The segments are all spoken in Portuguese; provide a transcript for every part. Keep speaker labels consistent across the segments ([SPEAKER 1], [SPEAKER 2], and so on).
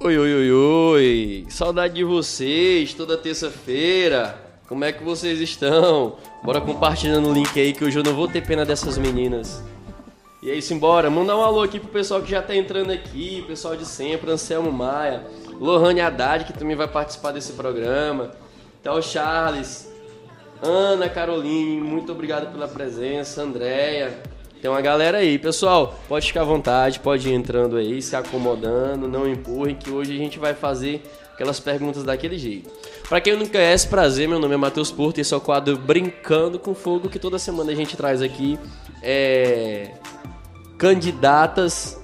[SPEAKER 1] Oi, oi, oi, oi! Saudade de vocês, toda terça-feira. Como é que vocês estão? Bora compartilhando o link aí que hoje eu não vou ter pena dessas meninas. E é isso, embora. Mandar um alô aqui pro pessoal que já tá entrando aqui, pessoal de sempre, Anselmo Maia, Lohane Haddad, que também vai participar desse programa. Tal Charles, Ana Caroline, muito obrigado pela presença, Andréia. Tem uma galera aí, pessoal. Pode ficar à vontade, pode ir entrando aí, se acomodando, não empurrem, que hoje a gente vai fazer aquelas perguntas daquele jeito. Pra quem não conhece, prazer, meu nome é Matheus Porto e esse é o quadro Brincando com Fogo, que toda semana a gente traz aqui é, candidatas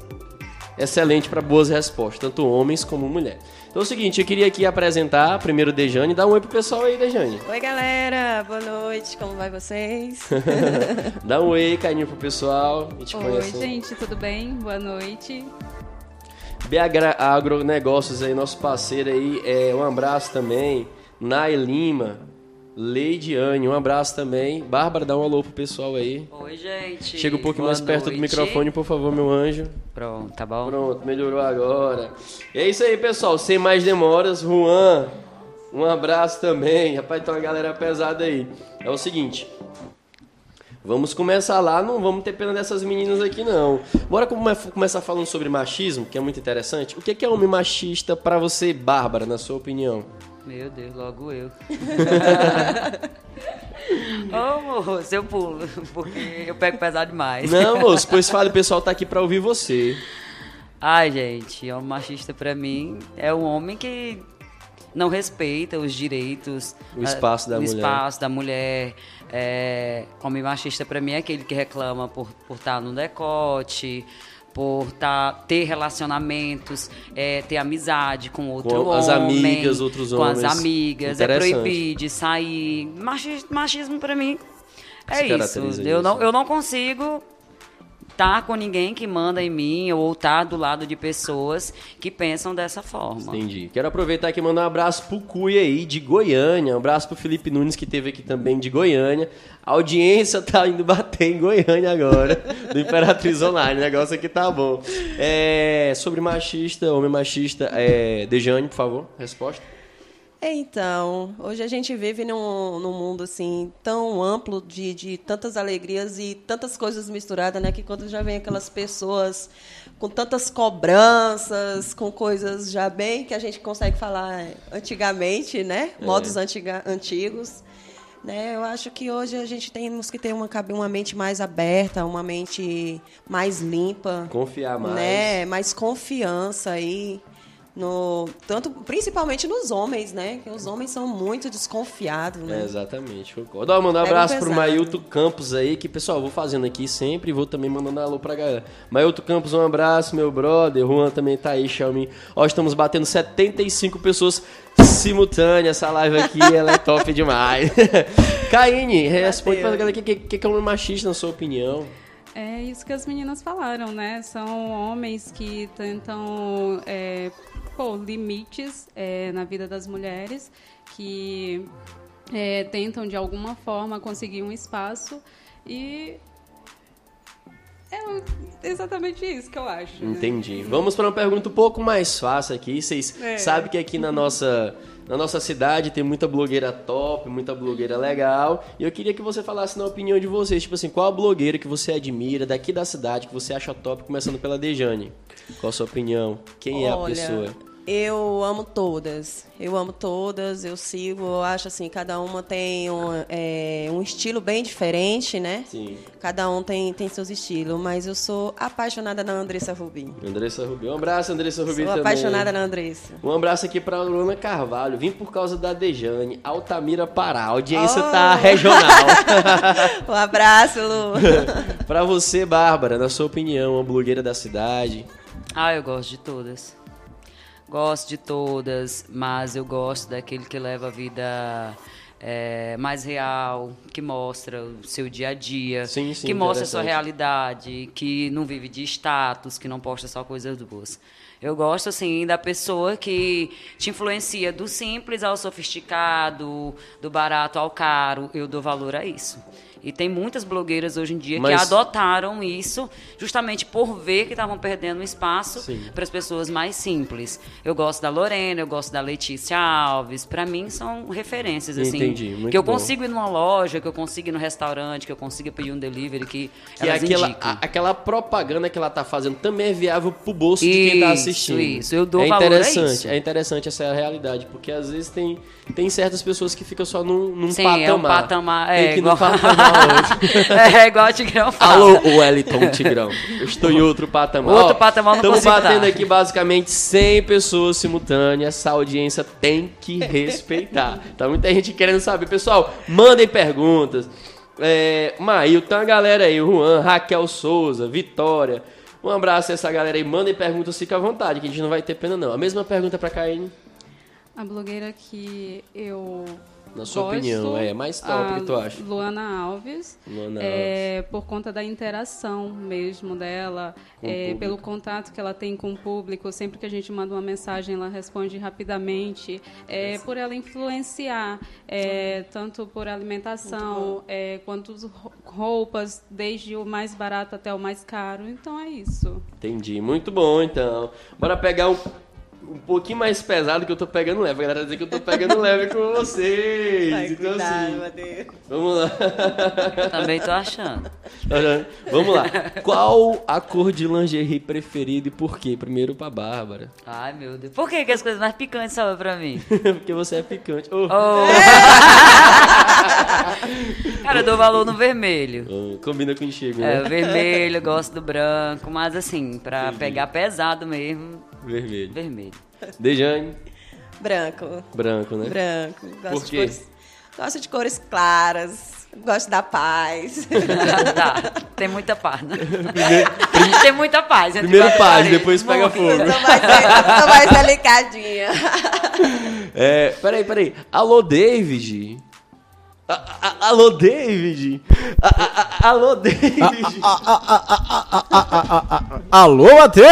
[SPEAKER 1] excelente para boas respostas, tanto homens como mulher. Então é o seguinte, eu queria aqui apresentar primeiro Dejane, dá um oi pro pessoal aí, Dejane.
[SPEAKER 2] Oi, galera, boa noite, como vai vocês?
[SPEAKER 1] Dá um oi, carinho pro pessoal. A gente
[SPEAKER 3] Oi,
[SPEAKER 1] conhece. um
[SPEAKER 3] gente, tudo bem? Boa noite.
[SPEAKER 1] BH Agronegócios aí, nosso parceiro aí, é, um abraço também. Nai Lima, Lady Anne, um abraço também. Bárbara, dá um alô pro pessoal aí.
[SPEAKER 4] Oi, gente.
[SPEAKER 1] Chega um pouquinho
[SPEAKER 4] Boa
[SPEAKER 1] mais perto do
[SPEAKER 4] noite.
[SPEAKER 1] microfone, por favor, meu anjo.
[SPEAKER 4] Pronto, tá bom?
[SPEAKER 1] Pronto, melhorou agora. E é isso aí, pessoal. Sem mais demoras, Juan, um abraço também. Rapaz, tem uma galera pesada aí. É o seguinte. Vamos começar lá, não vamos ter pena dessas meninas aqui não. Bora come- começar falando sobre machismo, que é muito interessante. O que que é homem machista pra você, Bárbara, na sua opinião?
[SPEAKER 4] Meu Deus, logo eu. Ô, moço, eu pulo, porque eu pego pesado demais.
[SPEAKER 1] Não, moço, pois fale, o pessoal tá aqui pra ouvir você.
[SPEAKER 4] Ai, gente, homem machista pra mim é um homem que não respeita os direitos,
[SPEAKER 1] O
[SPEAKER 4] ah,
[SPEAKER 1] espaço da
[SPEAKER 4] o
[SPEAKER 1] mulher.
[SPEAKER 4] espaço da mulher. É, homem machista pra mim é aquele que reclama por por estar no decote, por tá, ter relacionamentos, é, ter amizade com outro
[SPEAKER 1] Com
[SPEAKER 4] homem,
[SPEAKER 1] as amigas, outros
[SPEAKER 4] com as
[SPEAKER 1] homens.
[SPEAKER 4] amigas, é
[SPEAKER 1] Interessante.
[SPEAKER 4] proibir de sair. Machismo, machismo pra mim
[SPEAKER 1] Se
[SPEAKER 4] é isso.
[SPEAKER 1] caracteriza
[SPEAKER 4] Eu não,
[SPEAKER 1] isso.
[SPEAKER 4] eu não consigo tá com ninguém que manda em mim ou tá do lado de pessoas que pensam dessa forma.
[SPEAKER 1] Entendi. Quero aproveitar aqui e mandar um abraço pro Cui aí, de Goiânia. Um abraço pro Felipe Nunes, que teve aqui também de Goiânia. A audiência tá indo bater em Goiânia agora, do Imperatriz Online. O negócio aqui tá bom. É, sobre machista, homem machista, é, Dejane, por favor, resposta.
[SPEAKER 2] então, hoje a gente vive num, num mundo assim tão amplo de, de tantas alegrias e tantas coisas misturadas, né? Que quando já vem aquelas pessoas com tantas cobranças, com coisas já bem que a gente consegue falar antigamente, né? Modos antiga- antigos. Né, eu acho que hoje a gente temos que ter uma, cabe- uma mente mais aberta, uma mente mais limpa.
[SPEAKER 1] Confiar mais.
[SPEAKER 2] né, mais confiança aí no tanto principalmente nos homens, né? Que os homens são muito desconfiados,
[SPEAKER 1] É,
[SPEAKER 2] né?
[SPEAKER 1] exatamente, concordo. Ó, mandar um
[SPEAKER 2] Pega
[SPEAKER 1] abraço
[SPEAKER 2] pesado.
[SPEAKER 1] pro Mailto Campos aí, que pessoal, eu vou fazendo aqui sempre e vou também mandando alô pra galera. Mailto Campos, um abraço, meu brother. Juan também tá aí, Xiaomi. Ó, estamos batendo 75 pessoas simultâneas. Essa live aqui, ela é top demais. Caine, responde pra galera o que, que, que é um machista, na sua opinião.
[SPEAKER 3] É isso que as meninas falaram, né? São homens que tentam é, pôr limites é, na vida das mulheres, que é, tentam de alguma forma conseguir um espaço e é exatamente isso que eu acho. né?
[SPEAKER 1] Entendi. Vamos para uma pergunta um pouco mais fácil aqui. Vocês
[SPEAKER 3] É.
[SPEAKER 1] sabem que aqui na nossa, na nossa cidade tem muita blogueira top, muita blogueira legal. E eu queria que você falasse na opinião de vocês, tipo assim, qual a blogueira que você admira daqui da cidade, que você acha top, começando pela Dejane. Qual a sua opinião? Quem é a
[SPEAKER 2] Olha,
[SPEAKER 1] pessoa?
[SPEAKER 2] Eu amo todas. Eu amo todas, eu sigo, eu acho assim, cada uma tem um, é, um estilo bem diferente, né?
[SPEAKER 1] Sim.
[SPEAKER 2] Cada um tem, tem seus estilos, mas eu sou apaixonada na Andressa Rubim.
[SPEAKER 1] Andressa Rubi. Um abraço, Andressa Rubi
[SPEAKER 2] Sou
[SPEAKER 1] também.
[SPEAKER 2] apaixonada na Andressa.
[SPEAKER 1] Um abraço aqui pra Luana Carvalho. Vim por causa da Dejane, Altamira Pará. A audiência
[SPEAKER 2] Oh.
[SPEAKER 1] tá regional.
[SPEAKER 2] Um abraço, Lu.
[SPEAKER 1] Pra você, Bárbara, na sua opinião, uma blogueira da cidade.
[SPEAKER 4] Ah, eu gosto de todas. Gosto de todas, mas eu gosto daquele que leva a vida é, mais real, que mostra o seu dia a dia,
[SPEAKER 1] Sim, sim,
[SPEAKER 4] que mostra a sua
[SPEAKER 1] interessante.
[SPEAKER 4] realidade, que não vive de status, que não posta só coisas boas. Eu gosto, assim, da pessoa que te influencia do simples ao sofisticado, do barato ao caro. Eu dou valor a isso. E tem muitas blogueiras hoje em dia
[SPEAKER 1] Mas-
[SPEAKER 4] que adotaram isso justamente por ver que estavam perdendo um espaço
[SPEAKER 1] Sim.
[SPEAKER 4] para as pessoas mais simples. Eu gosto da Lorena, eu gosto da Letícia Alves. Para mim são referências assim,
[SPEAKER 1] Entendi, muito
[SPEAKER 4] que eu
[SPEAKER 1] bom.
[SPEAKER 4] consigo ir numa loja, que eu consigo ir no restaurante, que eu consiga pedir um delivery que,
[SPEAKER 1] Que é
[SPEAKER 4] elas
[SPEAKER 1] aquela,
[SPEAKER 4] indicam.
[SPEAKER 1] a- aquela propaganda que ela tá fazendo também é viável pro bolso de quem tá
[SPEAKER 4] Isso,
[SPEAKER 1] assistindo.
[SPEAKER 4] isso. Eu dou
[SPEAKER 1] é
[SPEAKER 4] valor a
[SPEAKER 1] interessante,
[SPEAKER 4] isso.
[SPEAKER 1] É interessante essa realidade, porque às vezes tem, tem certas pessoas que ficam só num, num
[SPEAKER 4] Sim,
[SPEAKER 1] patamar.
[SPEAKER 4] é um patamar.
[SPEAKER 1] Tem
[SPEAKER 4] É,
[SPEAKER 1] que ir
[SPEAKER 4] igual...
[SPEAKER 1] num patamar hoje.
[SPEAKER 4] é igual o Tigrão fala.
[SPEAKER 1] Alô, Wellington Tigrão. Eu estou em outro patamar.
[SPEAKER 4] Outro patamar eu não
[SPEAKER 1] Estamos
[SPEAKER 4] consigo tá.
[SPEAKER 1] batendo
[SPEAKER 4] dar.
[SPEAKER 1] aqui basicamente 100 pessoas simultâneas. Essa audiência tem que respeitar. Tá muita gente querendo saber. Pessoal, mandem perguntas. É, Mail, tem uma galera aí. Juan, Raquel Souza, Vitória. Um abraço a essa galera aí. Mandem perguntas, fica à vontade, que a gente não vai ter pena não. A mesma pergunta pra Caine.
[SPEAKER 3] A blogueira que eu.
[SPEAKER 1] Na sua
[SPEAKER 3] gosto,
[SPEAKER 1] opinião, é, mais top,
[SPEAKER 3] a
[SPEAKER 1] o que tu acha?
[SPEAKER 3] Luana Alves.
[SPEAKER 1] Luana
[SPEAKER 3] é, Por conta da interação mesmo dela,
[SPEAKER 1] Com o
[SPEAKER 3] é,
[SPEAKER 1] público.
[SPEAKER 3] pelo contato que ela tem com o público. Sempre que a gente manda uma mensagem, ela responde rapidamente. É, por ela influenciar, é, tanto por alimentação, é, quanto ro- roupas, desde o mais barato até o mais caro. Então é isso.
[SPEAKER 1] Entendi. Muito bom, então. Bora pegar um, um pouquinho mais pesado que eu tô pegando leve. A galera vai dizer que eu tô pegando leve com vocês.
[SPEAKER 2] Ai,
[SPEAKER 1] então,
[SPEAKER 2] cuidado,
[SPEAKER 1] assim,
[SPEAKER 2] Adeus.
[SPEAKER 1] vamos lá.
[SPEAKER 4] Também tô achando.
[SPEAKER 1] vamos lá. Qual a cor de lingerie preferida e por quê? Primeiro pra Bárbara.
[SPEAKER 4] Ai, meu Deus. Por que, que as coisas mais picantes sobram pra mim?
[SPEAKER 1] Porque você é picante. Ô,
[SPEAKER 4] Oh. Cara, eu dou valor no vermelho.
[SPEAKER 1] ô, Hum, combina contigo,
[SPEAKER 4] É,
[SPEAKER 1] né?
[SPEAKER 4] o vermelho, eu gosto do branco, mas assim, pra pegar pesado mesmo,
[SPEAKER 1] Vermelho.
[SPEAKER 4] vermelho.
[SPEAKER 1] Dejane,
[SPEAKER 2] Branco.
[SPEAKER 1] branco, né?
[SPEAKER 2] Branco. Gosto
[SPEAKER 1] Por
[SPEAKER 2] de
[SPEAKER 1] quê?
[SPEAKER 2] cores. Gosto de cores claras. Gosto da paz.
[SPEAKER 4] tá, tem muita paz, né? tem muita paz. né? Tipo, entre
[SPEAKER 1] Primeiro
[SPEAKER 4] várias
[SPEAKER 1] paz,
[SPEAKER 4] paredes.
[SPEAKER 1] depois pega
[SPEAKER 4] Muito.
[SPEAKER 1] fogo.
[SPEAKER 2] Sou mais, sou mais delicadinha.
[SPEAKER 1] É, peraí, peraí. Alô, David? A- a- a- alô, David? A- a- a-
[SPEAKER 4] Ah,
[SPEAKER 1] alô, David?
[SPEAKER 5] Alô, Matheus!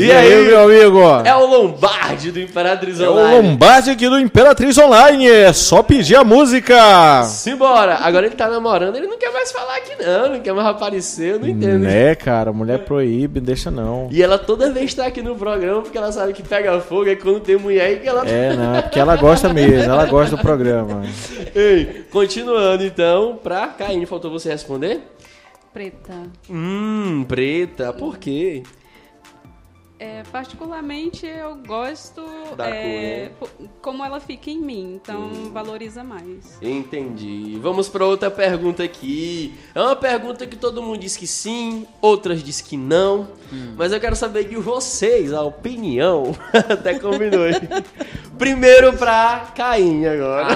[SPEAKER 1] E aí,
[SPEAKER 5] meu amigo?
[SPEAKER 1] É o Lombardi do Imperatriz
[SPEAKER 5] É o
[SPEAKER 1] Online.
[SPEAKER 5] Lombardi aqui do Imperatriz Online. É só pedir a música.
[SPEAKER 1] Simbora! Agora ele tá namorando, ele não quer mais falar aqui não, não quer mais aparecer, eu não entendo.
[SPEAKER 5] Né, cara? Mulher proíbe, deixa não.
[SPEAKER 1] E ela toda vez tá aqui no programa porque ela sabe que pega fogo, é quando tem mulher aí que ela...
[SPEAKER 5] É, não, é porque ela gosta mesmo, ela gosta do programa.
[SPEAKER 1] Ei, continuando então, pra Caíne, faltou você responder?
[SPEAKER 3] Preta.
[SPEAKER 1] Hum, preta, por quê?
[SPEAKER 3] É, particularmente eu gosto
[SPEAKER 1] Da né? Hum.
[SPEAKER 3] é, po- como ela fica em mim, então valoriza mais.
[SPEAKER 1] Entendi. Vamos pra outra pergunta aqui. É uma pergunta que todo mundo diz que sim, outras diz que não.
[SPEAKER 4] Hum.
[SPEAKER 1] Mas eu quero saber de vocês, a opinião. Até combinou. hein? Primeiro pra Caim agora.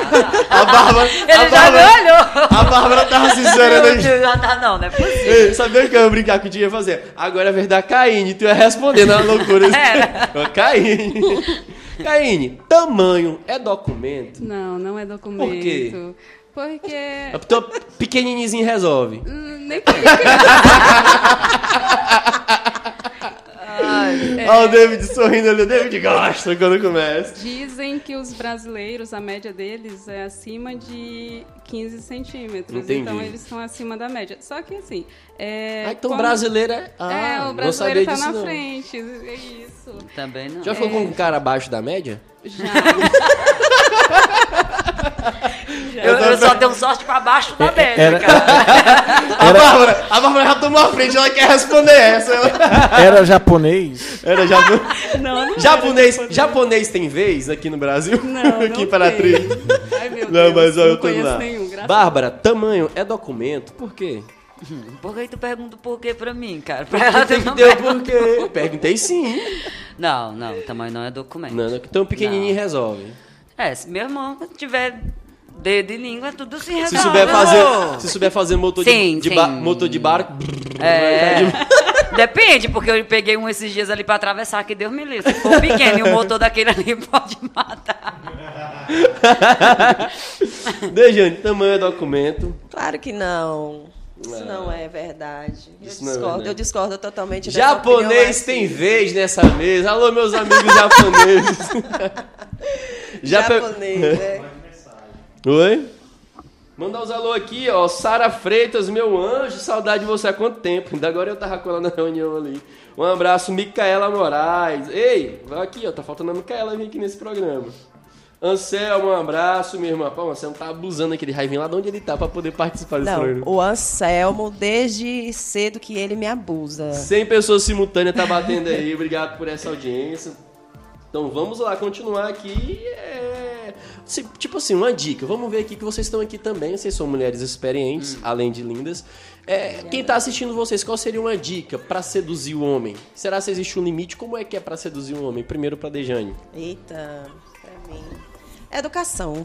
[SPEAKER 1] A Bárbara. a,
[SPEAKER 4] Ah. Ele já me
[SPEAKER 1] Bárbara
[SPEAKER 4] olhou.
[SPEAKER 1] a Bárbara tava sincera
[SPEAKER 4] Meu
[SPEAKER 1] né?
[SPEAKER 4] Deus, já tá, não, não é possível.
[SPEAKER 1] Ei, Sabia que eu ia brincar com o dia ia fazer? Agora é verdade, Caíne, tu ia responder na loucura.
[SPEAKER 4] Era.
[SPEAKER 1] Caíne. Caíne, tamanho é documento?
[SPEAKER 3] Não, não é documento.
[SPEAKER 1] quê?
[SPEAKER 3] Porque.
[SPEAKER 1] A tua pequenininha resolve.
[SPEAKER 3] Hum, Nem por isso.
[SPEAKER 1] É. Olha o David sorrindo ali. O David gosta quando começa.
[SPEAKER 3] Dizem que os brasileiros, a média deles é acima de 15 centímetros.
[SPEAKER 1] Entendi.
[SPEAKER 3] Então eles estão acima da média. Só que assim. É,
[SPEAKER 1] Ah, então o
[SPEAKER 3] como-
[SPEAKER 1] brasileiro é. Ah,
[SPEAKER 3] é, o
[SPEAKER 1] não sabia
[SPEAKER 3] brasileiro tá
[SPEAKER 1] disso,
[SPEAKER 3] na
[SPEAKER 1] não.
[SPEAKER 3] frente. É isso.
[SPEAKER 4] Também não.
[SPEAKER 1] Já ficou com um cara abaixo da média?
[SPEAKER 3] Já.
[SPEAKER 4] Eu, eu só tenho sorte pra baixo
[SPEAKER 1] É,
[SPEAKER 4] da média,
[SPEAKER 5] era-
[SPEAKER 4] cara.
[SPEAKER 1] A Bárbara, a Bárbara já tomou a frente, ela quer responder essa. Ela-
[SPEAKER 5] Era japonês?
[SPEAKER 1] Era japo-
[SPEAKER 3] não, não
[SPEAKER 1] japonês. Japonês tem vez aqui no Brasil?
[SPEAKER 3] Não,
[SPEAKER 1] aqui
[SPEAKER 3] não
[SPEAKER 1] para a
[SPEAKER 3] tem.
[SPEAKER 1] trilha.
[SPEAKER 3] Ai, meu
[SPEAKER 1] Não,
[SPEAKER 3] Deus,
[SPEAKER 1] mas olha, eu tô
[SPEAKER 3] conheço
[SPEAKER 1] lá.
[SPEAKER 3] nenhum, graças
[SPEAKER 1] Bárbara, tamanho é documento? Por quê?
[SPEAKER 4] Por que tu pergunta o porquê pra mim, cara? Pra ela
[SPEAKER 1] Tem
[SPEAKER 4] tu
[SPEAKER 1] que
[SPEAKER 3] tá
[SPEAKER 4] não
[SPEAKER 1] ter o
[SPEAKER 4] pergunta.
[SPEAKER 1] porquê. Perguntei sim.
[SPEAKER 4] Não, não, tamanho não é documento.
[SPEAKER 1] Não, não, então pequenininho resolve.
[SPEAKER 4] É, se meu irmão tiver dedo e língua, tudo se resolve.
[SPEAKER 1] Se souber fazer,
[SPEAKER 4] amor.
[SPEAKER 1] se souber fazer motor
[SPEAKER 4] Sim,
[SPEAKER 1] de, de
[SPEAKER 4] sim.
[SPEAKER 1] ba- motor de barco, brrr,
[SPEAKER 4] É.
[SPEAKER 1] vai
[SPEAKER 4] Depende, porque eu peguei um esses dias ali pra atravessar, que Deus me livre. Se for pequeno e o motor daquele ali pode matar.
[SPEAKER 1] dar de- Dejane, tamanho é documento.
[SPEAKER 2] Claro que não. Isso não é verdade. Eu
[SPEAKER 1] Isso não é
[SPEAKER 2] discordo,
[SPEAKER 1] verdade.
[SPEAKER 2] eu discordo totalmente. dessa
[SPEAKER 4] um
[SPEAKER 2] opinião,
[SPEAKER 1] Japonês
[SPEAKER 2] mas-
[SPEAKER 1] tem vez nessa mesa. Alô, meus amigos japoneses. Já pe-
[SPEAKER 2] né? Japonês, é.
[SPEAKER 1] Oi? Mandar uns alô aqui, ó. Sara Freitas, meu anjo, saudade de você há quanto tempo. Ainda agora eu tava com ela na reunião ali. Um abraço, Micaela Moraes. Ei, vai aqui, ó. Tá faltando a Micaela vir aqui nesse programa. Anselmo, um abraço, minha irmã. Pô, o Anselmo tá abusando aqui de raivinho lá de onde ele tá pra poder participar desse
[SPEAKER 2] Não,
[SPEAKER 1] programa.
[SPEAKER 2] o Anselmo, desde cedo que ele me abusa.
[SPEAKER 1] 100 pessoas simultâneas tá batendo aí. Obrigado por essa audiência. Então vamos lá, continuar aqui. É... se- tipo assim, uma dica. Vamos ver aqui que vocês estão aqui também. Vocês são mulheres experientes, além de lindas. É, quem tá assistindo vocês, qual seria uma dica pra seduzir o homem? Será que existe um limite? Como é que é pra seduzir o homem? Primeiro pra Dejane.
[SPEAKER 2] Eita, pra mim. Educação.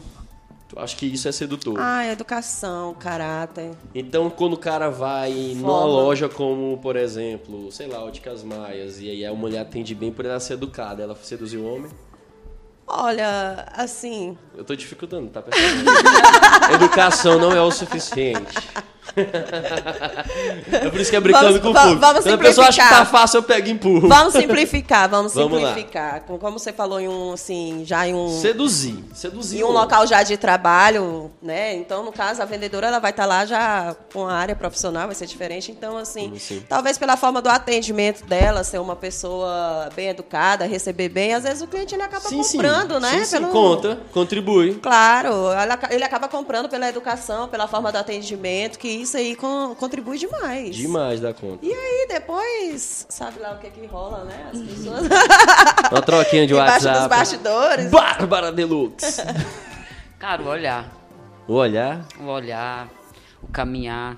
[SPEAKER 1] Eu acho que isso é sedutor.
[SPEAKER 2] Ah, educação, caráter.
[SPEAKER 1] Então, quando o cara vai numa
[SPEAKER 2] Forma.
[SPEAKER 1] loja como, por exemplo, sei lá, Óticas Maias, e aí a mulher atende bem por ela ser educada, ela seduzir o homem.
[SPEAKER 2] Olha, assim,
[SPEAKER 1] Eu tô dificultando, tá percebendo? Educação não é o suficiente. é por isso que é brincando
[SPEAKER 2] Vamos-
[SPEAKER 1] com o
[SPEAKER 2] va-
[SPEAKER 1] público.
[SPEAKER 2] vamos
[SPEAKER 1] Quando a pessoa acha que tá
[SPEAKER 2] simplificar.
[SPEAKER 1] fácil, eu pego e empurro.
[SPEAKER 2] vamos simplificar, vamos,
[SPEAKER 1] Vamos lá.
[SPEAKER 2] simplificar. Com- Como você falou em um, assim, já em um
[SPEAKER 1] Seduzir. Seduzir.
[SPEAKER 2] em um
[SPEAKER 1] o homem.
[SPEAKER 2] local já de trabalho, né? Então, no caso, a vendedora ela vai estar lá já com a área profissional, vai ser diferente. Então, assim,
[SPEAKER 1] Hum, sim.
[SPEAKER 2] talvez pela forma do atendimento dela, ser uma pessoa bem educada, receber bem, às vezes o cliente ele acaba
[SPEAKER 1] Sim, sim.
[SPEAKER 2] comprando, né?
[SPEAKER 1] Sim, sim.
[SPEAKER 2] Pelo-
[SPEAKER 1] Conta, contribui.
[SPEAKER 2] Claro, ela- ele acaba comprando pela educação, pela forma do atendimento, que isso aí con- contribui demais.
[SPEAKER 1] Demais da conta.
[SPEAKER 2] E aí, depois, sabe lá o que é que rola, né? As pessoas
[SPEAKER 1] Uma troquinha de
[SPEAKER 2] embaixo
[SPEAKER 1] WhatsApp.
[SPEAKER 2] dos bastidores.
[SPEAKER 1] Bárbara Deluxe.
[SPEAKER 4] Cara, o olhar.
[SPEAKER 1] o olhar,
[SPEAKER 4] O olhar, o caminhar.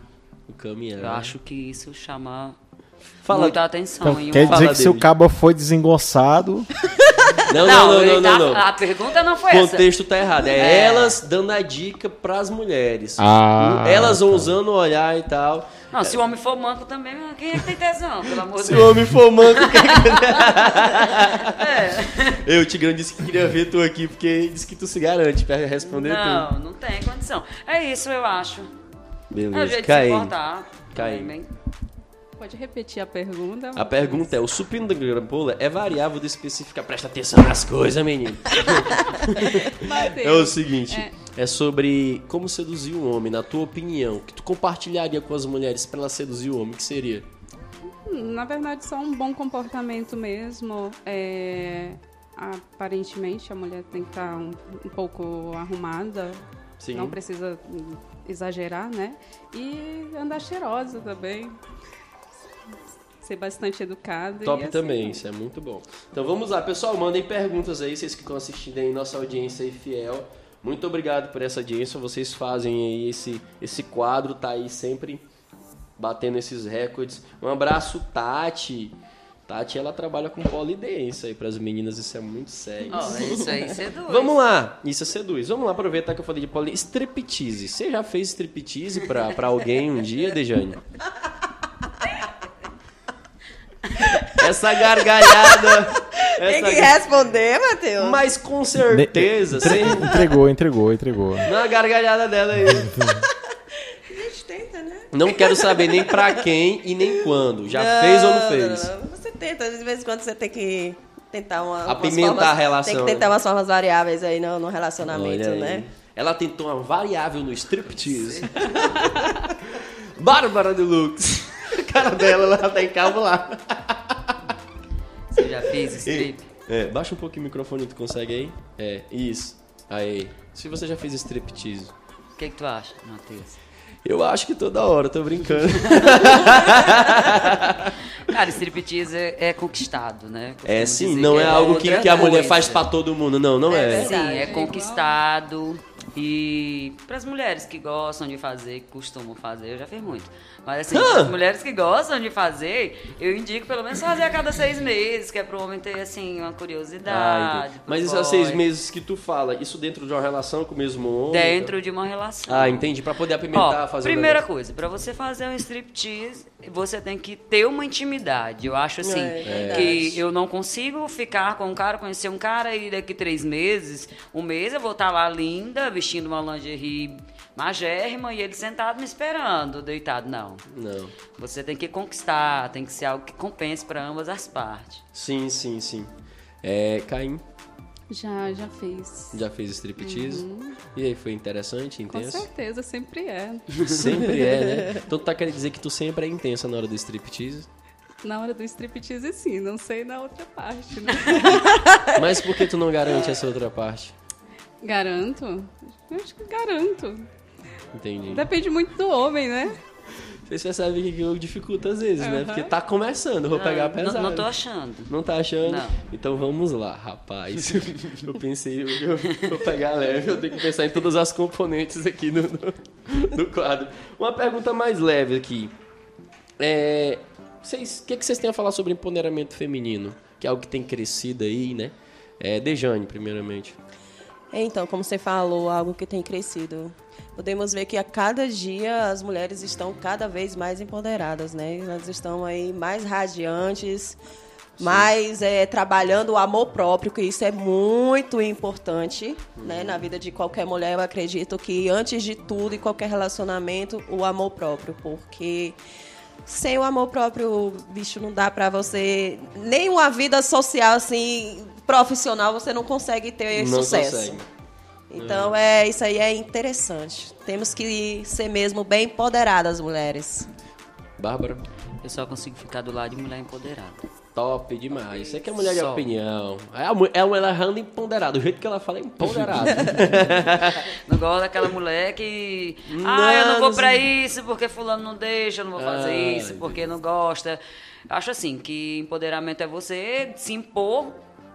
[SPEAKER 1] o caminhar.
[SPEAKER 4] Eu acho que isso chama
[SPEAKER 1] É. Fala-
[SPEAKER 4] muita atenção.
[SPEAKER 5] Então,
[SPEAKER 4] em um
[SPEAKER 5] quer
[SPEAKER 1] fala
[SPEAKER 5] dizer que se o
[SPEAKER 1] dele.
[SPEAKER 5] cabo foi desengonçado,
[SPEAKER 1] Não, não, não, não,
[SPEAKER 4] ele
[SPEAKER 1] não.
[SPEAKER 4] tá-
[SPEAKER 1] não.
[SPEAKER 4] A pergunta não foi
[SPEAKER 1] O
[SPEAKER 4] essa.
[SPEAKER 1] contexto tá errado. É,
[SPEAKER 4] É.
[SPEAKER 1] elas dando a dica pras mulheres.
[SPEAKER 5] Ah,
[SPEAKER 1] elas vão usando o olhar e tal.
[SPEAKER 4] Não, se o homem for manco também, quem é que tem tesão, pelo amor de
[SPEAKER 1] Se o homem for manco, o que que- é? Eu, o Tigrão, disse que queria ver tu aqui, porque disse que tu se garante pra responder tudo.
[SPEAKER 4] Não, não tem condição. É isso, eu acho. É o
[SPEAKER 1] Beleza,
[SPEAKER 4] jeito de
[SPEAKER 1] Caim.
[SPEAKER 4] se portar.
[SPEAKER 1] Caí.
[SPEAKER 4] Também.
[SPEAKER 3] Pode repetir a pergunta?
[SPEAKER 1] A pergunta é, o supino da grampola é variável do específico. Presta atenção nas coisas, menino.
[SPEAKER 3] Mateus.
[SPEAKER 1] É o seguinte, é. sobre como seduzir um homem, na tua opinião. O que tu compartilharia com as mulheres pra elas seduzir o homem, que seria?
[SPEAKER 3] Na verdade, só um bom comportamento mesmo. É, aparentemente, a mulher tem que estar um, um pouco arrumada.
[SPEAKER 1] Sim.
[SPEAKER 3] Não precisa hum, exagerar, né? E andar cheirosa também. Ser bastante educada. e
[SPEAKER 1] Top
[SPEAKER 3] assim,
[SPEAKER 1] também, isso é muito bom. Então vamos lá, pessoal, mandem perguntas aí, vocês que estão assistindo aí, nossa audiência aí fiel. Muito obrigado por essa audiência, vocês fazem aí esse, esse quadro, tá aí sempre batendo esses recordes. Um abraço, Tati. Tati, ela trabalha com polidense aí pras meninas, isso é muito sério.
[SPEAKER 4] Ó, é isso aí, seduz.
[SPEAKER 1] Vamos lá, isso seduz. Vamos lá aproveitar que eu falei de poli... Striptease. Você já fez striptease pra, pra alguém um dia, Dejane? Essa gargalhada.
[SPEAKER 2] Tem que
[SPEAKER 1] Essa... gar-
[SPEAKER 2] responder, Matheus.
[SPEAKER 1] Mas com certeza, sem...
[SPEAKER 5] né? entregou, entregou, entregou.
[SPEAKER 1] na gargalhada dela aí.
[SPEAKER 2] A gente tenta, né?
[SPEAKER 1] Não quero saber nem pra quem e nem quando. Já fez ou não fez?
[SPEAKER 2] não, não. Você tenta, de vez em quando você tem que tentar uma. umas
[SPEAKER 1] Apimentar
[SPEAKER 2] formas-
[SPEAKER 1] a relação, né?
[SPEAKER 2] Tem que tentar umas formas variáveis aí no, no relacionamento,
[SPEAKER 1] Olha aí.
[SPEAKER 2] né?
[SPEAKER 1] Ela tentou uma variável no striptease. Bárbara Deluxe. A cara dela, ela tá encabulada.
[SPEAKER 4] Você já fez strip?
[SPEAKER 1] É, baixa um pouquinho o microfone, tu consegue aí? É, isso. Aí. Se você já fez striptease.
[SPEAKER 4] O que, que tu acha, Matheus?
[SPEAKER 1] Eu acho que toda hora, tô brincando.
[SPEAKER 4] Cara, striptease é, é conquistado, né? Costumo
[SPEAKER 1] É sim,
[SPEAKER 4] dizer
[SPEAKER 1] não é, algo
[SPEAKER 4] outra
[SPEAKER 1] que, que a mulher
[SPEAKER 4] coisa.
[SPEAKER 1] faz pra todo mundo, não, não é.
[SPEAKER 4] Sim, é
[SPEAKER 3] Verdade.
[SPEAKER 4] conquistado. E para as mulheres que gostam de fazer, que costumam fazer, eu já fiz muito. Mas assim,
[SPEAKER 1] Ah!
[SPEAKER 4] as mulheres que gostam de fazer, eu indico pelo menos fazer a cada seis meses, que é pro homem ter assim uma
[SPEAKER 1] Ah,
[SPEAKER 4] curiosidade.
[SPEAKER 1] entendi.
[SPEAKER 4] pro
[SPEAKER 1] Mas isso
[SPEAKER 4] boy.
[SPEAKER 1] há seis meses que tu fala, isso dentro de uma relação com o mesmo homem?
[SPEAKER 4] Dentro de uma relação.
[SPEAKER 1] Ah, entendi. Pra poder apimentar,
[SPEAKER 4] Ó,
[SPEAKER 1] fazer. o
[SPEAKER 4] primeira
[SPEAKER 1] negócio.
[SPEAKER 4] coisa, pra você fazer um striptease, você tem que ter uma intimidade. Eu acho assim,
[SPEAKER 2] É, verdade.
[SPEAKER 4] que eu não consigo ficar com um cara, conhecer um cara e daqui três meses, um mês eu vou estar lá linda, vestindo uma lingerie magérrima e ele sentado me esperando, deitado. Não.
[SPEAKER 1] Não.
[SPEAKER 4] Você tem que conquistar, tem que ser algo que compense pra ambas as partes.
[SPEAKER 1] Sim, sim, sim. É, Caim.
[SPEAKER 3] Já, já fiz.
[SPEAKER 1] Já fez striptease?
[SPEAKER 4] Uhum.
[SPEAKER 1] E aí, foi interessante,
[SPEAKER 3] Com
[SPEAKER 1] intenso?
[SPEAKER 3] certeza, sempre é.
[SPEAKER 1] Sempre é, né? Então tu tá querendo dizer que tu sempre é intensa na hora do striptease?
[SPEAKER 3] Na hora do striptease, sim. Não sei na outra parte, né?
[SPEAKER 1] Mas por que tu não garante essa outra parte?
[SPEAKER 3] garanto? Eu acho que garanto.
[SPEAKER 1] Entendi.
[SPEAKER 3] Depende muito do homem, né?
[SPEAKER 1] Vocês percebem que aquilo dificulta às vezes, né? Porque tá começando, eu vou pegar pesado.
[SPEAKER 4] Ah, Não, não tô achando.
[SPEAKER 1] Não tá achando?
[SPEAKER 4] Não.
[SPEAKER 1] Então vamos lá, rapaz. eu pensei, eu eu vou pegar leve, eu tenho que pensar em todas as componentes aqui no, no, no quadro. Uma pergunta mais leve aqui. É, vocês, o que, que vocês têm a falar sobre empoderamento feminino? Que é algo que tem crescido aí, né? É, Dejane, primeiramente.
[SPEAKER 2] Então, como você falou, algo que tem crescido. Podemos ver que a cada dia as mulheres estão cada vez mais empoderadas, né? Elas estão aí mais radiantes, mais eh, trabalhando o amor próprio, que isso é muito importante, né? Na vida de qualquer mulher, eu acredito que antes de tudo e qualquer relacionamento, o amor próprio, porque sem o amor próprio, bicho, não dá pra você nem uma vida social assim profissional, você não consegue ter
[SPEAKER 1] não
[SPEAKER 2] É sucesso.
[SPEAKER 1] consegue.
[SPEAKER 2] Então é isso aí é interessante. Temos que ser mesmo bem empoderadas, mulheres.
[SPEAKER 1] Bárbara?
[SPEAKER 4] Eu só consigo ficar do lado de mulher empoderada.
[SPEAKER 1] Top demais. Isso aqui é mulher de
[SPEAKER 4] Só.
[SPEAKER 1] opinião. É a mu- é uma ela anda empoderada. O jeito que ela fala é empoderada.
[SPEAKER 4] Não gosto daquela mulher que. Ah, eu
[SPEAKER 1] Não,
[SPEAKER 4] não vou
[SPEAKER 1] não
[SPEAKER 4] pra isso porque Fulano não deixa, eu não vou fazer
[SPEAKER 1] Ah,
[SPEAKER 4] isso porque não gosta. Acho assim que empoderamento é você se impor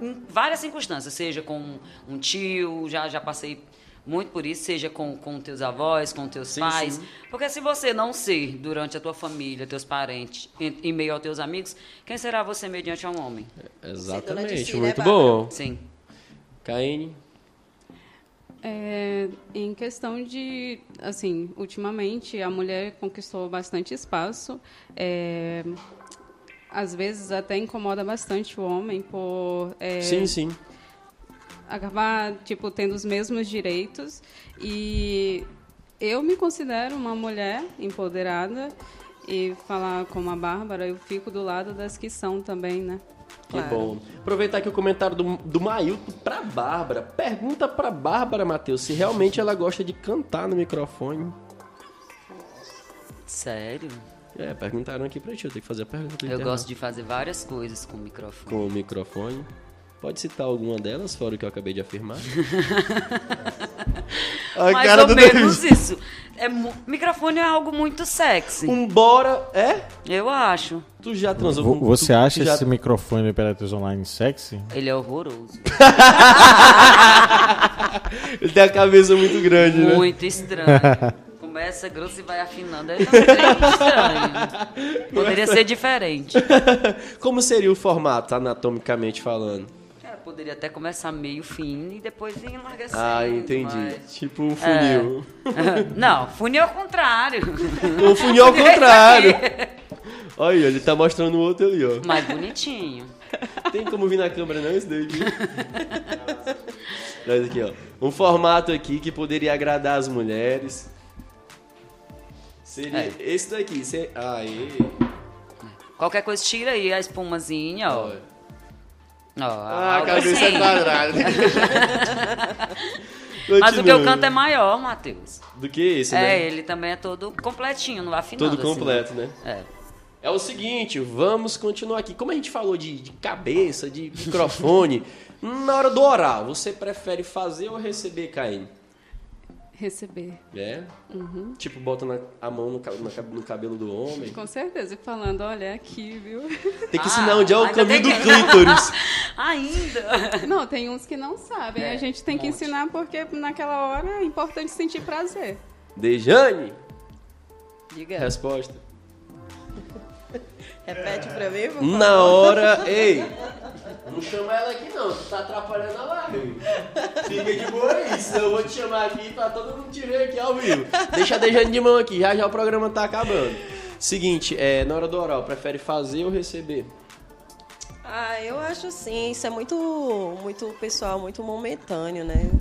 [SPEAKER 4] em várias circunstâncias, seja com um tio, já, já passei muito por isso, seja com, com teus avós, com teus pais. Porque se você não ser durante a tua família, teus parentes, em, em meio aos teus amigos, quem será você mediante um homem?
[SPEAKER 2] de si,
[SPEAKER 1] Exatamente.
[SPEAKER 2] né,
[SPEAKER 1] Muito
[SPEAKER 2] Bárbara?
[SPEAKER 1] bom.
[SPEAKER 4] Sim.
[SPEAKER 1] Caine.
[SPEAKER 3] É, em questão de, assim, ultimamente a mulher conquistou bastante espaço. é, às vezes até incomoda bastante o homem por é,
[SPEAKER 1] Sim, sim.
[SPEAKER 3] acabar tipo tendo os mesmos direitos e eu me considero uma mulher empoderada e falar como a Bárbara eu fico do lado das que são também né
[SPEAKER 1] Que bom. Aproveitar aqui o comentário do, do Mailton pra Bárbara. Pergunta pra Bárbara, Matheus, se realmente ela gosta de cantar no microfone.
[SPEAKER 4] Sério?
[SPEAKER 1] É, perguntaram aqui pra ti, eu tenho que fazer a pergunta.
[SPEAKER 4] Eu
[SPEAKER 1] interna.
[SPEAKER 4] gosto de fazer várias coisas com o microfone.
[SPEAKER 1] Com o microfone. Pode citar alguma delas, fora o que eu acabei de afirmar?
[SPEAKER 5] A
[SPEAKER 4] Mais
[SPEAKER 5] cara
[SPEAKER 4] ou
[SPEAKER 5] do
[SPEAKER 4] menos isso. É, mu- microfone é algo muito sexy.
[SPEAKER 1] Embora, Um é?
[SPEAKER 4] Eu acho.
[SPEAKER 1] Tu já transou
[SPEAKER 5] Vo-
[SPEAKER 1] com...
[SPEAKER 5] Você
[SPEAKER 1] tu-
[SPEAKER 5] acha
[SPEAKER 1] tu já-
[SPEAKER 5] esse microfone do Imperatriz Online sexy?
[SPEAKER 4] Ele é horroroso.
[SPEAKER 1] Ele tem a cabeça muito grande, né?
[SPEAKER 4] muito estranho. Começa grosso e vai afinando. É também estranho. Poderia ser diferente.
[SPEAKER 1] Como seria o formato, anatomicamente falando?
[SPEAKER 4] Cara, É, poderia até começar meio fino e depois ir enlarguecendo.
[SPEAKER 1] Ah, entendi.
[SPEAKER 4] mas- É.
[SPEAKER 1] Tipo um funil.
[SPEAKER 4] Não, funil ao contrário.
[SPEAKER 1] Um funil ao
[SPEAKER 4] É. Esse aqui.
[SPEAKER 1] contrário. Olha, ele tá mostrando o outro ali, ó.
[SPEAKER 4] Mais bonitinho.
[SPEAKER 1] Tem como vir na câmera, não? Isso daí. Olha aqui, ó. Um formato aqui que poderia agradar as mulheres. Seria
[SPEAKER 4] É.
[SPEAKER 1] esse daqui. Se... Aê.
[SPEAKER 4] Qualquer coisa, tira aí a espumazinha, ó.
[SPEAKER 1] Olha.
[SPEAKER 4] Ó,
[SPEAKER 1] Ah, a
[SPEAKER 4] algo
[SPEAKER 1] cabeça
[SPEAKER 4] assim.
[SPEAKER 1] é quadrada.
[SPEAKER 4] Mas o que eu
[SPEAKER 1] Continuando.
[SPEAKER 4] canto é maior, Matheus.
[SPEAKER 1] Do que esse,
[SPEAKER 4] é,
[SPEAKER 1] né?
[SPEAKER 4] ele também é todo completinho, não afinado.
[SPEAKER 1] Todo
[SPEAKER 4] assim,
[SPEAKER 1] completo, né?
[SPEAKER 4] né? É.
[SPEAKER 1] É o seguinte, vamos continuar aqui. Como a gente falou de, de cabeça, de microfone, na hora do oral, você prefere fazer ou receber, Caim?
[SPEAKER 3] receber
[SPEAKER 1] É?
[SPEAKER 4] Uhum.
[SPEAKER 1] Tipo, bota na- a mão no, ca- na ca- no cabelo do homem.
[SPEAKER 3] com certeza e falando olha é aqui viu
[SPEAKER 1] Tem que
[SPEAKER 4] Ah,
[SPEAKER 1] ensinar onde é o
[SPEAKER 4] ainda
[SPEAKER 1] caminho do
[SPEAKER 4] tem que-
[SPEAKER 1] clítoris.
[SPEAKER 4] Ainda!
[SPEAKER 3] não tem uns que não sabem
[SPEAKER 4] É,
[SPEAKER 3] a gente tem
[SPEAKER 4] um
[SPEAKER 3] que
[SPEAKER 4] monte.
[SPEAKER 3] ensinar porque naquela hora é importante sentir prazer
[SPEAKER 1] Dejane,
[SPEAKER 2] Diga.
[SPEAKER 1] resposta.
[SPEAKER 2] Repete pra mim, por favor.
[SPEAKER 1] Na hora, ei. Não chama ela aqui não, tu tá atrapalhando a live. Fica de boa aí, senão eu vou te chamar aqui pra todo mundo te ver aqui ao vivo. Deixa a Dejane de mão aqui, já já o programa tá acabando. Seguinte, é, na hora do oral, prefere fazer ou receber?
[SPEAKER 2] assim, Ah, eu acho sim, isso é muito muito pessoal, muito momentâneo, né?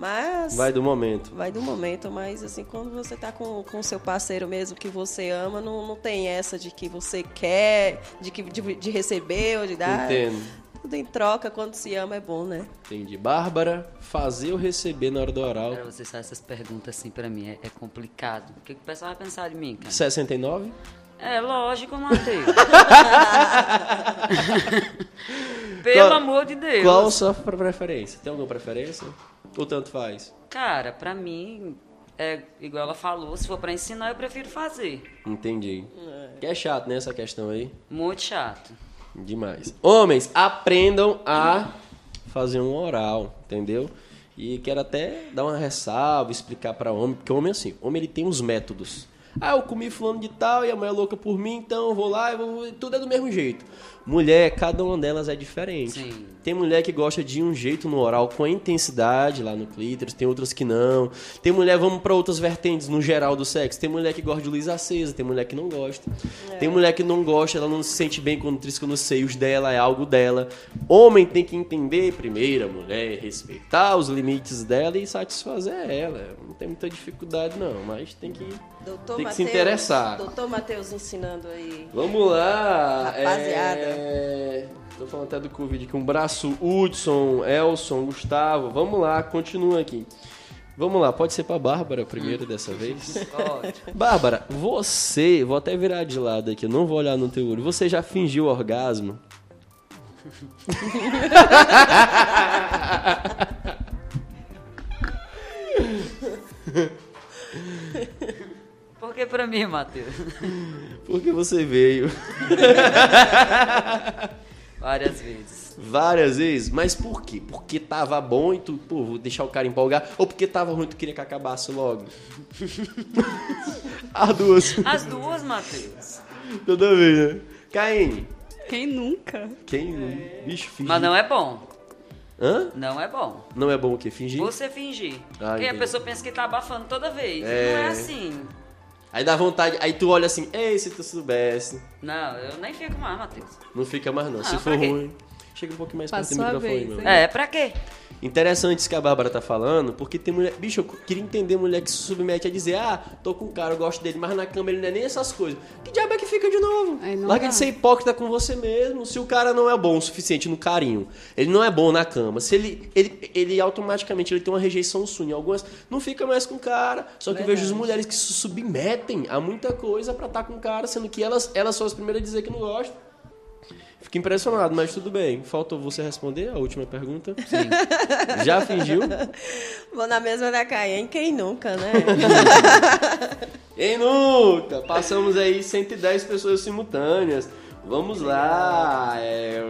[SPEAKER 2] Mas
[SPEAKER 1] Vai do momento.
[SPEAKER 2] vai do momento, mas assim, quando você tá com com o seu parceiro mesmo que você ama, não, não tem essa de que você quer, de que de, de receber ou de dar.
[SPEAKER 1] Entendo.
[SPEAKER 2] Tudo em troca, quando se ama é bom, né?
[SPEAKER 1] Entendi. Bárbara, fazer ou receber na hora do oral?
[SPEAKER 4] Cara, você sabe essas perguntas assim pra mim é, é complicado. O que, que o pessoal vai pensar de mim, cara?
[SPEAKER 1] 69?
[SPEAKER 4] É lógico, Matheus. Pelo
[SPEAKER 1] Qual-
[SPEAKER 4] amor de Deus.
[SPEAKER 1] Qual a sua pre- preferência? Tem alguma preferência? Ou tanto faz?
[SPEAKER 4] Cara, pra mim, é igual ela falou, se for pra ensinar, eu prefiro fazer.
[SPEAKER 1] Entendi. Que é chato, né, essa questão aí?
[SPEAKER 4] Muito chato.
[SPEAKER 1] Demais. Homens, aprendam a fazer um oral, entendeu? E quero até dar uma ressalva, explicar pra homem, porque homem é assim, homem ele tem uns métodos. Ah, eu comi fulano de tal e a mulher é louca por mim, então eu vou lá e vou- tudo é do mesmo jeito. Mulher, cada uma delas é diferente.
[SPEAKER 4] Sim.
[SPEAKER 1] Tem mulher que gosta de um jeito no oral com intensidade lá no clítoris, tem outras que não. Tem mulher, vamos pra outras vertentes no geral do sexo. Tem mulher que gosta de luz acesa, tem mulher que não gosta. Tem mulher que não gosta, ela não se sente bem quando trisca nos seios dela, é algo dela. Homem tem que entender primeiro a mulher, respeitar os limites dela e satisfazer ela. Não tem muita dificuldade não, mas tem que
[SPEAKER 2] Doutor
[SPEAKER 1] Tem que se interessar.
[SPEAKER 2] Doutor Matheus ensinando aí.
[SPEAKER 1] Vamos lá!
[SPEAKER 2] Rapaziada.
[SPEAKER 1] É... Tô falando até do Covid aqui. Um braço, Hudson, Elson, Gustavo. Vamos lá, continua aqui. Vamos lá, pode ser pra Bárbara primeiro dessa vez.
[SPEAKER 4] Ótimo.
[SPEAKER 1] Bárbara, você, vou até virar de lado aqui, eu não vou olhar no teu olho. Você já fingiu orgasmo?
[SPEAKER 4] Por que pra mim, Matheus?
[SPEAKER 1] Porque você veio
[SPEAKER 4] Várias vezes.
[SPEAKER 1] várias vezes, mas por quê? Porque tava bom e tu, pô, vou deixar o cara empolgar, ou porque tava ruim e tu queria que acabasse logo? As duas.
[SPEAKER 4] As duas, Matheus.
[SPEAKER 1] Toda vez, né? Caine,
[SPEAKER 3] Quem nunca?
[SPEAKER 1] quem. Bicho, finge.
[SPEAKER 4] Mas não é bom.
[SPEAKER 1] Hã?
[SPEAKER 4] Não é bom.
[SPEAKER 1] Não é bom o quê? Fingir?
[SPEAKER 4] Você fingir.
[SPEAKER 1] Ah,
[SPEAKER 4] Porque a
[SPEAKER 1] entendi.
[SPEAKER 4] pessoa pensa que tá abafando toda vez.
[SPEAKER 1] É.
[SPEAKER 4] Não é assim.
[SPEAKER 1] Aí dá vontade, aí tu olha assim, ei, se tu soubesse.
[SPEAKER 4] Não, eu nem fico mais, Matheus.
[SPEAKER 1] Não fica mais não. se
[SPEAKER 4] Ah,
[SPEAKER 1] for
[SPEAKER 4] pra quê?
[SPEAKER 1] ruim. Chega um pouquinho mais perto do
[SPEAKER 3] Passou a
[SPEAKER 1] microfone,
[SPEAKER 3] vez,
[SPEAKER 1] meu.
[SPEAKER 3] hein?
[SPEAKER 4] É, pra quê?
[SPEAKER 1] Interessante isso que a Bárbara tá falando, porque tem mulher. Bicho, eu queria entender mulher que se submete a dizer, ah, tô com um cara, eu gosto dele, mas na cama ele não é nem essas coisas. Que diabo é que fica de novo?
[SPEAKER 3] Aí não
[SPEAKER 1] Larga
[SPEAKER 3] dá.
[SPEAKER 1] de ser hipócrita com você mesmo. Se o cara não é bom o suficiente no carinho, ele não é bom na cama, se ele. ele, ele automaticamente ele tem uma rejeição sua em algumas. Não fica mais com o cara. Só que eu vejo as mulheres que se submetem a muita coisa pra estar com o cara, sendo que elas, elas são as primeiras a dizer que não gostam. Fico impressionado, mas tudo bem. Faltou você responder a última pergunta. Já fingiu?
[SPEAKER 2] Vou na mesma da Caem, quem nunca, né?
[SPEAKER 1] Ei, nunca! Passamos aí 110 pessoas simultâneas. Vamos lá! É...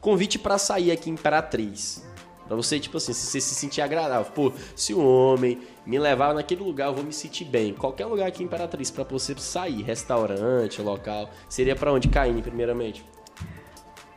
[SPEAKER 1] Convite pra sair aqui, Imperatriz. Pra você, tipo assim, se você se sentir agradável. Pô, se o homem me levar naquele lugar, eu vou me sentir bem. Qualquer lugar aqui, em Imperatriz, pra você sair. Restaurante, local. Seria pra onde? Caíne, primeiramente.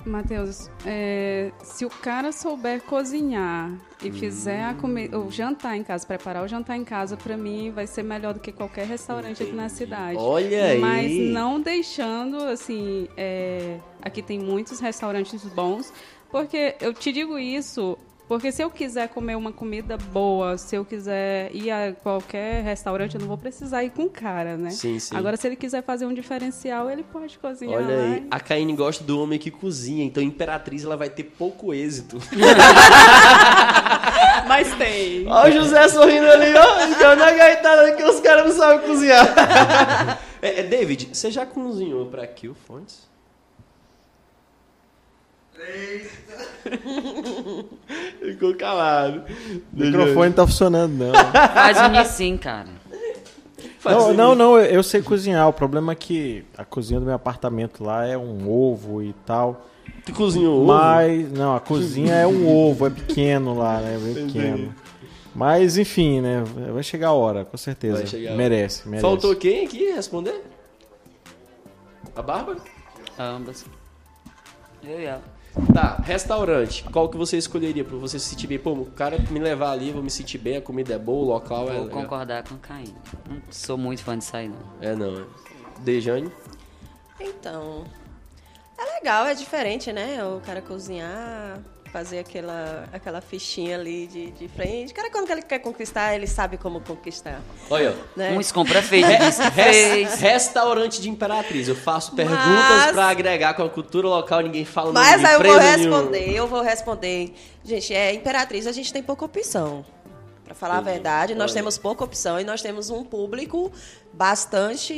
[SPEAKER 3] Matheus, é, se o cara souber cozinhar e fizer a comi- o jantar em casa, preparar o jantar em casa, pra mim vai ser melhor do que qualquer restaurante aqui na cidade.
[SPEAKER 1] Olha aí!
[SPEAKER 3] Mas não deixando, assim, é, aqui tem muitos restaurantes bons, porque eu te digo isso, porque se eu quiser comer uma comida boa, se eu quiser ir a qualquer restaurante, eu não vou precisar ir com o cara, né?
[SPEAKER 1] Sim, sim.
[SPEAKER 3] Agora, se ele quiser fazer um diferencial, ele pode cozinhar
[SPEAKER 1] Olha
[SPEAKER 3] lá.
[SPEAKER 1] aí, a Caine gosta do homem que cozinha, então Imperatriz ela vai ter pouco êxito.
[SPEAKER 3] Mas tem.
[SPEAKER 1] Olha o José sorrindo ali, ó. Entrando na gaitada que os caras não sabem cozinhar. é, é, David, você já cozinhou pra Kill Fontes? Ficou calado.
[SPEAKER 5] O microfone tá funcionando, não.
[SPEAKER 4] Faz um sim, cara.
[SPEAKER 1] Faz
[SPEAKER 5] não,
[SPEAKER 1] um-
[SPEAKER 5] não, não, eu- eu sei cozinhar. O problema é que a cozinha do meu apartamento lá é um ovo e tal.
[SPEAKER 1] assim, Tu cozinhou ovo?
[SPEAKER 5] Mas, não, a cozinha é um ovo, é pequeno lá, né? Bem pequeno. Mas, enfim, né? Vai chegar a hora, com certeza.
[SPEAKER 1] Vai chegar a hora.
[SPEAKER 5] merece, merece.
[SPEAKER 1] Faltou quem aqui responder? A Bárbara?
[SPEAKER 4] Ambas. Eu e ela.
[SPEAKER 1] Tá, restaurante. Qual que você escolheria pra você se sentir bem? Pô, o cara me levar ali, vou me sentir bem, a comida é boa, o local é
[SPEAKER 4] Vou
[SPEAKER 1] legal.
[SPEAKER 4] concordar com a Caína. Não sou muito fã de sair, não.
[SPEAKER 1] É, não, é. Dejane?
[SPEAKER 2] Então, é legal, é diferente, né? O cara cozinhar, fazer aquela, aquela fichinha ali de, de frente. O cara, quando ele quer conquistar, ele sabe como conquistar.
[SPEAKER 1] Olha,
[SPEAKER 2] Né?
[SPEAKER 4] Um compra feio, diz que
[SPEAKER 1] res-
[SPEAKER 4] fez.
[SPEAKER 1] restaurante de Imperatriz. Eu faço perguntas
[SPEAKER 2] Mas-
[SPEAKER 1] pra agregar com a cultura local, ninguém fala nome
[SPEAKER 2] Mas
[SPEAKER 1] de
[SPEAKER 2] aí eu vou
[SPEAKER 1] empresa nenhum.
[SPEAKER 2] responder, eu vou responder. Gente, é Imperatriz, a gente tem pouca opção. Pra falar a
[SPEAKER 1] Entendi.
[SPEAKER 2] verdade, nós
[SPEAKER 1] Olha.
[SPEAKER 2] temos pouca opção e nós temos um público bastante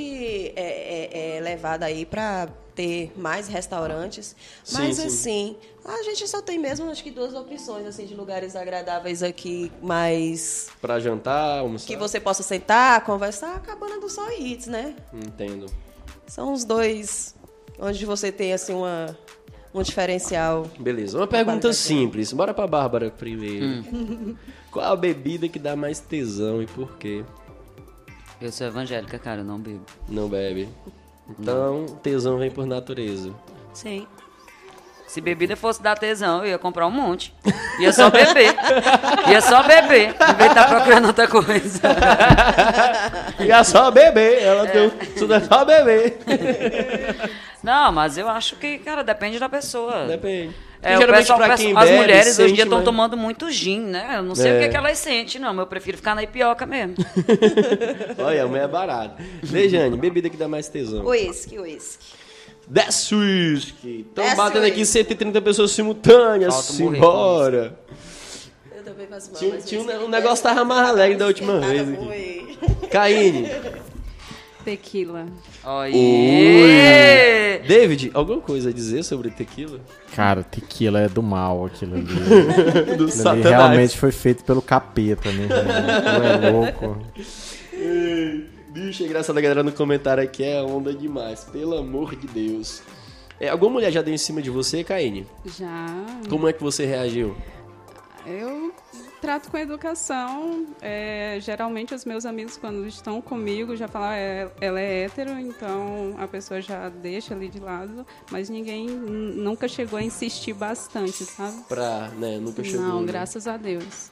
[SPEAKER 2] é, é, é, levado aí pra ter mais restaurantes.
[SPEAKER 1] Sim,
[SPEAKER 2] Mas
[SPEAKER 1] sim.
[SPEAKER 2] assim, a gente só tem mesmo acho que duas opções assim de lugares agradáveis aqui, mais
[SPEAKER 1] Pra jantar, almoçar.
[SPEAKER 2] que você possa sentar, conversar, a cabana do Sol e Hits, né?
[SPEAKER 1] Entendo.
[SPEAKER 2] São os dois onde você tem assim uma um diferencial
[SPEAKER 1] Beleza, uma pergunta simples. Bora pra Bárbara primeiro.
[SPEAKER 4] Hum.
[SPEAKER 1] Qual a bebida que dá mais tesão e por quê?
[SPEAKER 4] Eu sou evangélica, cara, eu não bebo.
[SPEAKER 1] Não bebe. Então,
[SPEAKER 4] Hum.
[SPEAKER 1] tesão vem por natureza.
[SPEAKER 4] Sim. Se bebida fosse dar tesão, eu ia comprar um monte. Ia só beber. Ia só beber. Em vez de estar procurando outra coisa.
[SPEAKER 1] E é só beber, ela tem um- tudo é só beber.
[SPEAKER 4] Não, mas eu acho que, cara, depende da pessoa.
[SPEAKER 1] Depende.
[SPEAKER 4] É, o
[SPEAKER 1] Geralmente,
[SPEAKER 4] pessoal,
[SPEAKER 1] pra
[SPEAKER 4] as
[SPEAKER 1] quem bebe,
[SPEAKER 4] mulheres hoje em
[SPEAKER 1] sente
[SPEAKER 4] dia estão
[SPEAKER 1] mais.
[SPEAKER 4] tomando muito gin, né? Eu não sei o que,
[SPEAKER 1] É.
[SPEAKER 4] é que elas sentem, não, mas eu prefiro ficar na ipioca mesmo.
[SPEAKER 1] Olha, a mulher é barata. Dejane, bebida que dá mais tesão.
[SPEAKER 2] Uísque, uísque.
[SPEAKER 1] Desce uísque. Estão
[SPEAKER 2] Desce
[SPEAKER 1] batendo aqui
[SPEAKER 2] uísque.
[SPEAKER 1] 130 pessoas simultâneas.
[SPEAKER 4] Falta morrer,
[SPEAKER 1] Simbora.
[SPEAKER 2] Eu também faço mal.
[SPEAKER 1] Tinha-
[SPEAKER 2] mas
[SPEAKER 1] tinha um-
[SPEAKER 2] uísque é
[SPEAKER 1] um negócio tava mais alegre da última
[SPEAKER 3] Tá,
[SPEAKER 2] esquentada
[SPEAKER 1] vez aqui.
[SPEAKER 2] foi.
[SPEAKER 1] Caíne.
[SPEAKER 3] Tequila.
[SPEAKER 4] Oi!
[SPEAKER 1] David, alguma coisa a dizer sobre tequila?
[SPEAKER 5] Cara, tequila é do mal aquilo ali.
[SPEAKER 1] Do
[SPEAKER 5] Aquilo ali realmente foi feito pelo capeta, né? velho? Tu é louco.
[SPEAKER 1] Ei, Bicho, é engraçado a galera no comentário aqui, é onda demais, pelo amor de Deus. É, alguma mulher já deu em cima de você, Caíne?
[SPEAKER 3] Já.
[SPEAKER 1] Como é que você reagiu?
[SPEAKER 3] Eu trato com educação. é, geralmente os meus amigos, quando estão comigo, já falam, "É, ela é hétero, então a pessoa já deixa ali de lado. Mas ninguém n- nunca chegou a insistir bastante, sabe?
[SPEAKER 1] Pra, né, nunca chegou.
[SPEAKER 3] Não,
[SPEAKER 1] né?
[SPEAKER 3] graças a Deus.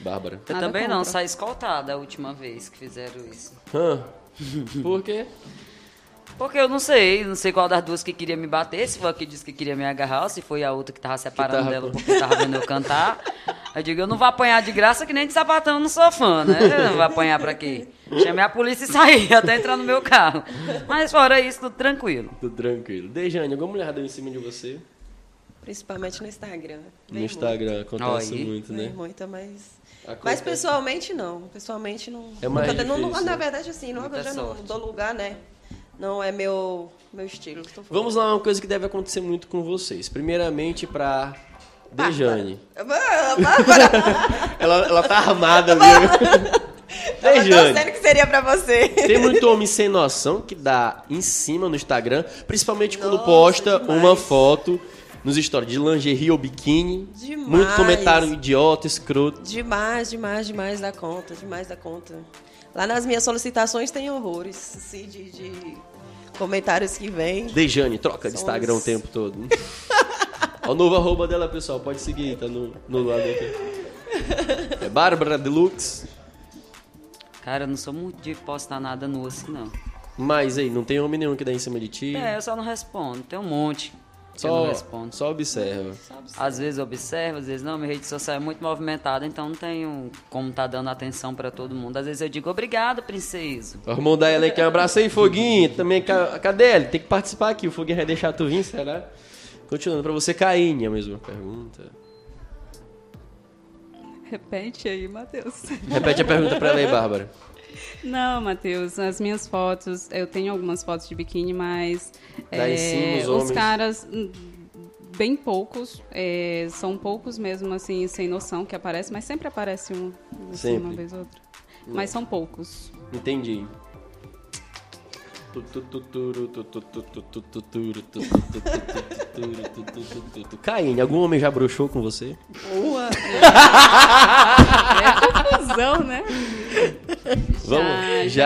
[SPEAKER 1] Bárbara.
[SPEAKER 4] Eu
[SPEAKER 3] Nada
[SPEAKER 4] também não,
[SPEAKER 3] contra.
[SPEAKER 4] saí escoltada a última vez que fizeram isso.
[SPEAKER 1] Hã? Por quê?
[SPEAKER 4] Porque eu não sei, não sei qual das duas que queria me bater, se foi a que disse que queria me agarrar, ou se foi a outra que tava separando
[SPEAKER 1] tava-
[SPEAKER 4] dela porque tava vendo eu cantar. Eu digo, eu não vou apanhar de graça que nem de sapatão, eu não sou fã, né? Eu não vou apanhar pra quê? Chamei a polícia e saí, até entrar no meu carro. Mas fora isso, tudo tranquilo.
[SPEAKER 1] Tudo tranquilo. Dejane, alguma mulher já deu em cima de você?
[SPEAKER 2] Principalmente no Instagram.
[SPEAKER 1] no
[SPEAKER 2] Vem
[SPEAKER 1] Instagram, acontece
[SPEAKER 4] Aí.
[SPEAKER 1] muito,
[SPEAKER 2] muito, vem
[SPEAKER 1] né?
[SPEAKER 2] muita, mas. Mas
[SPEAKER 1] Acontece.
[SPEAKER 2] pessoalmente não. Pessoalmente não.
[SPEAKER 1] É mais
[SPEAKER 2] Nunca- não- não-
[SPEAKER 1] difícil, né?
[SPEAKER 2] na verdade, assim, não,
[SPEAKER 4] Muita
[SPEAKER 2] eu já não,
[SPEAKER 4] sorte.
[SPEAKER 2] dou lugar, né? Não é meu, meu estilo. que eu tô falando.
[SPEAKER 1] Vamos lá, uma coisa que deve acontecer muito com vocês. Primeiramente pra Dejane. Ela, ela tá armada ali.
[SPEAKER 2] Eu tô
[SPEAKER 1] Dejane.
[SPEAKER 2] sendo que seria pra você.
[SPEAKER 1] Tem muito homem sem noção que dá em cima no Instagram, principalmente quando
[SPEAKER 2] Nossa,
[SPEAKER 1] posta
[SPEAKER 2] demais.
[SPEAKER 1] uma foto nos stories de lingerie ou biquíni.
[SPEAKER 2] Demais.
[SPEAKER 1] Muito comentário idiota, escroto.
[SPEAKER 2] Demais, demais, demais da conta, demais da conta. Lá nas minhas solicitações tem horrores assim, de, de comentários que vêm.
[SPEAKER 1] Dejane, troca de
[SPEAKER 2] Sons.
[SPEAKER 1] Instagram o tempo todo. Ó o novo arroba dela, pessoal. Pode seguir, tá no, no lado aqui. É Bárbara Deluxe.
[SPEAKER 4] Cara, eu não sou muito de postar nada nu assim, não.
[SPEAKER 1] Mas aí, não tem homem nenhum que dá em cima de ti.
[SPEAKER 4] É, eu só não respondo. Tem um monte que eu não
[SPEAKER 1] só,
[SPEAKER 4] respondo.
[SPEAKER 1] só observa.
[SPEAKER 4] Às vezes eu observo, às vezes não. Minha rede social é muito movimentada, então não tenho como tá dando atenção pra todo mundo. Às vezes eu digo, obrigado, princesa.
[SPEAKER 1] Vamos mandar ela aqui. Um abraço aí, Foguinho. Também, Ca- cadê ele? Tem que participar aqui. O Foguinho vai deixar tu vir, será? Continuando, pra você, Caíne, a mesma pergunta.
[SPEAKER 3] Repete aí, Matheus.
[SPEAKER 1] Repete a pergunta pra ela aí, Bárbara.
[SPEAKER 3] Não, Matheus, as minhas fotos, eu tenho algumas fotos de biquíni, mas eh,
[SPEAKER 1] Dá em cima os homens.
[SPEAKER 3] os caras hum, bem poucos, é, são poucos mesmo assim, sem noção que aparece, mas sempre aparece um, assim,
[SPEAKER 1] Sempre.
[SPEAKER 3] uma vez ou outra. Mas são poucos.
[SPEAKER 1] Entendi. Caíne, algum homem já broxou com você?
[SPEAKER 3] Boa. é confusão, né?
[SPEAKER 1] Vamos.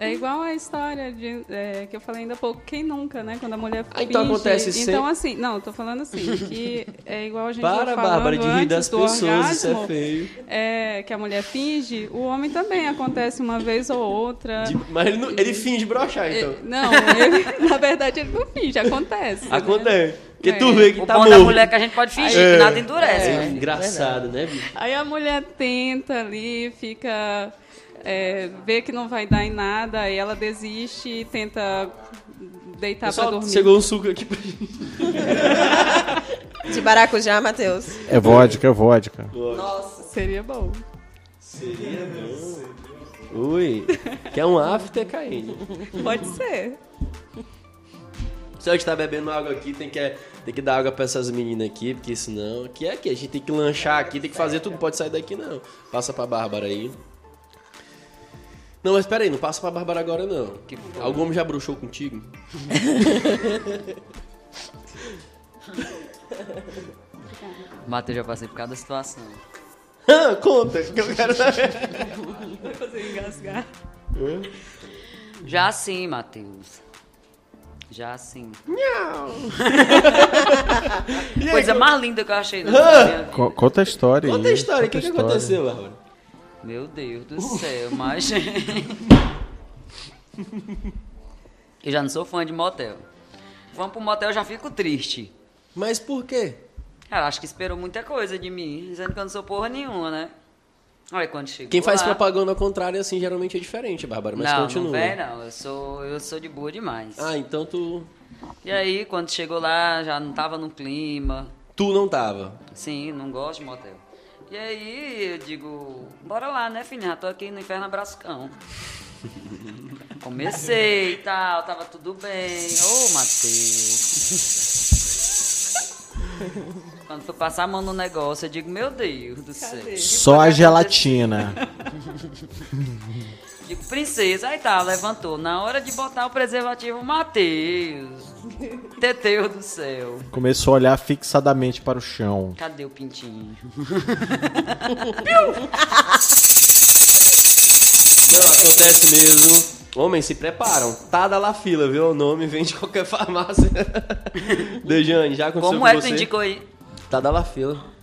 [SPEAKER 3] É igual a história de, é, que eu falei ainda há pouco. Quem nunca, né? Quando a mulher
[SPEAKER 1] Ah, então
[SPEAKER 3] finge.
[SPEAKER 1] acontece sempre.
[SPEAKER 3] Então, assim, não, eu tô falando assim, que é igual a gente tava
[SPEAKER 1] Para,
[SPEAKER 3] falando
[SPEAKER 1] Bárbara, de rir
[SPEAKER 3] antes
[SPEAKER 1] das
[SPEAKER 3] do
[SPEAKER 1] pessoas, isso é
[SPEAKER 3] orgasmo,
[SPEAKER 1] feio.
[SPEAKER 3] é, que a mulher finge, o homem também acontece uma vez ou outra.
[SPEAKER 1] De- Mas ele, não- ele finge broxar, então.
[SPEAKER 3] É, Não, ele- na verdade ele não finge, acontece. né?
[SPEAKER 1] Acontece. Ah, Porque tu vê que
[SPEAKER 4] o
[SPEAKER 1] tá
[SPEAKER 4] bom
[SPEAKER 1] morto.
[SPEAKER 4] da mulher é que a gente pode fingir, que nada endurece.
[SPEAKER 1] É
[SPEAKER 4] né?
[SPEAKER 1] engraçado, né, bicho?
[SPEAKER 3] Aí a mulher tenta ali, fica. É, vê que não vai dar em nada, aí ela desiste e tenta deitar pra
[SPEAKER 1] Só
[SPEAKER 3] dormir.
[SPEAKER 1] chegou um suco aqui pra gente.
[SPEAKER 2] De maracujá, Matheus.
[SPEAKER 5] É vodka, é vodka.
[SPEAKER 3] Seria bom.
[SPEAKER 1] Ui, quer um after, Caíne.
[SPEAKER 3] Pode ser.
[SPEAKER 1] Se a gente tá bebendo água aqui, tem que, é, tem que dar água pra essas meninas aqui, porque senão... Que é que a gente tem que lanchar aqui, tem que fazer tudo, não pode sair daqui não. Passa pra Bárbara aí. Não, mas pera aí, não passa pra Bárbara agora não. Algum homem já bruxou contigo?
[SPEAKER 4] Matheus, já passei por cada situação.
[SPEAKER 1] Ah, Conta, que eu quero saber.
[SPEAKER 3] Vai fazer engasgar.
[SPEAKER 4] Já sim, Matheus. Já sim. Coisa mais linda que eu achei na minha vida.
[SPEAKER 5] Co- conta a história
[SPEAKER 1] Conta
[SPEAKER 5] aí,
[SPEAKER 1] a história, o que,
[SPEAKER 5] conta a
[SPEAKER 1] que
[SPEAKER 5] história.
[SPEAKER 1] aconteceu, Bárbara?
[SPEAKER 4] Meu Deus do céu, mas. eu já não sou fã de motel. Vamos pro motel, eu já fico triste.
[SPEAKER 1] Mas por quê?
[SPEAKER 4] Ela acho que esperou muita coisa de mim, dizendo que eu não sou porra nenhuma, né? Olha quando chegou.
[SPEAKER 1] Quem faz
[SPEAKER 4] lá-
[SPEAKER 1] propaganda ao contrário, assim, geralmente é diferente, Bárbara, mas
[SPEAKER 4] não,
[SPEAKER 1] continua.
[SPEAKER 4] Não, vem, não. Eu sou, eu sou de boa demais.
[SPEAKER 1] Ah, então tu...
[SPEAKER 4] E aí, quando chegou lá, já não tava no clima.
[SPEAKER 1] Tu não tava.
[SPEAKER 4] Sim, não gosto de motel. E aí eu digo, bora lá, né, filha? Já tô aqui no inferno abraço-cão. Comecei e tal, tava tudo bem. Ô, Matheus. Quando fui passar a mão no negócio, eu digo, meu Deus do céu.
[SPEAKER 5] Só a gelatina.
[SPEAKER 4] Digo, princesa, aí tá, levantou. Na hora de botar o preservativo, Matheus. Teteu do céu.
[SPEAKER 5] Começou a olhar fixadamente para o chão.
[SPEAKER 4] Cadê o pintinho?
[SPEAKER 1] Não, acontece mesmo. Homens, se preparam. Tada La Fila, viu? O nome vem de qualquer farmácia. Dejane, já aconteceu
[SPEAKER 4] Como
[SPEAKER 1] com
[SPEAKER 4] é que
[SPEAKER 1] você?
[SPEAKER 4] tu indicou aí?
[SPEAKER 1] Tada La Fila.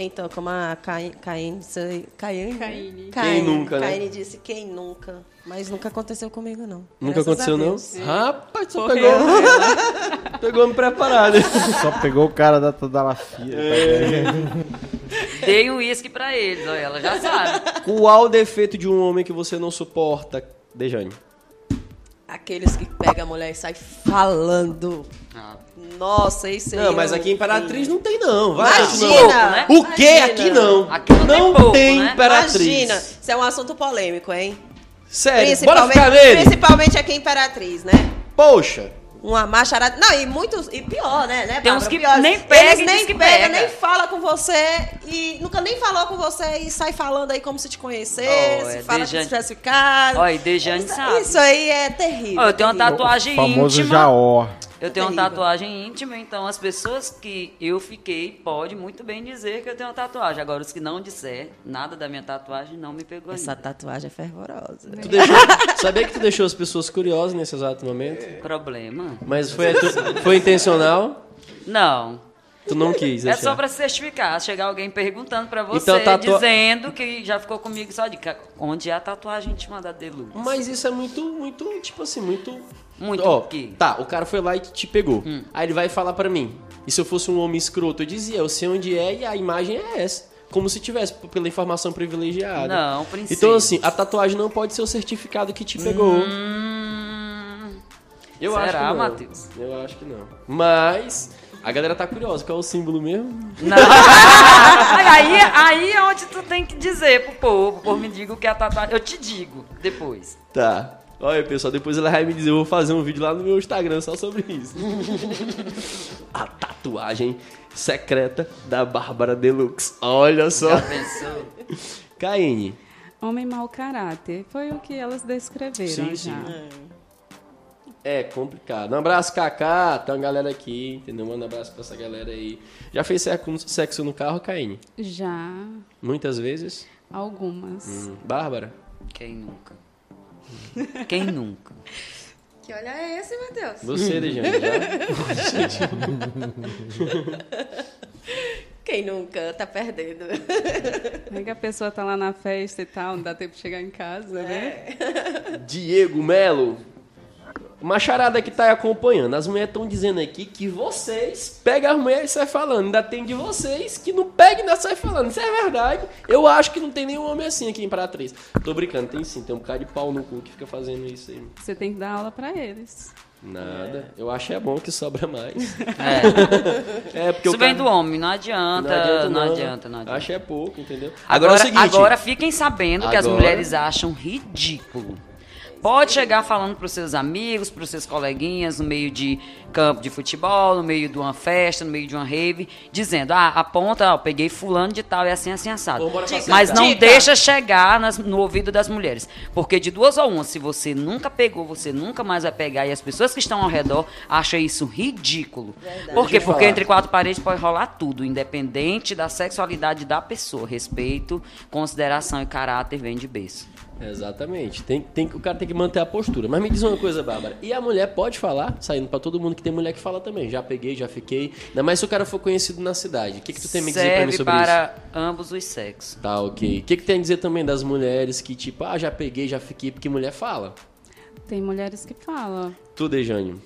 [SPEAKER 2] Então, como a Caíne. Caíne?
[SPEAKER 3] Caíne.
[SPEAKER 1] Quem nunca, né?
[SPEAKER 2] Caíne disse quem nunca. Mas nunca aconteceu comigo, não.
[SPEAKER 1] Nunca
[SPEAKER 2] Graças a
[SPEAKER 1] aconteceu, não?
[SPEAKER 2] Deus.
[SPEAKER 1] Rapaz, só
[SPEAKER 3] Correu,
[SPEAKER 1] pegou.
[SPEAKER 4] né?
[SPEAKER 1] pegou me preparado.
[SPEAKER 5] Só pegou o cara da tá Tadalafia.
[SPEAKER 4] Dei um uísque pra eles, olha, ela já sabe.
[SPEAKER 1] Qual o defeito de um homem que você não suporta, Dejane?
[SPEAKER 2] Aqueles que pegam a mulher e saem falando.
[SPEAKER 4] Ah,
[SPEAKER 2] Nossa, isso aí.
[SPEAKER 1] Não, mas
[SPEAKER 2] eu-
[SPEAKER 1] aqui em Imperatriz não tem, não. Vai,
[SPEAKER 2] Imagina!
[SPEAKER 1] não.
[SPEAKER 4] né?
[SPEAKER 1] O quê?
[SPEAKER 2] Imagina.
[SPEAKER 1] Aqui não.
[SPEAKER 4] Aqui não tem pouco, né?
[SPEAKER 1] Imperatriz.
[SPEAKER 2] Imagina. Isso é um assunto polêmico, hein?
[SPEAKER 1] Sério, bora ficar nele.
[SPEAKER 2] principalmente aqui em Imperatriz, né?
[SPEAKER 1] Poxa.
[SPEAKER 2] Uma macharada. Não, e muitos. E pior, né? né
[SPEAKER 4] Tem uns
[SPEAKER 2] Bárbara?
[SPEAKER 4] que
[SPEAKER 2] Pior,
[SPEAKER 4] nem pega
[SPEAKER 2] Eles
[SPEAKER 4] e
[SPEAKER 2] nem
[SPEAKER 4] diz que pega.
[SPEAKER 2] nem fala com você. E nunca nem falou com você e sai falando aí como se te conhecesse.
[SPEAKER 4] Oh, é,
[SPEAKER 2] fala
[SPEAKER 4] Dejane-
[SPEAKER 2] que se ficado.
[SPEAKER 4] né? Ó, e Dejane
[SPEAKER 2] isso,
[SPEAKER 4] sabe.
[SPEAKER 2] Isso aí é terrível.
[SPEAKER 4] Ó, eu tenho uma
[SPEAKER 2] terrível.
[SPEAKER 4] tatuagem
[SPEAKER 5] O famoso
[SPEAKER 4] íntima.
[SPEAKER 5] Jaó.
[SPEAKER 4] Eu tenho uma
[SPEAKER 2] Terrível.
[SPEAKER 4] tatuagem íntima, então as pessoas que eu fiquei pode muito bem dizer que eu tenho uma tatuagem. Agora, os que não disser nada da minha tatuagem não me pegou
[SPEAKER 2] Essa
[SPEAKER 4] ainda.
[SPEAKER 2] tatuagem é fervorosa.
[SPEAKER 1] Tu deixou... Sabia que tu deixou as pessoas curiosas nesse exato momento?
[SPEAKER 4] Problema?
[SPEAKER 1] Mas foi, tu- foi intencional?
[SPEAKER 4] Não.
[SPEAKER 1] Tu não quis, assim.
[SPEAKER 4] É
[SPEAKER 1] achar.
[SPEAKER 4] só pra se certificar. Chegar alguém perguntando pra você,
[SPEAKER 1] Então, tatua-
[SPEAKER 4] dizendo que já ficou comigo só de "Ca- onde é a tatuagem íntima da Delu.
[SPEAKER 1] Mas isso é muito, muito, tipo assim, muito...
[SPEAKER 4] Muito Hum.
[SPEAKER 1] Ó,
[SPEAKER 4] o quê?
[SPEAKER 1] Tá, o cara foi lá e te pegou. Aí ele vai falar pra mim. E se eu fosse um homem escroto, eu dizia, eu sei onde é e a imagem é essa. Como se tivesse p- pela informação privilegiada.
[SPEAKER 4] Não, princesa.
[SPEAKER 1] Então, assim, a tatuagem não pode ser o certificado que te pegou.
[SPEAKER 4] Hum,
[SPEAKER 1] eu
[SPEAKER 4] será,
[SPEAKER 1] acho que não.
[SPEAKER 4] Matheus?
[SPEAKER 1] Eu acho que não. Mas... A galera tá curiosa, qual é o símbolo mesmo?
[SPEAKER 4] Não. aí, aí é onde tu tem que dizer pro povo. O povo me diga o que é a tatuagem. Eu te digo depois.
[SPEAKER 1] Tá. Olha, pessoal, depois ela vai me dizer, eu vou fazer um vídeo lá no meu Instagram só sobre isso. a tatuagem secreta da Bárbara Deluxe. Olha só.
[SPEAKER 4] Já pensou?
[SPEAKER 1] Caine,
[SPEAKER 3] Homem mau caráter. Foi o que elas descreveram
[SPEAKER 1] Sim,
[SPEAKER 3] já.
[SPEAKER 1] é complicado. Um abraço, Kaká. Tem uma galera aqui, entendeu? Manda um abraço pra essa galera aí. Já fez sexo- sexo no carro, Caine?
[SPEAKER 3] Já.
[SPEAKER 1] Muitas vezes.
[SPEAKER 3] Algumas.
[SPEAKER 1] Hum, Bárbara?
[SPEAKER 4] Quem nunca? Quem nunca?
[SPEAKER 2] Que olha é esse, Matheus?
[SPEAKER 1] Você, Dejane, já?
[SPEAKER 2] Quem nunca tá perdendo?
[SPEAKER 3] É que a pessoa tá lá na
[SPEAKER 1] É.
[SPEAKER 3] festa e tal, não dá tempo de chegar em casa, né?
[SPEAKER 1] Diego Melo. Macharada que tá acompanhando, as mulheres estão dizendo aqui que vocês pegam as mulheres e saem falando. Ainda tem de vocês que não pegam e ainda saem falando. Isso é verdade. Eu acho que não tem nenhum homem assim aqui em Imperatriz. Tô brincando, tem sim. Tem um cara de pau no cu que fica fazendo isso aí.
[SPEAKER 3] Você tem que dar aula pra eles.
[SPEAKER 1] Nada. Eu acho é bom que sobra mais.
[SPEAKER 4] É.
[SPEAKER 1] É, porque
[SPEAKER 4] Isso
[SPEAKER 1] o
[SPEAKER 4] vem
[SPEAKER 1] cara...
[SPEAKER 4] do homem, não adianta, não adianta, não adianta.
[SPEAKER 1] Acho é pouco, entendeu?
[SPEAKER 4] Agora,
[SPEAKER 1] é o seguinte,
[SPEAKER 4] agora fiquem sabendo que as
[SPEAKER 1] Agora-
[SPEAKER 4] mulheres acham ridículo. Pode chegar falando para os seus amigos, para os seus coleguinhas, no meio de campo de futebol, no meio de uma festa, no meio de uma rave, dizendo, ah, aponta, ó, peguei fulano de tal, é assim, assim, assado.
[SPEAKER 1] Vamos embora pra Dica,
[SPEAKER 4] Mas não
[SPEAKER 2] dica.
[SPEAKER 4] deixa chegar nas- no ouvido das mulheres. Porque de duas a uma, se você nunca pegou, você nunca mais vai pegar. E as pessoas que estão ao redor acham isso ridículo. Por quê?
[SPEAKER 1] Deixa eu
[SPEAKER 4] Porque
[SPEAKER 1] falar.
[SPEAKER 4] entre quatro paredes pode rolar tudo, independente da sexualidade da pessoa. Respeito, consideração e caráter vem de berço.
[SPEAKER 1] Exatamente. Tem, tem, que- o cara tem que manter a postura. Mas me diz uma coisa, Bárbara. E a mulher pode falar, saindo pra todo mundo que tem mulher que fala também. Já peguei, já fiquei. Ainda mais se o cara for conhecido na cidade. O que, que tu tem a me dizer pra mim
[SPEAKER 4] Serve
[SPEAKER 1] sobre isso?
[SPEAKER 4] para ambos os sexos.
[SPEAKER 1] Tá, ok. O que, que tem a dizer também das mulheres que, tipo, ah, já peguei, já fiquei, porque mulher fala.
[SPEAKER 3] Tem mulheres que falam.
[SPEAKER 1] Tu, Dejane.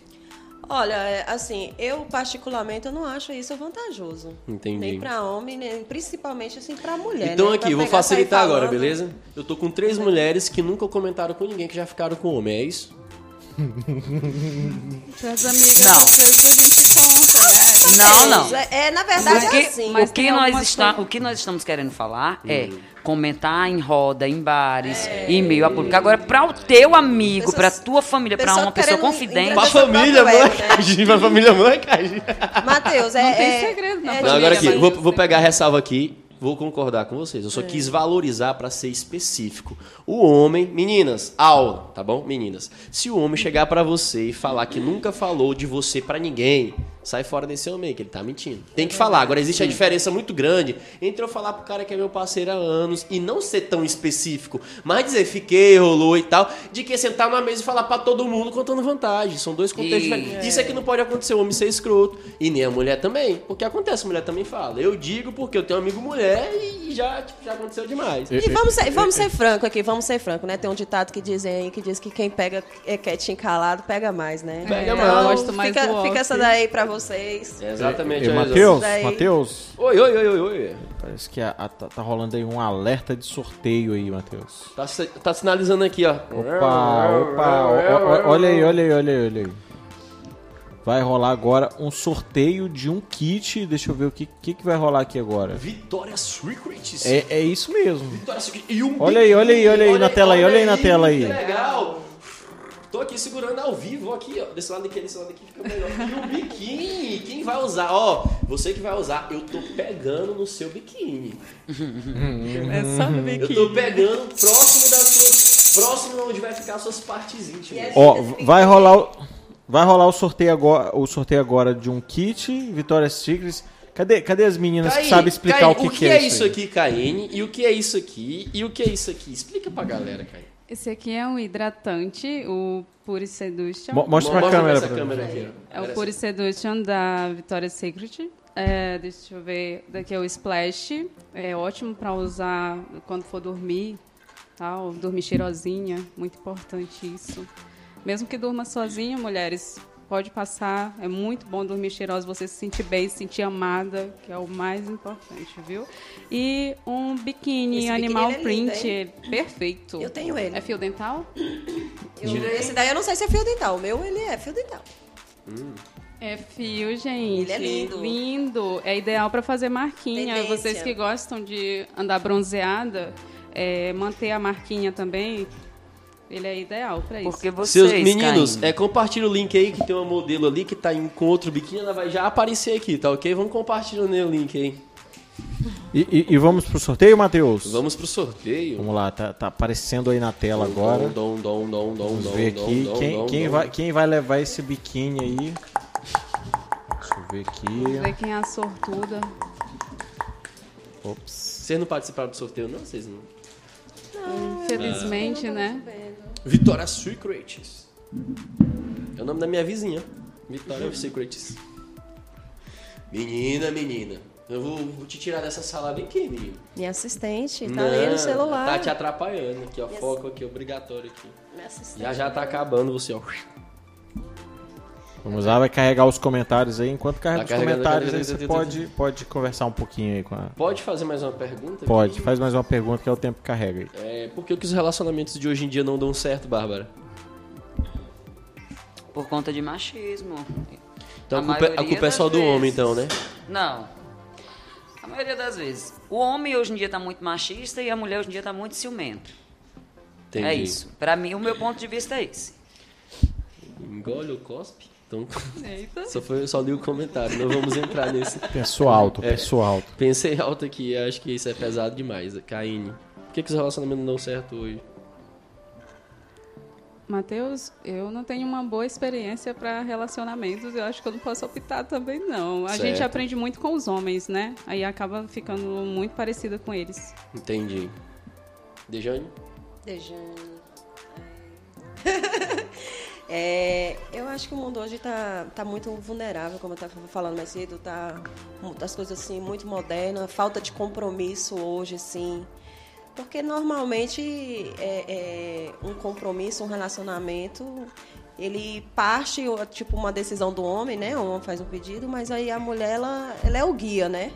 [SPEAKER 2] Olha, é, assim, eu particularmente eu não acho isso vantajoso.
[SPEAKER 1] Entendi.
[SPEAKER 2] Nem pra homem, nem principalmente assim pra mulher.
[SPEAKER 1] Então
[SPEAKER 2] né?
[SPEAKER 1] aqui,
[SPEAKER 2] Pra
[SPEAKER 1] vou
[SPEAKER 2] pegar,
[SPEAKER 1] facilitar
[SPEAKER 2] sair
[SPEAKER 1] agora,
[SPEAKER 2] falando.
[SPEAKER 1] beleza? Eu tô com três mulheres que nunca comentaram com ninguém que já ficaram com homem, é isso?
[SPEAKER 3] Para as amigas,
[SPEAKER 4] Não.
[SPEAKER 3] às vezes a gente conta, né?
[SPEAKER 4] Não, não.
[SPEAKER 2] É, é, na verdade
[SPEAKER 4] O que,
[SPEAKER 2] é assim.
[SPEAKER 4] o
[SPEAKER 3] mas
[SPEAKER 4] que
[SPEAKER 3] tem
[SPEAKER 4] nós
[SPEAKER 3] algumas
[SPEAKER 4] está,
[SPEAKER 3] coisas-
[SPEAKER 4] o que nós estamos querendo falar é
[SPEAKER 2] Hum.
[SPEAKER 4] comentar em roda, em bares, em meio a público. Agora, para o teu amigo, para
[SPEAKER 2] É. Pessoas-
[SPEAKER 4] tua família, para
[SPEAKER 2] pessoa
[SPEAKER 4] uma pessoa
[SPEAKER 2] querendo
[SPEAKER 4] confidente,
[SPEAKER 2] engravidar- Pra família, molecagem,
[SPEAKER 1] Pra família, molecagem.
[SPEAKER 2] Matheus, é.
[SPEAKER 3] Não tem
[SPEAKER 2] é-
[SPEAKER 3] segredo, não.
[SPEAKER 2] é
[SPEAKER 3] Não,
[SPEAKER 1] Não,
[SPEAKER 2] de-
[SPEAKER 1] agora aqui,
[SPEAKER 3] Família,
[SPEAKER 1] vou,
[SPEAKER 3] mas-
[SPEAKER 1] vou pegar a ressalva aqui, vou concordar com vocês. Eu
[SPEAKER 3] É.
[SPEAKER 1] só quis valorizar pra ser específico. O homem, meninas, aula, tá bom? Meninas, se o homem chegar pra você e falar que nunca falou de você pra ninguém, sai fora desse homem aí, que ele tá mentindo. Tem que falar. Agora existe a diferença muito grande entre eu falar pro cara que é meu parceiro há anos e não ser tão específico, mas dizer fiquei, rolou e tal, de que sentar na mesa e falar pra todo mundo contando vantagem. São dois contextos
[SPEAKER 4] Isso.
[SPEAKER 1] diferentes. Isso aqui não pode acontecer, o homem ser escroto. E nem a mulher também. Porque acontece, a mulher também fala. Eu digo porque eu tenho um amigo mulher e já, tipo, já aconteceu demais.
[SPEAKER 2] E vamos ser, vamos ser franco aqui, vamos ser franco, né? Tem um ditado que dizem aí que diz que quem pega é quietinho calado, pega mais, né?
[SPEAKER 1] Pega
[SPEAKER 2] então,
[SPEAKER 1] mais.
[SPEAKER 3] Gosto É, mais do
[SPEAKER 2] fica,
[SPEAKER 3] off.
[SPEAKER 2] fica essa daí pra vocês.
[SPEAKER 1] Exatamente.
[SPEAKER 5] E,
[SPEAKER 1] olha
[SPEAKER 5] Matheus,
[SPEAKER 2] Daí-
[SPEAKER 5] Matheus,
[SPEAKER 1] só. Oi, oi, oi, oi, oi.
[SPEAKER 5] parece que a- a- tá, tá rolando aí um alerta de sorteio aí, Matheus.
[SPEAKER 1] Tá, si- tá sinalizando aqui, ó.
[SPEAKER 5] Opa, opa, o- o- olha aí, olha aí, olha aí, olha aí. Vai rolar agora um sorteio de um kit. Deixa eu ver o que, que, que vai rolar aqui agora.
[SPEAKER 1] Vitória Secrets.
[SPEAKER 5] É, é isso mesmo.
[SPEAKER 1] Vitória Secrets. E um
[SPEAKER 5] Olha aí, olha aí, olha aí na tela aí, olha aí na tela aí.
[SPEAKER 1] Que legal. Tô aqui segurando ao vivo, aqui, ó. Desse lado aqui, desse lado aqui fica melhor. E o biquíni, quem vai usar? Ó, você que vai usar, eu tô pegando no seu biquíni.
[SPEAKER 3] É só no
[SPEAKER 1] Eu
[SPEAKER 3] biquíni.
[SPEAKER 1] tô pegando próximo das suas. Próximo onde vai ficar as suas partes íntimas.
[SPEAKER 5] Ó, v- vai rolar o, vai rolar o sorteio agora, o sorteio agora de um kit Vitória's Secrets. Cadê, cadê as meninas que
[SPEAKER 1] Caíne,
[SPEAKER 5] sabem explicar
[SPEAKER 1] Caíne,
[SPEAKER 5] o que, que é, isso Tá aí?
[SPEAKER 1] aqui, Caíne? E o que é isso aqui? E o que é isso aqui? Explica pra galera, Caíne.
[SPEAKER 3] Esse aqui é um hidratante, o Pure Seduction.
[SPEAKER 5] Mo- Mostra pra
[SPEAKER 1] Mostra
[SPEAKER 5] câmera.
[SPEAKER 1] essa
[SPEAKER 5] pra-
[SPEAKER 1] câmera aqui. ó.
[SPEAKER 3] É o Pure Seduction da Victoria's Secret. É, deixa eu ver, daqui é o Splash. É ótimo pra usar quando for dormir, tal, dormir cheirosinha, muito importante isso. Mesmo que durma sozinha, mulheres, pode passar, é muito bom dormir cheirosa, você se sentir bem, se sentir amada, que é o mais importante, viu? E um biquíni
[SPEAKER 2] Esse
[SPEAKER 3] animal
[SPEAKER 2] biquíni é lindo,
[SPEAKER 3] print, é perfeito.
[SPEAKER 2] Eu tenho ele.
[SPEAKER 3] É fio dental?
[SPEAKER 2] Eu- esse daí eu não sei se é fio dental. O meu, ele é fio dental.
[SPEAKER 3] É fio, gente.
[SPEAKER 2] Ele é lindo.
[SPEAKER 3] Lindo. É ideal pra fazer marquinha.
[SPEAKER 2] Tendência.
[SPEAKER 3] Vocês que gostam de andar bronzeada, é, manter a marquinha também, ele é ideal pra isso.
[SPEAKER 4] porque vocês,
[SPEAKER 1] Seus meninos,
[SPEAKER 4] Caim,
[SPEAKER 1] é, compartilha o link aí que tem uma modelo ali que tá em- com outro biquíni, ela vai já aparecer aqui, tá ok? Vamos compartilhando aí o link aí.
[SPEAKER 5] E, e- e vamos pro sorteio, Matheus?
[SPEAKER 1] Vamos pro sorteio.
[SPEAKER 5] Vamos lá, tá, tá aparecendo aí na tela agora.
[SPEAKER 1] Dom, dom, dom, dom,
[SPEAKER 5] Vamos
[SPEAKER 1] dom,
[SPEAKER 5] ver
[SPEAKER 1] dom,
[SPEAKER 5] aqui
[SPEAKER 1] dom,
[SPEAKER 5] quem,
[SPEAKER 1] dom,
[SPEAKER 5] quem,
[SPEAKER 1] dom.
[SPEAKER 5] vai, quem vai levar esse biquíni aí. Deixa eu ver
[SPEAKER 3] Vamos
[SPEAKER 5] aqui.
[SPEAKER 3] ver quem é a sortuda.
[SPEAKER 5] Ops.
[SPEAKER 1] Vocês não participaram do sorteio, não? Vocês não.
[SPEAKER 3] Infelizmente, né?
[SPEAKER 1] Vitória Secrets. É o nome da minha vizinha. Vitória Secrets. Menina, menina. Eu vou, vou te tirar dessa sala bem aqui, menino.
[SPEAKER 2] Minha assistente tá ali no
[SPEAKER 1] Tá
[SPEAKER 2] celular.
[SPEAKER 1] te atrapalhando aqui, ó.
[SPEAKER 2] Yes.
[SPEAKER 1] Foco aqui, obrigatório aqui.
[SPEAKER 2] Minha assistente.
[SPEAKER 1] Já já tá acabando você, ó.
[SPEAKER 5] Vamos lá, vai carregar os comentários aí. Enquanto
[SPEAKER 1] Tá
[SPEAKER 5] carrega os
[SPEAKER 1] carregando,
[SPEAKER 5] comentários aí,
[SPEAKER 1] carregando,
[SPEAKER 5] você
[SPEAKER 1] carregando.
[SPEAKER 5] pode, pode conversar um pouquinho aí com a.
[SPEAKER 1] Pode fazer mais uma pergunta?
[SPEAKER 5] Pode,
[SPEAKER 1] aqui?
[SPEAKER 5] faz mais uma pergunta que é o tempo que carrega aí.
[SPEAKER 1] É, por que, que os relacionamentos de hoje em dia não dão certo, Bárbara?
[SPEAKER 4] Por conta de machismo.
[SPEAKER 1] Então a,
[SPEAKER 4] A
[SPEAKER 1] culpa, a
[SPEAKER 4] maioria
[SPEAKER 1] culpa é só
[SPEAKER 4] das
[SPEAKER 1] do homem,
[SPEAKER 4] vezes. É
[SPEAKER 1] então, né?
[SPEAKER 4] Não. A maioria das vezes. O homem hoje em dia tá muito machista e a mulher hoje em dia tá muito ciumenta.
[SPEAKER 1] Entendi.
[SPEAKER 4] É isso. Pra mim, o meu ponto de vista é esse.
[SPEAKER 1] Engole o cospe? Então,
[SPEAKER 3] Eita.
[SPEAKER 1] só, foi, só li o comentário, não vamos entrar nesse.
[SPEAKER 5] Pensou alto,
[SPEAKER 1] É.
[SPEAKER 5] pensou alto.
[SPEAKER 1] Pensei alto aqui, acho que isso é pesado demais. Caine, por que, que os relacionamentos não dão certo hoje?
[SPEAKER 3] Matheus, eu não tenho uma boa experiência para relacionamentos, eu acho que eu não posso optar também, não. A
[SPEAKER 1] Certo.
[SPEAKER 3] gente aprende muito com os homens, né? Aí acaba ficando muito parecida com eles.
[SPEAKER 1] Entendi. Dejane?
[SPEAKER 2] Dejane. É, eu acho que o mundo hoje está tá muito vulnerável, como eu estava falando mais cedo, tá mu- as coisas assim muito modernas, falta de compromisso hoje, assim. Porque normalmente é, é, um compromisso, um relacionamento, ele parte, ou, tipo, uma decisão do homem, né? O homem faz um pedido, mas aí a mulher, ela, ela é o guia, né?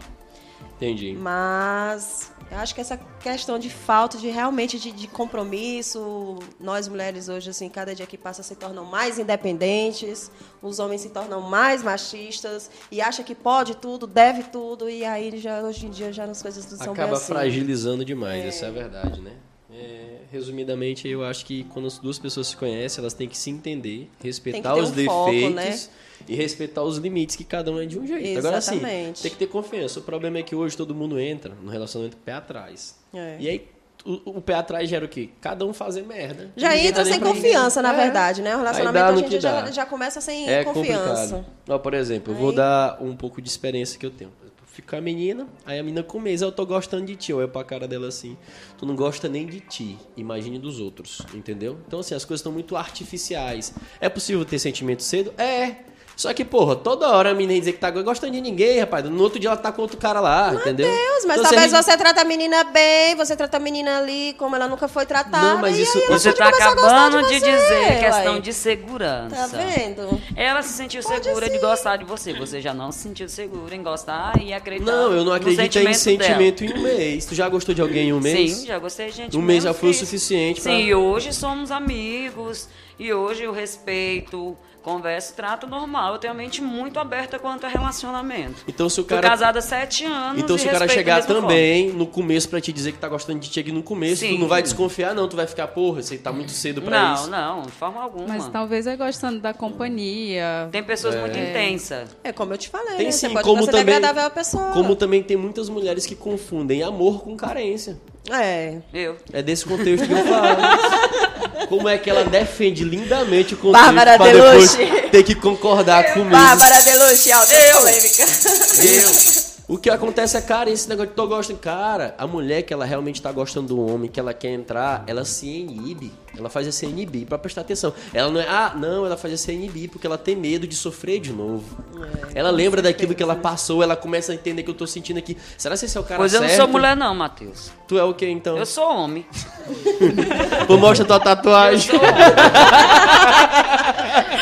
[SPEAKER 1] Entendi.
[SPEAKER 2] Mas eu acho que essa questão de falta de realmente de, de compromisso, nós mulheres hoje, assim, cada dia que passa se tornam mais independentes, os homens se tornam mais machistas e acha que pode tudo, deve tudo, e aí já hoje em dia já as coisas não são bem
[SPEAKER 1] Acaba
[SPEAKER 2] assim.
[SPEAKER 1] fragilizando demais, essa é a verdade, né? É, resumidamente, eu acho que quando as duas pessoas se conhecem, elas têm que se entender, respeitar
[SPEAKER 2] ter
[SPEAKER 1] os
[SPEAKER 2] um foco,
[SPEAKER 1] defeitos
[SPEAKER 2] né?
[SPEAKER 1] e respeitar os limites que cada um é de um jeito. Agora
[SPEAKER 2] Exatamente.
[SPEAKER 1] sim, tem que ter confiança. O problema é que hoje todo mundo entra no relacionamento pé atrás.
[SPEAKER 2] É.
[SPEAKER 1] E aí, o, o pé atrás gera o quê? Cada um fazer merda.
[SPEAKER 2] Já
[SPEAKER 1] Ninguém
[SPEAKER 2] entra
[SPEAKER 1] tá nem
[SPEAKER 2] sem
[SPEAKER 1] pra ninguém.
[SPEAKER 2] confiança, na
[SPEAKER 1] É.
[SPEAKER 2] verdade, né? O relacionamento
[SPEAKER 1] dá no
[SPEAKER 2] hoje em
[SPEAKER 1] que
[SPEAKER 2] dia já,
[SPEAKER 1] dá.
[SPEAKER 2] já começa sem
[SPEAKER 1] É
[SPEAKER 2] confiança.
[SPEAKER 1] complicado. Não, por exemplo, eu vou
[SPEAKER 2] Aí-
[SPEAKER 1] dar um pouco de experiência que eu tenho. Eu Fico com a menina, aí a menina com mês, eu tô gostando de ti. Eu olho pra cara dela assim, tu não gosta nem de ti, imagine dos outros, entendeu? Então, assim, as coisas estão muito artificiais. É possível ter sentimento cedo? É. Só que, porra, toda hora a menina dizer que tá gostando de ninguém, rapaz. No outro dia ela tá com outro cara lá, entendeu?
[SPEAKER 2] Deus, mas
[SPEAKER 1] Então, se a
[SPEAKER 2] talvez
[SPEAKER 1] gente-
[SPEAKER 2] você trata a menina bem, você trata a menina ali como ela nunca foi tratada.
[SPEAKER 1] Não, mas
[SPEAKER 2] e
[SPEAKER 1] isso-
[SPEAKER 2] tá aí ela
[SPEAKER 1] isso é
[SPEAKER 4] Você
[SPEAKER 2] pode
[SPEAKER 4] tá
[SPEAKER 2] começar a gostar
[SPEAKER 4] acabando de,
[SPEAKER 2] você,
[SPEAKER 4] dizer é
[SPEAKER 2] uai.
[SPEAKER 4] questão de segurança.
[SPEAKER 2] Tá vendo?
[SPEAKER 4] Ela se sentiu segura de gostar de você. Você já não se sentiu segura em gostar e acreditar.
[SPEAKER 1] Não,
[SPEAKER 2] um
[SPEAKER 1] eu não
[SPEAKER 4] no
[SPEAKER 1] acredito em
[SPEAKER 4] dela.
[SPEAKER 1] sentimento em um mês. Tu já gostou de alguém em um mês?
[SPEAKER 4] Sim, já gostei, gente.
[SPEAKER 1] Um mês já
[SPEAKER 4] menos
[SPEAKER 1] foi o
[SPEAKER 4] que isso.
[SPEAKER 1] suficiente pra-
[SPEAKER 4] Sim, e hoje somos amigos. E hoje eu respeito, converso, trato normal. Eu tenho a mente muito aberta quanto a relacionamento.
[SPEAKER 1] Então, se o
[SPEAKER 4] Fui
[SPEAKER 1] cara.
[SPEAKER 4] casada há sete anos.
[SPEAKER 1] Então,
[SPEAKER 4] e
[SPEAKER 1] se o cara
[SPEAKER 4] respeito da
[SPEAKER 1] chegar
[SPEAKER 4] mesma
[SPEAKER 1] também no começo pra te dizer que tá gostando de ti aqui no começo, tu
[SPEAKER 4] Sim.
[SPEAKER 1] não vai desconfiar, não. Tu vai ficar, porra, você tá muito cedo
[SPEAKER 4] forma.
[SPEAKER 1] pra
[SPEAKER 4] não,
[SPEAKER 1] isso.
[SPEAKER 4] não, de forma alguma.
[SPEAKER 3] Mas talvez é gostando da companhia.
[SPEAKER 4] Tem pessoas muito intensas.
[SPEAKER 2] tá- É como eu te falei,
[SPEAKER 1] Tem
[SPEAKER 2] né?
[SPEAKER 1] sim,
[SPEAKER 2] você pode
[SPEAKER 1] como
[SPEAKER 2] ser
[SPEAKER 1] também-
[SPEAKER 2] agradável à pessoa.
[SPEAKER 1] Como também tem muitas mulheres que confundem amor com carência.
[SPEAKER 2] É.
[SPEAKER 4] Eu.
[SPEAKER 1] É desse contexto que eu falo. Como é que ela defende lindamente o contexto
[SPEAKER 2] Bárbara
[SPEAKER 1] pra depois
[SPEAKER 2] Delucci.
[SPEAKER 1] ter que concordar comigo.
[SPEAKER 2] Bárbara Delucci, alta polêmica.
[SPEAKER 1] O que acontece é, cara, esse negócio de tô gostando. Cara, a mulher que ela realmente tá gostando do homem, que ela quer entrar, ela se inibe. Ela faz esse inibir pra prestar atenção. Ela não é, ah, não, ela faz esse inibir porque ela tem medo de sofrer de novo.
[SPEAKER 4] É,
[SPEAKER 1] ela lembra daquilo que ela passou, ela começa a entender que eu tô sentindo aqui. Será que esse é o cara
[SPEAKER 4] Pois eu não
[SPEAKER 1] certo?
[SPEAKER 4] sou mulher, não, Matheus.
[SPEAKER 1] Tu é o quê, então?
[SPEAKER 4] Eu sou homem.
[SPEAKER 1] Tu mostra tua tatuagem.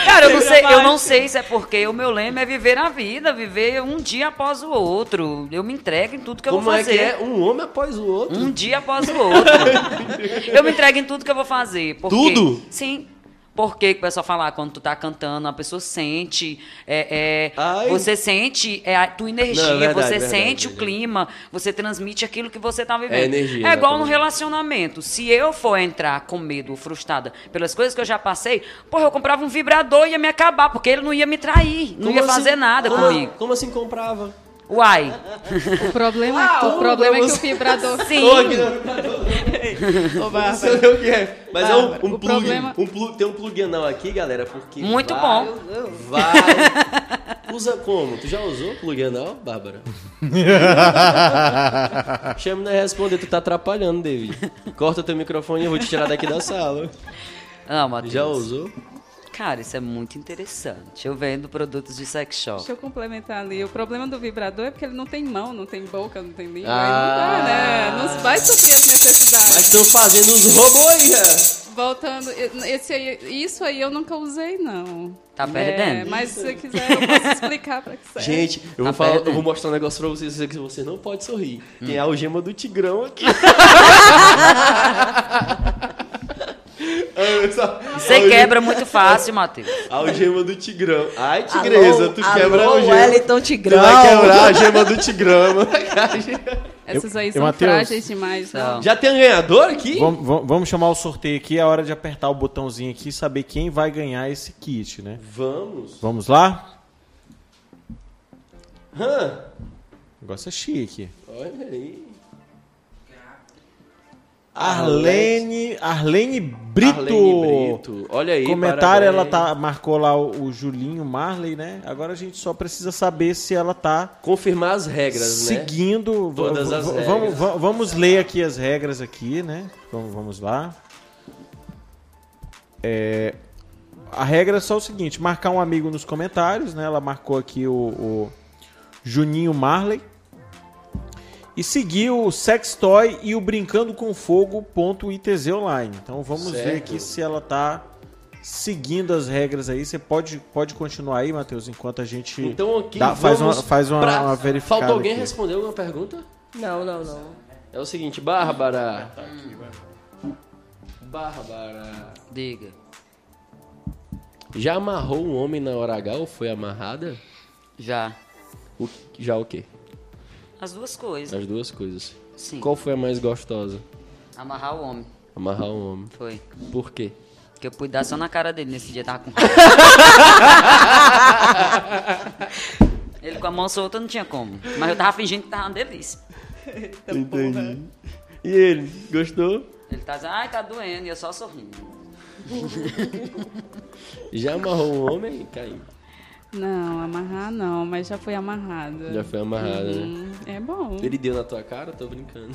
[SPEAKER 4] Cara, eu não, sei, eu não sei se é porque o meu lema é viver a vida, viver um dia após o outro. Eu me entrego em tudo que eu
[SPEAKER 1] Como
[SPEAKER 4] vou
[SPEAKER 1] é que
[SPEAKER 4] fazer.
[SPEAKER 1] é um homem após o outro?
[SPEAKER 4] Um dia após o outro. eu me entrego em tudo que eu vou fazer. porque-
[SPEAKER 1] Tudo?
[SPEAKER 4] Sim. Porque o pessoal fala, quando tu tá cantando, a pessoa sente. é, é,
[SPEAKER 1] Ai.
[SPEAKER 4] você sente é, a tua energia,
[SPEAKER 1] Não, é verdade,
[SPEAKER 4] você
[SPEAKER 1] verdade,
[SPEAKER 4] sente o
[SPEAKER 1] verdade.
[SPEAKER 4] clima, você transmite aquilo que você tá vivendo.
[SPEAKER 1] É energia,
[SPEAKER 4] igual no
[SPEAKER 1] exatamente.
[SPEAKER 4] relacionamento. Se eu for entrar com medo ou frustrada pelas coisas que eu já passei, porra, eu comprava um vibrador e ia me acabar, porque ele não ia me trair, não
[SPEAKER 1] Como
[SPEAKER 4] ia
[SPEAKER 1] assim?
[SPEAKER 4] fazer nada
[SPEAKER 1] Ah,
[SPEAKER 4] comigo.
[SPEAKER 1] Como assim comprava?
[SPEAKER 4] Uai.
[SPEAKER 3] O problema,
[SPEAKER 1] Ah,
[SPEAKER 3] o problema é que o
[SPEAKER 1] vamos-
[SPEAKER 3] vibrador.
[SPEAKER 4] Sim.
[SPEAKER 1] Ô, Guilherme, Não sei nem o que é. Mas é um, um
[SPEAKER 3] o
[SPEAKER 1] plug,
[SPEAKER 3] problema-
[SPEAKER 1] um plug- Tem um plug anal aqui, galera, porque.
[SPEAKER 4] Muito
[SPEAKER 1] vai-
[SPEAKER 4] bom.
[SPEAKER 1] Vai. Usa como? Tu já usou plug anal, Bárbara? Chama não é responder, tu tá atrapalhando, David. Corta teu microfone e eu vou te tirar daqui da sala.
[SPEAKER 4] Ah, Matheus.
[SPEAKER 1] Já usou?
[SPEAKER 4] Cara, isso é muito interessante. Eu vendo produtos de sex shop.
[SPEAKER 3] Deixa eu complementar ali. O problema do vibrador é porque ele não tem mão, não tem boca, não tem língua.
[SPEAKER 1] Ah.
[SPEAKER 3] Aí não dá, né? Não vai suprir as necessidades.
[SPEAKER 1] Mas estão fazendo uns robôs aí, é. já.
[SPEAKER 3] voltando, esse aí- isso aí eu nunca usei, não.
[SPEAKER 4] Tá
[SPEAKER 3] É,
[SPEAKER 4] perdendo.
[SPEAKER 3] mas se você quiser, eu posso explicar pra que serve.
[SPEAKER 1] Gente, eu vou,
[SPEAKER 4] Tá
[SPEAKER 1] falar- eu
[SPEAKER 4] perdendo.
[SPEAKER 1] vou mostrar um negócio pra vocês que vocês não podem sorrir. Tem a algema do Tigrão aqui.
[SPEAKER 4] Você quebra muito fácil, Matheus.
[SPEAKER 1] A algema do Tigrão. Ai, Tigresa, tu quebra a
[SPEAKER 2] alô,
[SPEAKER 1] algema.
[SPEAKER 2] Wellington
[SPEAKER 1] Tu
[SPEAKER 2] Tigrão.
[SPEAKER 1] vai quebrar a algema do Tigrão. mano.
[SPEAKER 3] Essas
[SPEAKER 5] Eu-
[SPEAKER 3] aí
[SPEAKER 5] eu,
[SPEAKER 3] são
[SPEAKER 5] Matheus.
[SPEAKER 3] frágeis demais, não.
[SPEAKER 4] São.
[SPEAKER 1] Já tem um ganhador aqui?
[SPEAKER 5] Vamos, vamos- vamos chamar o sorteio aqui, é a hora de apertar o botãozinho aqui e saber quem vai ganhar esse kit, né?
[SPEAKER 1] Vamos.
[SPEAKER 5] Vamos lá?
[SPEAKER 1] Hã?
[SPEAKER 5] O negócio é chique.
[SPEAKER 1] Olha aí.
[SPEAKER 5] Arlene, Arlene Brito.
[SPEAKER 1] Arlene Brito. Olha aí.
[SPEAKER 5] Comentário, ela
[SPEAKER 1] parabéns.
[SPEAKER 5] tá, marcou lá o, o Julinho Marley, né? Agora a gente só precisa saber se ela tá
[SPEAKER 1] Confirmar as regras, né?
[SPEAKER 5] seguindo. v-
[SPEAKER 1] Todas
[SPEAKER 5] v-
[SPEAKER 1] as
[SPEAKER 5] v-
[SPEAKER 1] regras.
[SPEAKER 5] Vamos, va- vamos ler aqui as regras aqui, né? Vamos, vamos lá. É, a regra é só o seguinte: marcar um amigo nos comentários, né? Ela marcou aqui o, o Juninho Marley. E seguir o Sextoy e o Brincando com Fogo.itz online. Então vamos ver
[SPEAKER 1] Certo.
[SPEAKER 5] aqui se ela tá seguindo as regras aí. Você pode, pode continuar aí, Matheus, enquanto a gente
[SPEAKER 1] Então aqui
[SPEAKER 5] dá- faz uma,
[SPEAKER 1] vamos
[SPEAKER 5] faz uma,
[SPEAKER 1] pra-
[SPEAKER 5] uma verificada.
[SPEAKER 1] Falta alguém
[SPEAKER 5] aqui.
[SPEAKER 1] responder alguma pergunta?
[SPEAKER 2] Não, não, não.
[SPEAKER 1] É o seguinte, Bárbara. Bárbara.
[SPEAKER 4] Diga.
[SPEAKER 1] Já amarrou um homem na hora H ou foi amarrada?
[SPEAKER 4] Já.
[SPEAKER 1] O- já o quê?
[SPEAKER 4] As duas coisas.
[SPEAKER 1] As duas coisas.
[SPEAKER 4] Sim.
[SPEAKER 1] Qual foi a mais gostosa?
[SPEAKER 4] Amarrar o homem.
[SPEAKER 1] Amarrar um homem.
[SPEAKER 4] Foi.
[SPEAKER 1] Por quê?
[SPEAKER 4] Que eu pude dar só na cara dele nesse dia, tava com. Ele com a mão solta não tinha como. Mas eu tava fingindo que tava uma delícia.
[SPEAKER 1] Entendi. E ele, gostou?
[SPEAKER 4] Ele tá dizendo, ai, tá doendo, e eu só sorrindo.
[SPEAKER 1] Já amarrou um homem? Caiu.
[SPEAKER 3] Não, amarrar não, mas já fui amarrada.
[SPEAKER 1] Já foi amarrada, né?
[SPEAKER 3] Hum, É bom.
[SPEAKER 1] Ele deu na tua cara, eu tô brincando.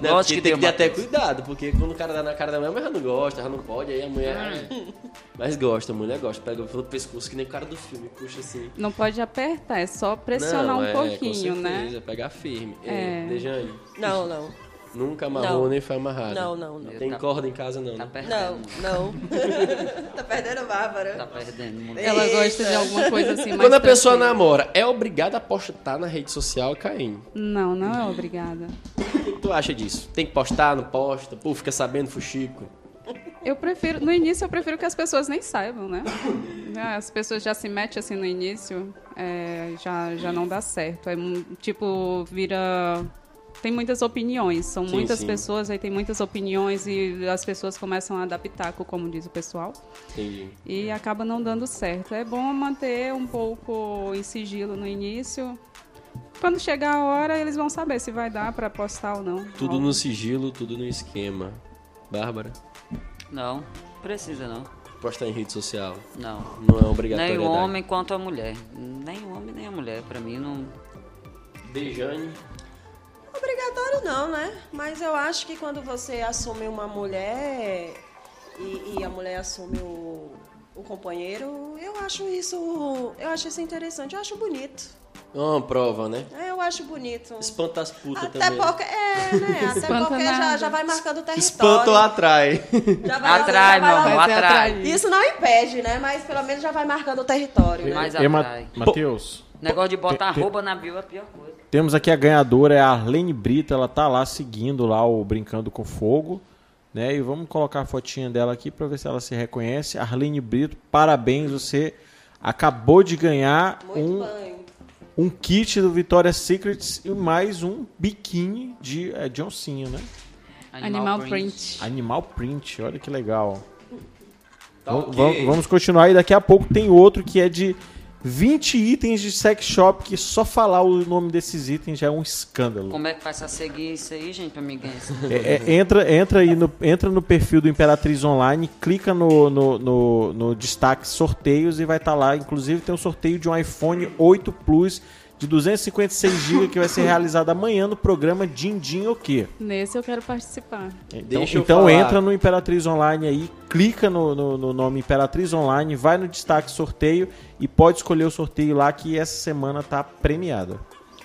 [SPEAKER 1] não,
[SPEAKER 4] Lógico
[SPEAKER 1] porque tem
[SPEAKER 4] que deu,
[SPEAKER 1] que ter até
[SPEAKER 4] Matheus.
[SPEAKER 1] cuidado, porque quando o cara dá na cara da mulher, mas ela não gosta, ela não pode, aí a mulher. Mas gosta, a mulher gosta. Pega pelo pescoço, que nem o cara do filme, puxa assim.
[SPEAKER 3] Não pode apertar, é só pressionar
[SPEAKER 1] Não,
[SPEAKER 3] um
[SPEAKER 1] é, com
[SPEAKER 3] pouquinho, né?
[SPEAKER 1] certeza, Pegar firme.
[SPEAKER 3] É.
[SPEAKER 1] É. Dejane,
[SPEAKER 2] Não, não.
[SPEAKER 1] nunca amarrou
[SPEAKER 2] Não.
[SPEAKER 1] nem foi amarrada.
[SPEAKER 2] Não, não, não.
[SPEAKER 1] Tem corda em casa, não.
[SPEAKER 4] Tá
[SPEAKER 1] né?
[SPEAKER 2] Não,
[SPEAKER 4] perdendo.
[SPEAKER 2] não. tá perdendo a
[SPEAKER 4] Tá
[SPEAKER 2] Bárbara.
[SPEAKER 4] perdendo muito.
[SPEAKER 2] É.
[SPEAKER 3] Ela
[SPEAKER 2] Eita.
[SPEAKER 3] gosta de alguma coisa assim mais
[SPEAKER 1] Quando a pessoa
[SPEAKER 3] tranquila.
[SPEAKER 1] namora, é obrigada a postar na rede social, Caim.
[SPEAKER 3] Não, não é obrigada.
[SPEAKER 1] O que que tu acha disso? Tem que postar, não posta? Pô, fica sabendo, fuxico.
[SPEAKER 3] Eu prefiro, no início eu prefiro que as pessoas nem saibam, né? Ah, As pessoas já se metem assim no início, é, já, já não dá certo. É um- tipo, vira. Tem muitas opiniões, são
[SPEAKER 1] Sim,
[SPEAKER 3] muitas
[SPEAKER 1] sim.
[SPEAKER 3] pessoas, aí tem muitas opiniões e as pessoas começam a adaptar, como diz o pessoal,
[SPEAKER 1] Entendi.
[SPEAKER 3] e acaba não dando certo. É bom manter um pouco em sigilo no início. Quando chegar a hora, eles vão saber se vai dar pra postar ou não.
[SPEAKER 1] Tudo
[SPEAKER 3] Algo.
[SPEAKER 1] no sigilo, tudo no esquema. Bárbara,
[SPEAKER 4] Não, precisa não.
[SPEAKER 1] postar em rede social
[SPEAKER 4] Não.
[SPEAKER 1] não é obrigatório.
[SPEAKER 4] Nem o homem quanto a mulher. Nem o homem nem a mulher. Pra mim não.
[SPEAKER 1] Dejane.
[SPEAKER 2] Obrigatório não, né? Mas eu acho que quando você assume uma mulher e, e a mulher assume o, o companheiro, eu acho isso. Eu acho isso interessante, eu acho bonito.
[SPEAKER 1] É uma prova, né?
[SPEAKER 2] É, Eu acho bonito.
[SPEAKER 1] Espanta as putas
[SPEAKER 2] Até
[SPEAKER 1] também.
[SPEAKER 2] porque. É, né? Até
[SPEAKER 3] Espanta
[SPEAKER 2] porque já,
[SPEAKER 3] nada.
[SPEAKER 2] já vai marcando o território.
[SPEAKER 1] Espanta ou atrai?
[SPEAKER 2] Já vai- já vai-
[SPEAKER 4] Atrai, meu amor,
[SPEAKER 3] Vai ser
[SPEAKER 4] atrai.
[SPEAKER 3] atraído.
[SPEAKER 2] Isso não impede, né? Mas pelo menos já vai marcando o território. Né?
[SPEAKER 4] Mas
[SPEAKER 5] E, Ma-
[SPEAKER 4] atrai.
[SPEAKER 5] Matheus,
[SPEAKER 4] Negócio de botar arroba na bio é a pior coisa.
[SPEAKER 5] temos aqui a ganhadora, é a Arlene Brito, ela tá lá seguindo lá o Brincando com Fogo, né? E vamos colocar a fotinha dela aqui pra ver se ela se reconhece. Arlene Brito, parabéns, você acabou de ganhar
[SPEAKER 2] Muito
[SPEAKER 5] um,
[SPEAKER 2] banho.
[SPEAKER 5] um kit do Victoria's Secrets e mais um biquíni de, é, de oncinha, né?
[SPEAKER 3] Animal print.
[SPEAKER 5] Animal print, olha que legal.
[SPEAKER 1] Tá
[SPEAKER 5] Va-
[SPEAKER 1] ok.
[SPEAKER 5] va- Vamos continuar e daqui a pouco tem outro que é de 20 itens de sex shop que só falar o nome desses itens já é um escândalo.
[SPEAKER 4] Como é que faz pra seguir isso aí, gente, pra mim ganhar isso?
[SPEAKER 5] É- é- entra, entra aí no, entra no perfil do Imperatriz Online, clica no, no, no- no destaque sorteios e vai estar lá. Inclusive tem um sorteio de um iPhone 8 Plus de 256 GB que vai ser realizado amanhã no programa Dindim o quê?
[SPEAKER 3] Nesse eu quero participar.
[SPEAKER 5] Então,
[SPEAKER 1] Deixa eu
[SPEAKER 5] então
[SPEAKER 1] falar.
[SPEAKER 5] entra no Imperatriz Online aí, clica no, no- no nome Imperatriz Online, vai no destaque sorteio e pode escolher o sorteio lá que essa semana tá premiada.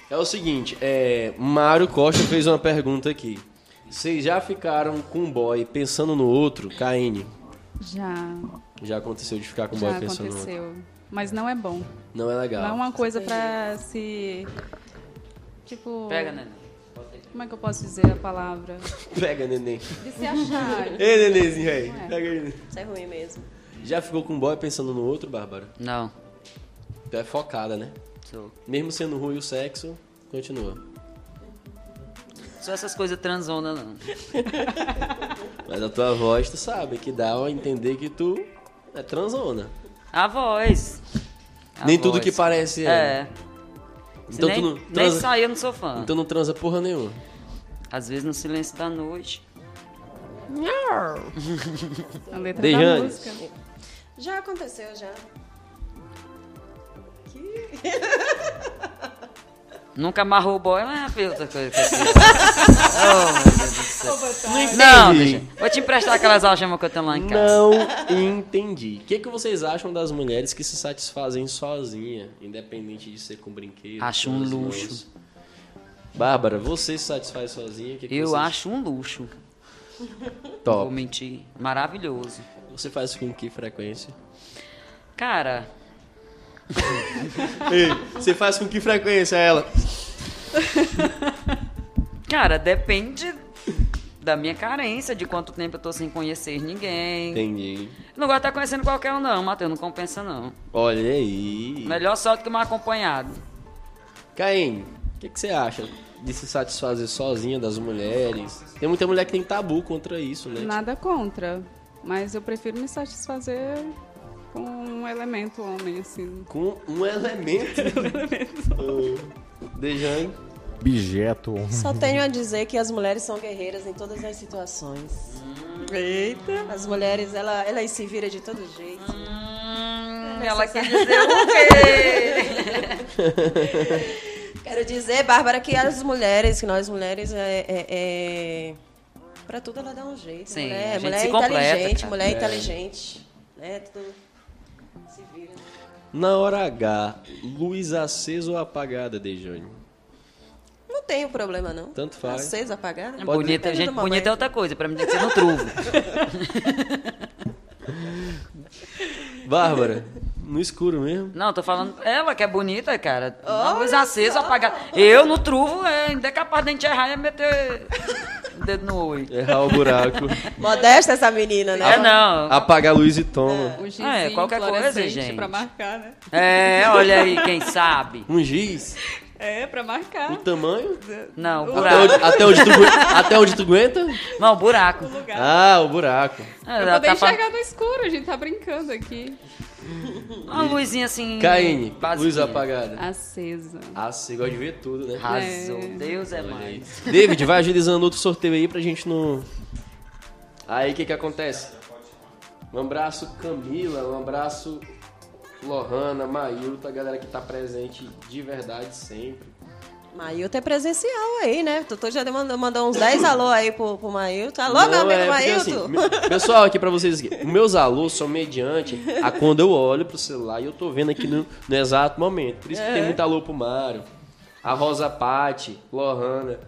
[SPEAKER 1] É o seguinte, é, Mário Costa fez uma pergunta aqui. Vocês já ficaram com um boy pensando no outro, KN?
[SPEAKER 3] Já,
[SPEAKER 1] Já aconteceu de ficar com um boy
[SPEAKER 3] já
[SPEAKER 1] pensando no outro.
[SPEAKER 3] aconteceu. Mas não é bom.
[SPEAKER 1] Não é legal.
[SPEAKER 3] Não é uma coisa pra se. Tipo.
[SPEAKER 4] Pega, né?
[SPEAKER 3] Como é que eu posso dizer a palavra?
[SPEAKER 1] Pega, neném.
[SPEAKER 3] De se achar.
[SPEAKER 1] Ei, nenenzinho aí.
[SPEAKER 3] Ué.
[SPEAKER 1] Pega aí, neném.
[SPEAKER 2] Isso é ruim mesmo.
[SPEAKER 1] Já ficou com um boy pensando no outro, Bárbara?
[SPEAKER 4] Não.
[SPEAKER 1] Tu é focada, né?
[SPEAKER 4] Sou.
[SPEAKER 1] Mesmo sendo ruim o sexo, continua.
[SPEAKER 4] Só essas coisas transona, não.
[SPEAKER 1] Mas a tua voz, tu sabe, que dá a entender que tu é transona.
[SPEAKER 4] A voz. A
[SPEAKER 1] Nem tudo
[SPEAKER 4] voz.
[SPEAKER 1] que parece é.
[SPEAKER 4] É.
[SPEAKER 1] Então tu
[SPEAKER 4] nem,
[SPEAKER 1] não
[SPEAKER 4] nem
[SPEAKER 1] transa-
[SPEAKER 4] só eu não sou fã.
[SPEAKER 1] Então não transa porra nenhuma.
[SPEAKER 4] Às vezes no silêncio da noite.
[SPEAKER 3] A letra
[SPEAKER 1] Dejane.
[SPEAKER 3] da música.
[SPEAKER 2] Já aconteceu, já. Que...
[SPEAKER 4] Nunca amarrou o boy, mas foi outra coisa. que eu fiz. oh, meu Deus do céu. Não,
[SPEAKER 1] entendi.
[SPEAKER 4] deixa. Vou te emprestar aquelas algemas que eu tenho lá em casa.
[SPEAKER 1] Não entendi. O que, que vocês acham das mulheres que se satisfazem sozinha, independente de ser com brinquedo?
[SPEAKER 4] Acho
[SPEAKER 1] com
[SPEAKER 4] um
[SPEAKER 1] as
[SPEAKER 4] luxo.
[SPEAKER 1] mãos? Bárbara, você se satisfaz sozinha? O Que que
[SPEAKER 4] Eu
[SPEAKER 1] você
[SPEAKER 4] acho um luxo. Vou
[SPEAKER 1] top.
[SPEAKER 4] mentir. Maravilhoso.
[SPEAKER 1] Você faz com que frequência?
[SPEAKER 4] Cara,
[SPEAKER 1] Ei, você faz com que frequência ela?
[SPEAKER 4] cara, depende da minha carência, de quanto tempo eu tô sem conhecer ninguém.
[SPEAKER 1] Entendi.
[SPEAKER 4] Não gosto de estar conhecendo qualquer um, não, Matheus. Não compensa, não.
[SPEAKER 1] Olha aí.
[SPEAKER 4] Melhor só do que mal acompanhado.
[SPEAKER 1] Caim, o que, que você acha de se satisfazer sozinha das mulheres? Tem muita mulher que tem tabu contra isso, né?
[SPEAKER 3] Nada contra. Mas eu prefiro me satisfazer com um elemento homem, assim.
[SPEAKER 1] Com um elemento. Dejane. Um
[SPEAKER 5] Objeto.
[SPEAKER 2] Só tenho a dizer que as mulheres são guerreiras em todas as situações. Eita! As mulheres, ela, elas se viram de todo jeito.
[SPEAKER 4] Hum, ela quer dizer o quê?
[SPEAKER 2] Quero dizer, Bárbara, que as mulheres, que nós mulheres, é. é, é... Pra tudo ela dá um jeito.
[SPEAKER 4] Sim, a
[SPEAKER 2] mulher,
[SPEAKER 4] gente
[SPEAKER 2] mulher é
[SPEAKER 4] se completa,
[SPEAKER 2] inteligente,
[SPEAKER 4] cara.
[SPEAKER 2] mulher é. inteligente. Né? Tudo se vira.
[SPEAKER 1] Na hora H, luz acesa ou apagada, Dejane?
[SPEAKER 2] Não tenho problema, não.
[SPEAKER 1] Tanto faz.
[SPEAKER 2] Vocês apagaram?
[SPEAKER 4] Bonita,
[SPEAKER 2] Depende
[SPEAKER 4] gente
[SPEAKER 2] do momento.
[SPEAKER 4] bonita é outra coisa. Pra mim tem que ser no truvo.
[SPEAKER 1] Bárbara, no escuro mesmo?
[SPEAKER 4] Não, tô falando ela que é bonita, cara. Uma luz acesa, apagada. Eu no truvo, é, ainda é capaz de gente errar e meter o dedo no olho.
[SPEAKER 1] Errar o buraco.
[SPEAKER 2] Modesta essa menina, né?
[SPEAKER 4] É, não.
[SPEAKER 1] Apaga a luz e toma.
[SPEAKER 3] O gizinho
[SPEAKER 4] Ah, é, qualquer coisa,
[SPEAKER 3] Um fluorescente
[SPEAKER 4] gente.
[SPEAKER 3] Pra marcar, né?
[SPEAKER 4] É, olha aí, quem sabe.
[SPEAKER 1] Um giz?
[SPEAKER 3] É, pra
[SPEAKER 1] O
[SPEAKER 3] marcar.
[SPEAKER 1] tamanho?
[SPEAKER 4] Não,
[SPEAKER 1] Até onde,
[SPEAKER 4] buraco.
[SPEAKER 1] até onde tu, agu- até onde tu aguenta?
[SPEAKER 4] Não, buraco.
[SPEAKER 1] Ah, o buraco.
[SPEAKER 4] Ah,
[SPEAKER 3] Eu
[SPEAKER 4] ela
[SPEAKER 3] poder
[SPEAKER 4] tá fa-
[SPEAKER 3] enxergar no escuro, a gente tá brincando aqui.
[SPEAKER 4] Uma luzinha assim.
[SPEAKER 1] Caine,
[SPEAKER 4] basiquinha.
[SPEAKER 1] luz apagada.
[SPEAKER 3] Acesa.
[SPEAKER 1] Hum, Ah, você gosta de ver tudo, né?
[SPEAKER 4] Arrasou.
[SPEAKER 3] É.
[SPEAKER 4] Deus é
[SPEAKER 1] Olha aí.
[SPEAKER 4] mais.
[SPEAKER 1] David, vai agilizando outro sorteio aí pra gente não. Aí o que que acontece? Um abraço Camila, um abraço Lohana, Mailta, a galera que tá presente de verdade sempre.
[SPEAKER 2] Mailton é presencial aí, né? Totô já mandou, mandou uns 10 alô aí pro, pro Mailton. Alô, meu
[SPEAKER 1] Não,
[SPEAKER 2] amigo
[SPEAKER 1] é, porque,
[SPEAKER 2] Mailton!
[SPEAKER 1] assim, me- pessoal, aqui pra vocês, aqui, os meus alôs são mediante a quando eu olho pro celular e eu tô vendo aqui no, no exato momento. Por isso que
[SPEAKER 2] É.
[SPEAKER 1] tem muito alô pro Mário, a Rosa Patti, Lohana,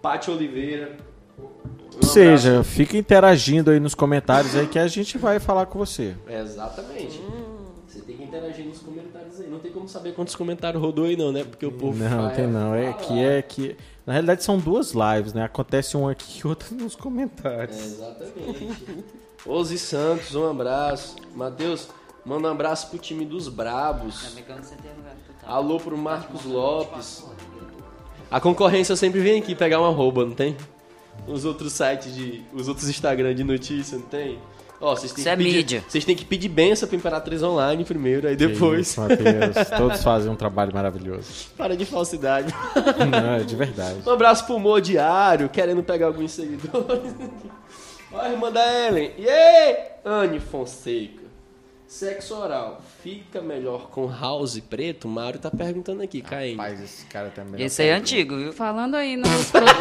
[SPEAKER 1] Patti Oliveira. Um
[SPEAKER 5] Ou seja, fica interagindo aí nos comentários aí que a gente vai falar com você.
[SPEAKER 1] É, Exatamente.
[SPEAKER 2] Hum.
[SPEAKER 1] Você tem que interagir nos comentários aí. Não tem como saber quantos comentários rodou aí, não, né? Porque o povo.
[SPEAKER 5] Não,
[SPEAKER 1] fala-
[SPEAKER 5] tem não. É que é que. Na realidade são duas lives, né? Acontece uma aqui e outra nos
[SPEAKER 1] É,
[SPEAKER 5] comentários.
[SPEAKER 1] exatamente. Ozzy Santos, um abraço. Matheus, manda um abraço pro time dos Brabos.
[SPEAKER 4] Também que eu não sei ter lugar que tu tá.
[SPEAKER 1] Alô pro Marcos Lopes. A concorrência sempre vem aqui pegar uma rouba, não tem? Os outros sites de. Os outros Instagram de notícia, não tem? Ó, vocês têm
[SPEAKER 4] Isso
[SPEAKER 1] que
[SPEAKER 4] é
[SPEAKER 1] pedir-
[SPEAKER 4] mídia.
[SPEAKER 1] Vocês têm que pedir benção pra Imperatriz Online primeiro, aí
[SPEAKER 5] Que
[SPEAKER 1] depois.
[SPEAKER 5] isso, Matheus. Todos fazem um trabalho maravilhoso.
[SPEAKER 1] Para de falsidade.
[SPEAKER 5] Não, é de verdade.
[SPEAKER 1] Um abraço pro Mo Diário, querendo pegar alguns seguidores. Ó, a irmã da Ellen. Yay! Anne Fonseca. Sexo oral fica melhor com house preto? O Mário tá perguntando aqui, Caim.
[SPEAKER 5] Mas esse cara também.
[SPEAKER 4] Esse aí é antigo, viu?
[SPEAKER 3] Falando aí nos produtos.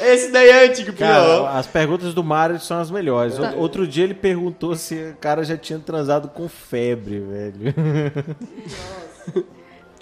[SPEAKER 1] Esse daí é antigo, pior.
[SPEAKER 5] Cara, as perguntas do Mário são as melhores. Out- Outro dia ele perguntou se o cara já tinha transado com febre, velho.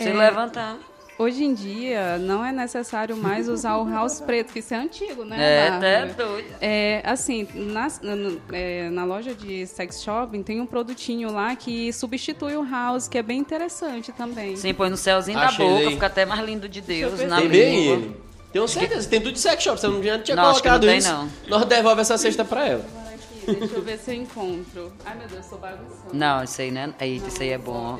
[SPEAKER 3] É.
[SPEAKER 4] Se levantar.
[SPEAKER 3] hoje em dia não é necessário mais usar o house preto, que isso é antigo, né?
[SPEAKER 4] É,
[SPEAKER 3] Bárbara?
[SPEAKER 4] até doido.
[SPEAKER 3] É, assim, nas- na, no- é, na loja de sex shopping tem um produtinho lá que substitui o house, que é bem interessante também.
[SPEAKER 4] Sim, assim, põe no céuzinho
[SPEAKER 1] Achei
[SPEAKER 4] da boca,
[SPEAKER 1] ele.
[SPEAKER 4] fica até mais lindo de Deus na
[SPEAKER 1] tem bem
[SPEAKER 3] é.
[SPEAKER 4] língua.
[SPEAKER 1] ele. Tem um certeza, tem tudo de sex shop, você não tinha
[SPEAKER 4] Não, acho que
[SPEAKER 1] colocado
[SPEAKER 4] não tem,
[SPEAKER 1] isso.
[SPEAKER 4] não.
[SPEAKER 1] Nós devolve essa cesta pra ela.
[SPEAKER 3] Agora aqui, Deixa eu ver se eu encontro. Ai, meu Deus, sou bagunçando.
[SPEAKER 4] Não, isso aí, né? Eita, isso aí é bom.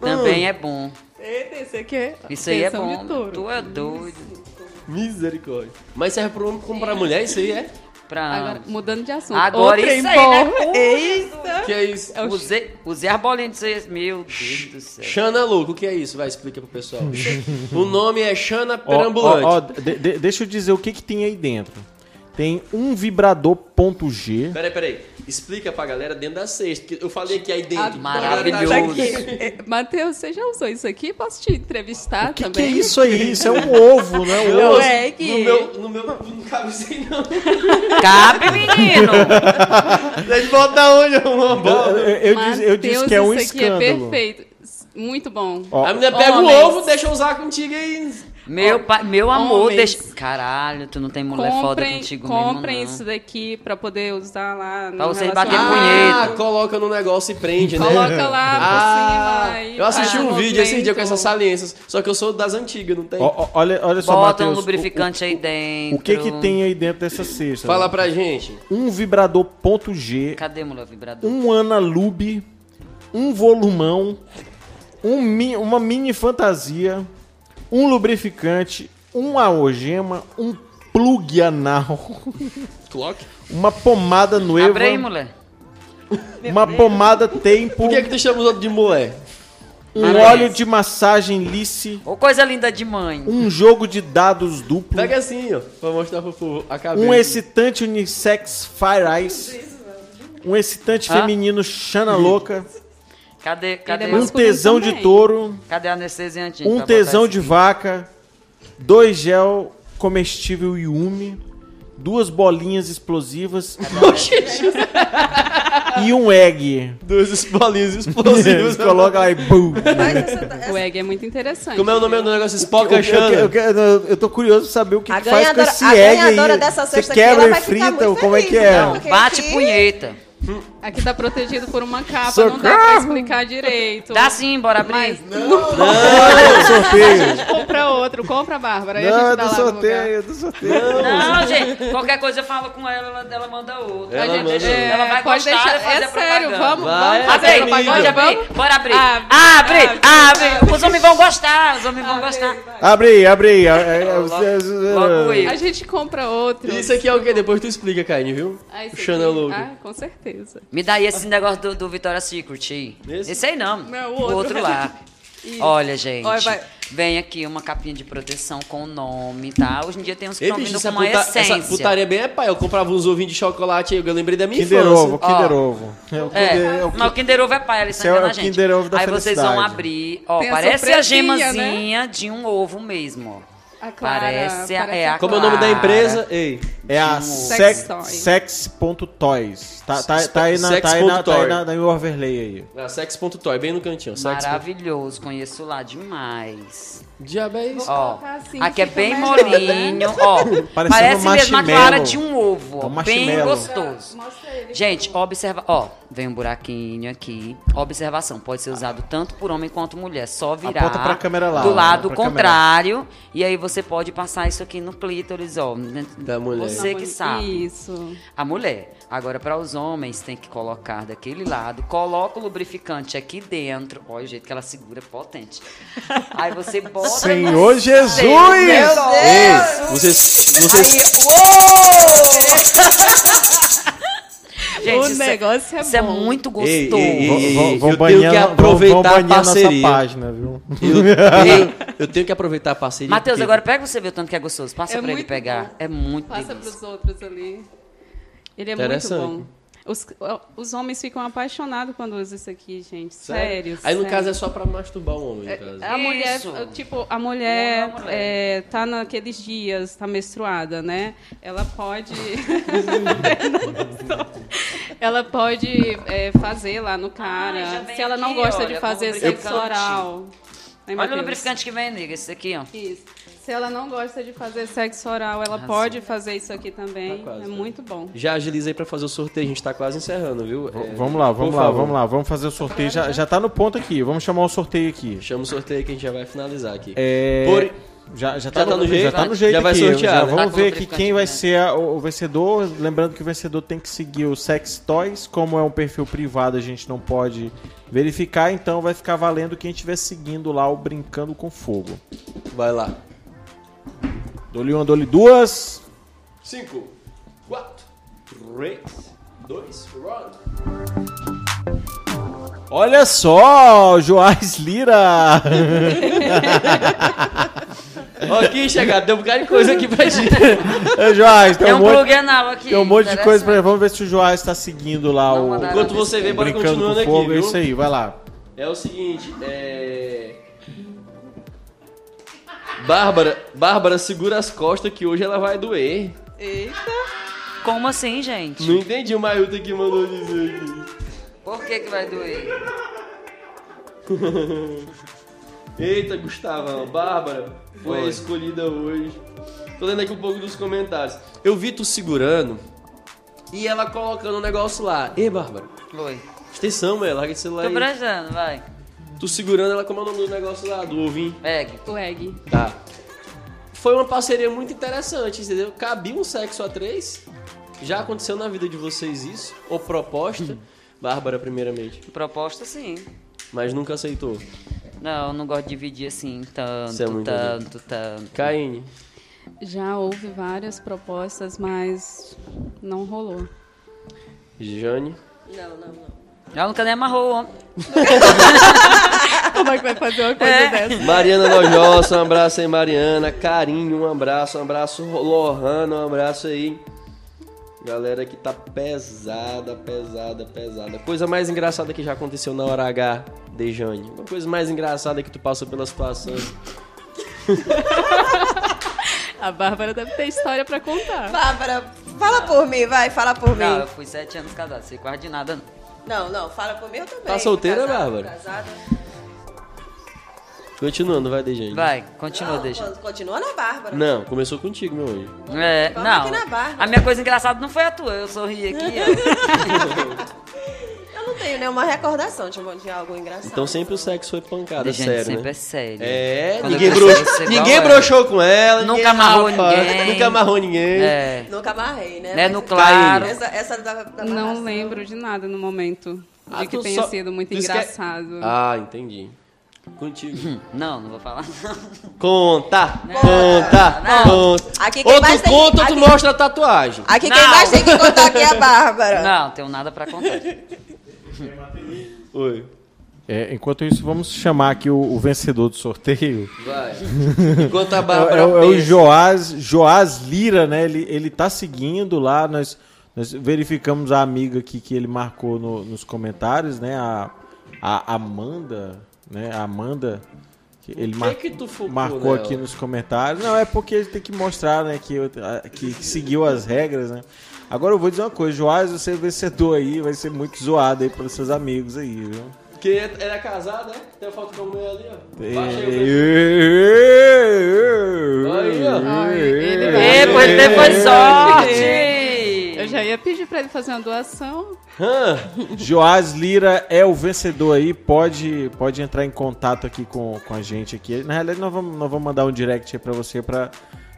[SPEAKER 4] Também é bom.
[SPEAKER 3] Eita, esse aqui é...
[SPEAKER 4] Isso aí é
[SPEAKER 3] São
[SPEAKER 4] bom.
[SPEAKER 3] Vitor.
[SPEAKER 4] Tu é doido.
[SPEAKER 1] Misericórdia. Mas serve pro homem como pra mulher, isso aí é?
[SPEAKER 4] Pra
[SPEAKER 3] Agora, mudando de assunto.
[SPEAKER 4] Agora
[SPEAKER 3] Outra
[SPEAKER 4] isso aí, né?
[SPEAKER 3] embora.
[SPEAKER 4] Uh,
[SPEAKER 1] Que é isso?
[SPEAKER 3] É o
[SPEAKER 4] Usei, usei a bolinha de vocês. Meu Deus do céu.
[SPEAKER 1] Xana Louco, o que é isso? Vai, explica pro pessoal. o nome é Xana
[SPEAKER 5] Ó,
[SPEAKER 1] Perambulante.
[SPEAKER 5] ó, ó, de- de- deixa eu dizer o que, que tem aí dentro. Tem um vibrador ponto G.
[SPEAKER 1] Peraí, peraí. Explica pra galera dentro da cesta. porque Eu falei que aí dentro.
[SPEAKER 4] Ah, Maravilhoso.
[SPEAKER 1] Tá aqui.
[SPEAKER 3] É, Matheus, você já usou isso aqui? Posso te entrevistar
[SPEAKER 5] O que, que é
[SPEAKER 3] também?
[SPEAKER 5] isso aí? Isso é um ovo, né? Um
[SPEAKER 1] Eu-
[SPEAKER 5] ovo.
[SPEAKER 3] é que-
[SPEAKER 1] No meu, no meu não cabe isso aí, não.
[SPEAKER 4] Cabe, menino!
[SPEAKER 1] Deixa eu botar onde? Uma
[SPEAKER 5] Eu,
[SPEAKER 1] bola.
[SPEAKER 5] eu- eu disse, eu
[SPEAKER 3] Matheus,
[SPEAKER 5] disse que é um
[SPEAKER 3] isso
[SPEAKER 5] escândalo.
[SPEAKER 3] aqui é perfeito. S- Muito bom.
[SPEAKER 5] Ó,
[SPEAKER 1] A menina pega o
[SPEAKER 3] Homens.
[SPEAKER 1] ovo, deixa eu usar contigo aí.
[SPEAKER 4] Meu, pai, meu amor,
[SPEAKER 3] homens.
[SPEAKER 4] deixa. Caralho, tu não tem mulher foda
[SPEAKER 3] comprem
[SPEAKER 4] contigo
[SPEAKER 3] comprem
[SPEAKER 4] mesmo.
[SPEAKER 3] isso
[SPEAKER 4] Não.
[SPEAKER 3] daqui pra poder usar lá no
[SPEAKER 4] Pra vocês baterem
[SPEAKER 3] relacionamento.
[SPEAKER 1] Ah,
[SPEAKER 4] punheta.
[SPEAKER 1] coloca no negócio e prende, né?
[SPEAKER 3] Coloca lá por
[SPEAKER 1] Ah,
[SPEAKER 3] cima e
[SPEAKER 1] eu assisti
[SPEAKER 3] faz
[SPEAKER 1] um vídeo esse dia com
[SPEAKER 3] movimento.
[SPEAKER 1] essas saliências, só que eu sou das antigas, não tem?
[SPEAKER 5] Ó, ó, olha, olha só,
[SPEAKER 4] Bota um
[SPEAKER 5] Matheus, o-
[SPEAKER 4] lubrificante aí
[SPEAKER 5] O,
[SPEAKER 4] dentro.
[SPEAKER 5] o que que tem aí dentro dessa cesta?
[SPEAKER 1] Fala pra gente.
[SPEAKER 5] Um vibrador ponto G,
[SPEAKER 4] Cadê mulher vibrador?
[SPEAKER 5] um analube, um volumão, um mi- uma mini fantasia, um lubrificante, um algema, um plug anal,
[SPEAKER 1] Clock?
[SPEAKER 5] uma pomada noiva,
[SPEAKER 4] Abre aí, mulher.
[SPEAKER 5] uma pomada tempo,
[SPEAKER 1] Por que, é que tu chama os outros de mulher?
[SPEAKER 5] um óleo de massagem lice,
[SPEAKER 4] Ô, coisa linda de mãe.
[SPEAKER 5] um jogo de dados duplo,
[SPEAKER 1] Pega assim, ó, pra mostrar pro povo a cabeça.
[SPEAKER 5] um excitante unissex Fire Ice, um excitante
[SPEAKER 4] Hã?
[SPEAKER 5] feminino Xana Louca,
[SPEAKER 4] Cadê, cadê,
[SPEAKER 3] Ele é
[SPEAKER 5] um
[SPEAKER 3] Mas por
[SPEAKER 5] tesão
[SPEAKER 3] também.
[SPEAKER 5] de touro,
[SPEAKER 4] cadê a anestesiante? gente, pra
[SPEAKER 5] um
[SPEAKER 4] botar
[SPEAKER 5] tesão
[SPEAKER 4] isso
[SPEAKER 5] de
[SPEAKER 4] aqui?
[SPEAKER 5] vaca, dois gel comestível Yumi, duas bolinhas explosivas
[SPEAKER 2] É né?
[SPEAKER 5] e um egg.
[SPEAKER 1] Dois bolinhos explosivos.
[SPEAKER 5] Eles colocam aí, bum.
[SPEAKER 2] Mas essa-
[SPEAKER 3] O
[SPEAKER 2] essa-
[SPEAKER 3] egg é muito interessante.
[SPEAKER 1] Como é o nome do negócio?
[SPEAKER 5] Eu,
[SPEAKER 1] Spock
[SPEAKER 5] eu, eu,
[SPEAKER 1] Xana.
[SPEAKER 5] eu- eu tô curioso pra saber o que,
[SPEAKER 2] A
[SPEAKER 5] que faz com
[SPEAKER 2] ganhadora-
[SPEAKER 5] esse
[SPEAKER 2] a
[SPEAKER 5] egg
[SPEAKER 2] ganhadora
[SPEAKER 5] aí.
[SPEAKER 2] dessa
[SPEAKER 5] Você
[SPEAKER 2] cesta aqui, ela
[SPEAKER 5] quebra e
[SPEAKER 2] vai ficar
[SPEAKER 5] frita,
[SPEAKER 2] muito
[SPEAKER 5] ou como é que
[SPEAKER 2] feliz,
[SPEAKER 5] é?
[SPEAKER 2] não.
[SPEAKER 4] Bate
[SPEAKER 2] Aqui.
[SPEAKER 4] punheta.
[SPEAKER 3] Aqui tá protegido por uma capa, não dá pra explicar direito.
[SPEAKER 4] Dá sim, bora abrir.
[SPEAKER 5] Não, Ah, sorteio.
[SPEAKER 3] Compra outro, compra a Bárbara. e a
[SPEAKER 5] Não,
[SPEAKER 3] gente
[SPEAKER 5] é
[SPEAKER 3] dá
[SPEAKER 5] do
[SPEAKER 3] lá no lugar.
[SPEAKER 5] sorteio, é do sorteio.
[SPEAKER 4] Não, gente, qualquer coisa eu falo com ela, ela, ela manda outra.
[SPEAKER 1] Ela
[SPEAKER 4] a gente,
[SPEAKER 1] manda.
[SPEAKER 4] deixa- ela vai
[SPEAKER 3] é, pode
[SPEAKER 4] gostar,
[SPEAKER 3] deixar.
[SPEAKER 4] vai fazer
[SPEAKER 3] É sério,
[SPEAKER 4] propaganda.
[SPEAKER 3] vamos,
[SPEAKER 1] Vai,
[SPEAKER 3] vamos
[SPEAKER 4] Abre
[SPEAKER 3] fazer
[SPEAKER 4] aí,
[SPEAKER 1] propaganda.
[SPEAKER 4] pode abrir, bora abrir.
[SPEAKER 3] Abre,
[SPEAKER 4] Abre,
[SPEAKER 3] abre,
[SPEAKER 4] abre, Os homens vão gostar, os homens vão gostar.
[SPEAKER 5] Abre aí, abre aí. É, é,
[SPEAKER 4] Logo-
[SPEAKER 5] é, é,
[SPEAKER 4] logo eu.
[SPEAKER 3] A gente compra outro.
[SPEAKER 1] Isso aqui é o quê? Depois tu explica, Karine, viu?
[SPEAKER 3] Ah, esse
[SPEAKER 1] Xana
[SPEAKER 3] aqui?
[SPEAKER 1] Logo.
[SPEAKER 3] Ah, com certeza.
[SPEAKER 4] Me dá aí esse negócio do, do Vitória Secret aí.
[SPEAKER 1] Esse?
[SPEAKER 4] Esse? aí não.
[SPEAKER 3] Não, o
[SPEAKER 4] o
[SPEAKER 3] outro.
[SPEAKER 4] outro, lá. Olha, gente.
[SPEAKER 3] Olha, vai.
[SPEAKER 4] Vem aqui uma capinha de proteção com o nome, tá? Hoje em dia tem uns que
[SPEAKER 1] Ei,
[SPEAKER 4] estão
[SPEAKER 1] bicho,
[SPEAKER 4] vindo com
[SPEAKER 1] essa,
[SPEAKER 4] uma
[SPEAKER 1] é
[SPEAKER 3] é
[SPEAKER 1] puta-
[SPEAKER 4] essência.
[SPEAKER 1] essa putaria bem é pai. Eu comprava uns ovinhos de chocolate aí, eu lembrei da minha
[SPEAKER 5] Kinder
[SPEAKER 1] infância.
[SPEAKER 5] Ovo, Kinder
[SPEAKER 4] Ó.
[SPEAKER 5] Ovo. É o
[SPEAKER 4] É,
[SPEAKER 5] Kinder- é o
[SPEAKER 4] mas o Kinder Ovo é pai, eles
[SPEAKER 5] Esse
[SPEAKER 4] estão
[SPEAKER 5] é o
[SPEAKER 4] enganando a gente.
[SPEAKER 5] Kinder Ovo da
[SPEAKER 4] Aí vocês vão
[SPEAKER 5] felicidade.
[SPEAKER 4] abrir, ó,
[SPEAKER 3] Tem a
[SPEAKER 4] parece a
[SPEAKER 3] surpresinha,
[SPEAKER 4] gemazinha de um ovo mesmo, ó.
[SPEAKER 3] A Clara,
[SPEAKER 4] parece, a,
[SPEAKER 3] parece
[SPEAKER 4] é
[SPEAKER 3] a
[SPEAKER 4] a
[SPEAKER 1] Como é o nome da
[SPEAKER 4] Clara.
[SPEAKER 1] empresa? Ei.
[SPEAKER 5] É a
[SPEAKER 3] Sex
[SPEAKER 5] sex-
[SPEAKER 3] Toy.
[SPEAKER 5] sex.toys. Tá, tá, tá aí na,
[SPEAKER 1] Sex
[SPEAKER 5] tá aí na,
[SPEAKER 1] ponto
[SPEAKER 5] tá aí
[SPEAKER 1] toy.
[SPEAKER 5] na, na minha overlay aí.
[SPEAKER 1] Ah, sex.toy, bem no cantinho. Sex.
[SPEAKER 4] Maravilhoso, conheço lá demais.
[SPEAKER 1] Diabo é isso?
[SPEAKER 4] Ó,
[SPEAKER 3] colocar assim,
[SPEAKER 4] aqui é
[SPEAKER 3] fica
[SPEAKER 4] bem
[SPEAKER 3] melhor, né?
[SPEAKER 4] molinho, ó. Parece mesmo a
[SPEAKER 5] marshmallow.
[SPEAKER 4] clara de um ovo,
[SPEAKER 5] É um
[SPEAKER 4] ó, bem
[SPEAKER 5] marshmallow.
[SPEAKER 3] Tá,
[SPEAKER 4] gostoso. Gente, observa, ó, vem um buraquinho aqui. Observação, pode ser usado tanto por homem quanto mulher. Só virar
[SPEAKER 5] Aponta pra câmera lá,
[SPEAKER 4] do
[SPEAKER 5] ó,
[SPEAKER 4] lado
[SPEAKER 5] pra câmera.
[SPEAKER 4] contrário e aí você pode passar isso aqui no clítoris, ó. né?
[SPEAKER 1] Da mulher.
[SPEAKER 4] Você que sabe.
[SPEAKER 3] Isso.
[SPEAKER 4] A mulher. Agora, para os homens, tem que colocar daquele lado. Coloca o lubrificante aqui dentro. Olha o jeito que ela segura, é potente. Aí você bota. no
[SPEAKER 5] Senhor
[SPEAKER 3] é
[SPEAKER 5] Jesus!
[SPEAKER 4] Meu
[SPEAKER 5] Ei,
[SPEAKER 1] Vocês, vocês,
[SPEAKER 4] Gente,
[SPEAKER 3] o
[SPEAKER 4] isso é-
[SPEAKER 3] negócio é
[SPEAKER 4] Isso é
[SPEAKER 3] bom.
[SPEAKER 4] muito
[SPEAKER 1] Ei,
[SPEAKER 4] gostoso.
[SPEAKER 1] ei, ei, ei.
[SPEAKER 5] vão-
[SPEAKER 1] eu
[SPEAKER 5] vão
[SPEAKER 1] tenho
[SPEAKER 5] banhar-
[SPEAKER 1] que
[SPEAKER 5] vão- vão
[SPEAKER 1] aproveitar a
[SPEAKER 5] banhar nossa
[SPEAKER 1] parceria.
[SPEAKER 5] página, viu?
[SPEAKER 1] eu, eu tenho que aproveitar a parceria.
[SPEAKER 4] Matheus,
[SPEAKER 1] porque-
[SPEAKER 4] agora pega você ver o tanto que é gostoso. Passa
[SPEAKER 3] É
[SPEAKER 4] pra ele
[SPEAKER 3] muito
[SPEAKER 4] pegar.
[SPEAKER 3] bom.
[SPEAKER 4] É muito
[SPEAKER 3] Passa
[SPEAKER 4] delícia.
[SPEAKER 3] pros outros ali. Ele é muito
[SPEAKER 1] Interessante.
[SPEAKER 3] bom. Os, os homens ficam apaixonados quando usam isso aqui, gente. Sério.
[SPEAKER 1] Sério? Aí, no
[SPEAKER 3] sério. é.
[SPEAKER 1] caso, é só pra masturbar o homem, no caso.
[SPEAKER 3] A mulher,
[SPEAKER 4] Isso.
[SPEAKER 3] tipo, a mulher,
[SPEAKER 4] Uma mulher.
[SPEAKER 3] é, tá naqueles dias, tá menstruada, né? Ela pode. ela pode é, fazer lá no
[SPEAKER 4] Ai, já
[SPEAKER 3] cara.
[SPEAKER 4] Ah, vem
[SPEAKER 3] Se ela não
[SPEAKER 4] aqui,
[SPEAKER 3] gosta
[SPEAKER 4] olha,
[SPEAKER 3] de
[SPEAKER 4] com
[SPEAKER 3] fazer
[SPEAKER 4] lubrificante.
[SPEAKER 3] sexo oral. Né,
[SPEAKER 4] Olha o
[SPEAKER 3] Matheus?
[SPEAKER 4] lubrificante que vem, nega, esse aqui, ó.
[SPEAKER 3] Isso. Se ela não gosta de fazer sexo oral, ela
[SPEAKER 4] Arrasou.
[SPEAKER 3] pode fazer isso aqui também.
[SPEAKER 1] Tá quase,
[SPEAKER 3] é
[SPEAKER 1] né?
[SPEAKER 3] muito bom.
[SPEAKER 1] Já agilizei pra fazer o sorteio, a gente tá quase encerrando, viu?
[SPEAKER 5] V-
[SPEAKER 1] É,
[SPEAKER 5] Vamos lá,
[SPEAKER 1] por
[SPEAKER 5] vamos lá,
[SPEAKER 1] favor.
[SPEAKER 5] vamos lá. Vamos fazer o sorteio. Já, já tá no ponto aqui. Vamos chamar o sorteio aqui.
[SPEAKER 1] Chama o sorteio que a gente já vai finalizar aqui.
[SPEAKER 5] É,
[SPEAKER 1] Por-
[SPEAKER 5] Já, já, tá
[SPEAKER 1] tá
[SPEAKER 5] no,
[SPEAKER 1] no
[SPEAKER 5] já
[SPEAKER 1] jeito,
[SPEAKER 5] tá
[SPEAKER 1] né?
[SPEAKER 5] no jeito
[SPEAKER 1] Já vai
[SPEAKER 5] aqui.
[SPEAKER 1] sortear,
[SPEAKER 5] já
[SPEAKER 1] né?
[SPEAKER 5] vamos
[SPEAKER 4] Tá com
[SPEAKER 5] ver
[SPEAKER 4] o
[SPEAKER 5] aqui
[SPEAKER 4] lubrificante
[SPEAKER 5] quem vai
[SPEAKER 4] também.
[SPEAKER 5] ser a- o o vencedor. Lembrando que o vencedor tem que seguir o Sex Toys. Como é um perfil privado, a gente não pode verificar. Então vai ficar valendo quem estiver seguindo lá o Brincando com Fogo.
[SPEAKER 1] Vai lá.
[SPEAKER 5] Dou-lhe uma, dou-lhe duas.
[SPEAKER 1] 5, 4, 3, 2, run.
[SPEAKER 5] Olha só, Joás Lira.
[SPEAKER 1] Ok, chegado, deu um bocado de coisa aqui pra gente.
[SPEAKER 5] Ô, Joás, tem
[SPEAKER 4] É
[SPEAKER 5] um
[SPEAKER 4] um
[SPEAKER 5] monte,
[SPEAKER 4] plug anal aqui.
[SPEAKER 5] tem um monte de coisa pra
[SPEAKER 4] interessante.
[SPEAKER 5] Vamos ver se o Joás tá seguindo lá
[SPEAKER 4] Não,
[SPEAKER 5] o...
[SPEAKER 4] mandaram.
[SPEAKER 1] Enquanto você vê, bora
[SPEAKER 5] Brincando
[SPEAKER 1] continuando
[SPEAKER 5] com
[SPEAKER 1] aqui,
[SPEAKER 5] fogo, é
[SPEAKER 1] viu?
[SPEAKER 5] isso aí, vai lá.
[SPEAKER 1] É o seguinte, é. Bárbara, Bárbara, segura as costas que hoje ela vai doer.
[SPEAKER 4] Como assim, gente?
[SPEAKER 1] Não entendi o Mailton que mandou dizer aqui.
[SPEAKER 4] Por que que vai doer?
[SPEAKER 1] Eita, Gustavão, Bárbara foi a escolhida hoje. Tô lendo aqui um pouco dos comentários. Eu vi tu segurando e ela colocando um negócio lá. Ei, Bárbara,
[SPEAKER 4] Foi.
[SPEAKER 1] extensão, mulher, larga esse celular
[SPEAKER 4] Tô
[SPEAKER 1] aí.
[SPEAKER 4] branjando, vai.
[SPEAKER 1] Tu segurando ela, como é o nome do negócio lá, do ovinho.
[SPEAKER 4] Pegue.
[SPEAKER 3] O egg.
[SPEAKER 1] Tá. Foi uma parceria muito interessante, entendeu? Cabia um sexo a três. Já aconteceu na vida de vocês isso? Ou proposta? Bárbara, primeiramente.
[SPEAKER 4] Proposta, sim.
[SPEAKER 1] Mas nunca aceitou.
[SPEAKER 4] Não, eu não gosto de dividir assim, tanto,
[SPEAKER 1] Isso é muito
[SPEAKER 4] tanto, tanto.
[SPEAKER 1] Caine.
[SPEAKER 3] Já houve várias propostas, mas não rolou.
[SPEAKER 1] Jane.
[SPEAKER 2] Não, não, não.
[SPEAKER 4] Ela nunca nem amarrou o homem.
[SPEAKER 3] Como é que vai fazer uma coisa dessa?
[SPEAKER 1] Mariana Nojosa, um abraço aí, Mariana. Carinho, um abraço. Um abraço, Lohana, um abraço aí. Galera que tá pesada, pesada, pesada. Coisa mais engraçada que já aconteceu na hora H, Dejane. Uma coisa mais engraçada que tu passou pela situação.
[SPEAKER 3] A Bárbara deve ter história pra contar.
[SPEAKER 2] Bárbara, fala por mim, vai, fala por
[SPEAKER 4] Não, eu
[SPEAKER 2] mim.
[SPEAKER 4] fui sete anos casada, sei quase de nada. não.
[SPEAKER 2] Não, não, fala por mim eu também.
[SPEAKER 1] Tá solteira,
[SPEAKER 2] Casada,
[SPEAKER 1] Bárbara?
[SPEAKER 2] Casada.
[SPEAKER 1] Continuando, vai, Dejane.
[SPEAKER 4] Vai, continua,
[SPEAKER 2] Não,
[SPEAKER 4] deixa.
[SPEAKER 2] Continua na Bárbara.
[SPEAKER 1] Não, começou contigo, meu anjo.
[SPEAKER 4] É,
[SPEAKER 2] Vamos
[SPEAKER 4] não.
[SPEAKER 2] aqui na barra.
[SPEAKER 4] A minha coisa engraçada não foi a tua, eu sorri aqui,
[SPEAKER 2] Eu não tenho nenhuma recordação de, de algo engraçado.
[SPEAKER 1] Então sempre o sexo foi pancada,
[SPEAKER 4] ó. gente,
[SPEAKER 1] sério,
[SPEAKER 4] sempre
[SPEAKER 1] né?
[SPEAKER 4] é sério.
[SPEAKER 1] É,
[SPEAKER 4] Quando eu
[SPEAKER 1] ninguém,
[SPEAKER 4] crescer,
[SPEAKER 1] broxou,
[SPEAKER 4] eu vou ser igual
[SPEAKER 1] ninguém
[SPEAKER 4] ela.
[SPEAKER 1] broxou com ela.
[SPEAKER 4] Nunca
[SPEAKER 1] ninguém-
[SPEAKER 4] amarrou
[SPEAKER 1] Rafa,
[SPEAKER 4] ninguém.
[SPEAKER 1] Nunca amarrou ninguém.
[SPEAKER 4] É.
[SPEAKER 2] Nunca amarrei, né?
[SPEAKER 4] Né,
[SPEAKER 2] Mas-
[SPEAKER 4] no claro.
[SPEAKER 2] Essa, essa da, da
[SPEAKER 3] Não
[SPEAKER 2] amarração.
[SPEAKER 3] lembro de nada no momento. De
[SPEAKER 1] Ah,
[SPEAKER 3] que
[SPEAKER 1] tu
[SPEAKER 3] tenha
[SPEAKER 1] só-
[SPEAKER 3] sido muito
[SPEAKER 1] tu esque-
[SPEAKER 3] engraçado.
[SPEAKER 1] Ah, entendi. Contigo.
[SPEAKER 4] Hum, Não, não vou falar. não.
[SPEAKER 1] Conta, conta,
[SPEAKER 4] não.
[SPEAKER 1] conta.
[SPEAKER 2] Aqui quem
[SPEAKER 1] ou
[SPEAKER 2] mais
[SPEAKER 1] tu
[SPEAKER 2] tem-
[SPEAKER 1] conta ou tu
[SPEAKER 2] aqui-
[SPEAKER 1] mostra a tatuagem.
[SPEAKER 2] Aqui quem
[SPEAKER 4] Não.
[SPEAKER 2] mais tem que contar aqui é a Bárbara.
[SPEAKER 4] Não, tenho nada pra contar.
[SPEAKER 1] Oi.
[SPEAKER 5] É, enquanto isso, vamos chamar aqui o, o vencedor do sorteio.
[SPEAKER 1] Vai. Enquanto a
[SPEAKER 5] É,
[SPEAKER 1] Bárbara
[SPEAKER 5] é o- é o
[SPEAKER 1] pensa.
[SPEAKER 5] Joás, Joás Lira, né? Ele, ele tá seguindo lá. Nós, nós verificamos a amiga aqui que ele marcou no- nos comentários, né? A, a Amanda, né? A Amanda. que ele
[SPEAKER 1] Por
[SPEAKER 5] mar-
[SPEAKER 1] que que tu focou
[SPEAKER 5] marcou
[SPEAKER 1] nela?
[SPEAKER 5] aqui nos comentários. Não, é porque ele tem que mostrar, né? Que, eu- a- que, que seguiu as regras, né? Agora eu vou dizer uma coisa, Joás, você é vencedor aí, vai ser muito zoado aí pelos seus amigos aí, viu?
[SPEAKER 1] Porque ela é casada, né? Tem a foto com a mulher ali, ó. Baixa aí o perfil. Aí, ó.
[SPEAKER 3] Ai, ele vai-
[SPEAKER 4] Ei, pois ele teve foi sorte!
[SPEAKER 3] Eu já ia pedir pra ele fazer uma doação.
[SPEAKER 1] Hã?
[SPEAKER 5] Joás Lira é o vencedor aí, pode, pode entrar em contato aqui com, com a gente aqui. Na realidade, nós vamos, nós vamos mandar um direct aí pra você pra,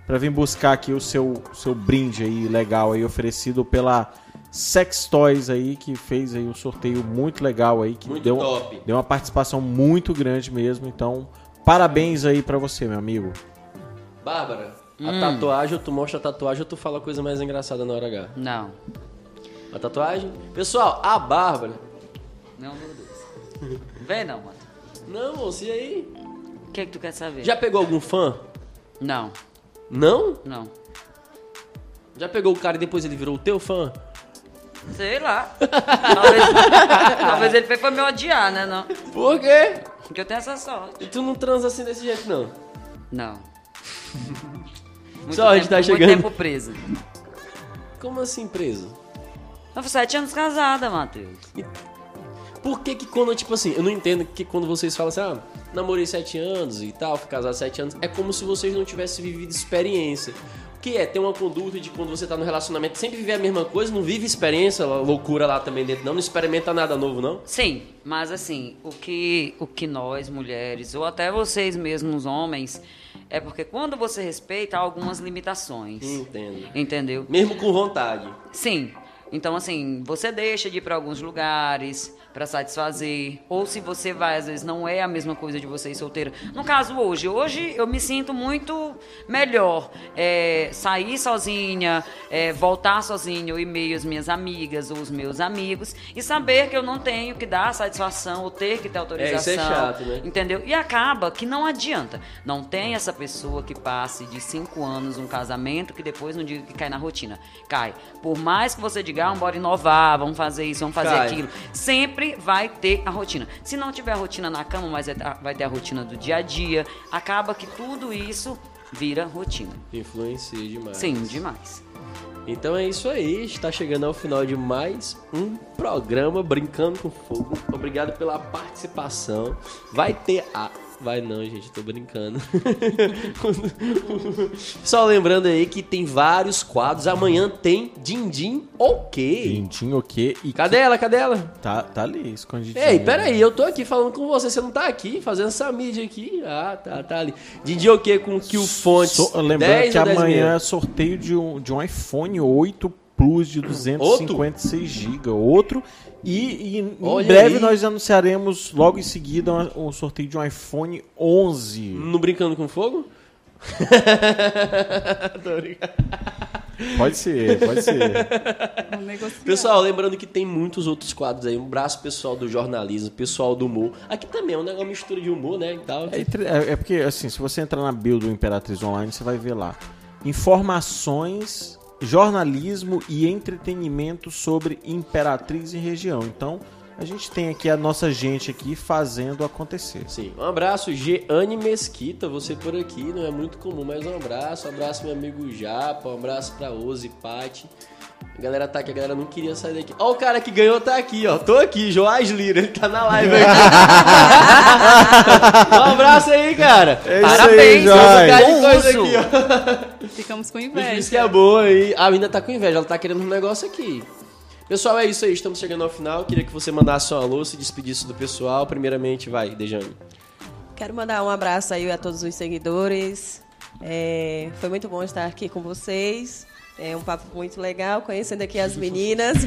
[SPEAKER 5] pra vir buscar aqui o seu, seu brinde aí legal aí, oferecido pela Sex Toys aí, que fez aí um sorteio muito legal aí, que
[SPEAKER 1] Muito
[SPEAKER 5] deu,
[SPEAKER 1] top.
[SPEAKER 5] deu uma participação muito grande mesmo, então parabéns aí pra você, meu amigo.
[SPEAKER 1] Bárbara,
[SPEAKER 4] Hum.
[SPEAKER 1] a tatuagem, ou tu mostra a tatuagem ou tu fala a coisa mais engraçada na hora H?
[SPEAKER 4] Não,
[SPEAKER 1] A tatuagem? Pessoal, a Bárbara.
[SPEAKER 4] não meu Deus. Vem não, mano.
[SPEAKER 1] Não, moço, e aí?
[SPEAKER 4] O que é que tu quer saber?
[SPEAKER 1] Já pegou algum fã?
[SPEAKER 4] Não,
[SPEAKER 1] Não?
[SPEAKER 4] não.
[SPEAKER 1] Já pegou o cara e depois ele virou o teu fã?
[SPEAKER 4] Sei lá. Talvez, talvez ele foi pra me odiar, né? Não.
[SPEAKER 1] Por quê?
[SPEAKER 4] Porque eu tenho essa sorte.
[SPEAKER 1] E tu não transa assim desse jeito, não.
[SPEAKER 4] Não. Muito
[SPEAKER 1] Só a gente
[SPEAKER 4] tempo-
[SPEAKER 1] tá chegando.
[SPEAKER 4] Muito tempo presa.
[SPEAKER 1] Como assim preso?
[SPEAKER 4] Eu fui sete anos casada, Matheus.
[SPEAKER 1] E- Por que que quando, tipo assim, eu não entendo que quando vocês falam assim, ah, namorei sete anos e tal, fui casado sete anos, é como se vocês não tivessem vivido experiência. O que é ter uma conduta de quando você tá no relacionamento, sempre viver a mesma coisa, não vive experiência, loucura lá também dentro, não, não experimenta nada novo, não?
[SPEAKER 4] Sim, mas assim, o que, o que nós mulheres, ou até vocês mesmos homens, é porque quando você respeita há algumas limitações.
[SPEAKER 1] Entendo.
[SPEAKER 4] Entendeu?
[SPEAKER 1] Mesmo com vontade.
[SPEAKER 4] Sim. Então, assim, você deixa de ir para alguns lugares para satisfazer. Ou se você vai, às vezes não é a mesma coisa de você ir solteira. No caso, hoje. Hoje eu me sinto muito melhor. É, sair sozinha, é, voltar sozinha, eu e meio as minhas amigas ou os meus amigos. E saber que eu não tenho que dar satisfação ou ter que ter autorização.
[SPEAKER 1] chato, né?
[SPEAKER 4] Entendeu? E acaba que não adianta. Não tem essa pessoa que passe de cinco anos um casamento que depois não diga que cai na rotina. Cai. Por mais que você diga, ah, bora inovar, vamos fazer isso, vamos fazer
[SPEAKER 1] Cai.
[SPEAKER 4] aquilo. Sempre vai ter a rotina. Se não tiver a rotina na cama, mas é- vai ter a rotina do dia a dia, acaba que tudo isso vira rotina.
[SPEAKER 1] Influencia demais.
[SPEAKER 4] Sim, demais.
[SPEAKER 1] Então é isso aí, está chegando ao final de mais um programa Brincando com Fogo. Obrigado pela participação. Vai ter a. Vai não, gente, tô brincando. Só lembrando aí que tem vários quadros. Amanhã tem Dindim ok.
[SPEAKER 5] Lindinho o quê? E
[SPEAKER 1] Cadê ela? Cadê ela?
[SPEAKER 5] Tá, tá ali, escondidinho.
[SPEAKER 1] Ei, peraí, eu tô aqui falando com você, você não tá aqui fazendo essa mídia aqui. Ah, tá, tá ali. Dindim ok com que o Fontes.
[SPEAKER 5] So- lembrando
[SPEAKER 1] 10
[SPEAKER 5] que
[SPEAKER 1] ou 10
[SPEAKER 5] amanhã
[SPEAKER 1] mil?
[SPEAKER 5] é sorteio de um, de um iPhone 8 Plus de 256 GB. Outro. E, e em
[SPEAKER 1] Olha
[SPEAKER 5] breve
[SPEAKER 1] aí.
[SPEAKER 5] nós anunciaremos logo em seguida uma- um sorteio de um iPhone 11.
[SPEAKER 1] No Brincando com Fogo? Tô brincando.
[SPEAKER 5] Pode ser, pode ser.
[SPEAKER 3] Vamos negociar.
[SPEAKER 1] Pessoal, lembrando que tem muitos outros quadros aí. Um braço pessoal do jornalismo, pessoal do humor. Aqui também é um negócio, uma mistura de humor, né? E tal.
[SPEAKER 5] É, entre- é- é porque, assim, se você entrar na build do Imperatriz Online, você vai ver lá. Informações, jornalismo e entretenimento sobre Imperatriz e região. Então, a gente tem aqui a nossa gente aqui fazendo acontecer.
[SPEAKER 1] Sim. Um abraço, Geane Mesquita. Você por aqui, não é muito comum, mas um abraço. Um abraço, meu amigo Japa. Um abraço pra Ozzy, Pati. A galera tá aqui, a galera não queria sair daqui. Ó, o cara que ganhou tá aqui, ó. Tô aqui, Joás Lira. Ele tá na live aqui. um abraço aí, cara.
[SPEAKER 5] É
[SPEAKER 4] isso Parabéns, aí,
[SPEAKER 1] Tem um
[SPEAKER 4] Joás.
[SPEAKER 1] bocado de
[SPEAKER 4] Bom
[SPEAKER 1] coisa aqui,
[SPEAKER 4] uso.
[SPEAKER 1] ó.
[SPEAKER 3] Ficamos com
[SPEAKER 1] Bicho, Isso
[SPEAKER 3] inveja.
[SPEAKER 1] que é boa aí. A menina tá com inveja, ela tá querendo um negócio aqui. Pessoal, é isso aí, estamos chegando ao final. Queria que você mandasse um alô, se despedisse do pessoal. Primeiramente, vai, Dejane.
[SPEAKER 2] Quero mandar um abraço aí a todos os seguidores. É, foi muito bom estar aqui com vocês. É um papo muito legal, conhecendo aqui as meninas.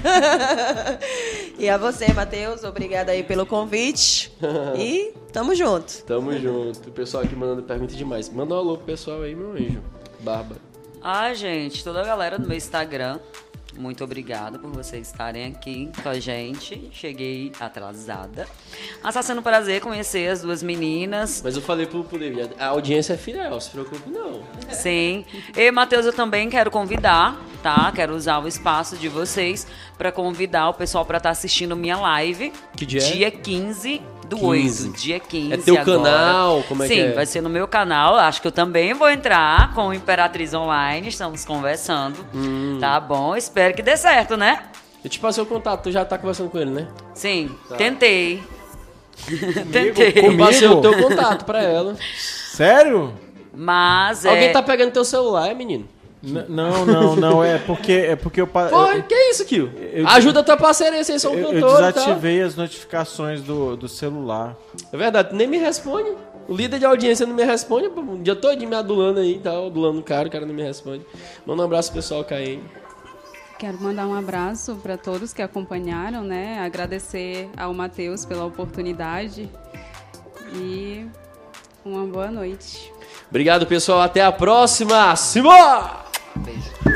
[SPEAKER 2] e a você, Matheus, obrigada aí pelo convite. E tamo junto.
[SPEAKER 1] Tamo junto. O pessoal aqui mandando pergunta demais. Manda um alô pro pessoal aí, meu anjo. Barba.
[SPEAKER 4] Ah, gente, toda a galera do meu Instagram, muito obrigada por vocês estarem aqui com a gente. Cheguei atrasada. Mas tá sendo um prazer conhecer as duas meninas.
[SPEAKER 1] Mas eu falei pro poder, a audiência é fiel, se preocupe não.
[SPEAKER 4] Sim. E, Matheus, eu também quero convidar, tá? Quero usar o espaço de vocês para convidar o pessoal para estar assistindo minha live.
[SPEAKER 1] Que dia é?
[SPEAKER 4] Dia 15 do
[SPEAKER 1] 15.
[SPEAKER 4] 8. Dia 15
[SPEAKER 1] É teu
[SPEAKER 4] agora.
[SPEAKER 1] canal? Como é
[SPEAKER 4] Sim,
[SPEAKER 1] que é?
[SPEAKER 4] vai ser no meu canal. Acho que eu também vou entrar com o Imperatriz Online. Estamos conversando.
[SPEAKER 1] Hum.
[SPEAKER 4] Tá bom? Espero que dê certo, né?
[SPEAKER 1] Eu te passei o contato, tu já tá conversando com ele, né?
[SPEAKER 4] Sim, tentei. tentei.
[SPEAKER 1] Eu passei
[SPEAKER 5] Comigo?
[SPEAKER 1] o teu contato pra ela.
[SPEAKER 5] Sério?
[SPEAKER 4] Mas
[SPEAKER 1] Alguém
[SPEAKER 4] é...
[SPEAKER 1] tá pegando teu celular, é, menino?
[SPEAKER 5] N- não, não, não. É porque, é porque eu, pa-
[SPEAKER 1] Foi, um então.
[SPEAKER 5] eu,
[SPEAKER 1] que é isso, Kio?
[SPEAKER 5] eu-
[SPEAKER 1] Ajuda tua parceira aí, vocês são
[SPEAKER 5] eu- eu
[SPEAKER 1] cantores e tal.
[SPEAKER 5] desativei as notificações do, do celular.
[SPEAKER 1] É verdade, tu nem me responde. O líder de audiência não me responde, pô, o dia todo me adulando aí, tá adulando o cara, o cara não me responde. Manda um abraço pro pessoal Caim.
[SPEAKER 3] Quero mandar um abraço para todos que acompanharam, né? Agradecer ao Matheus pela oportunidade. E uma boa noite.
[SPEAKER 1] Obrigado, pessoal, até a próxima. Simba!
[SPEAKER 4] Beijo.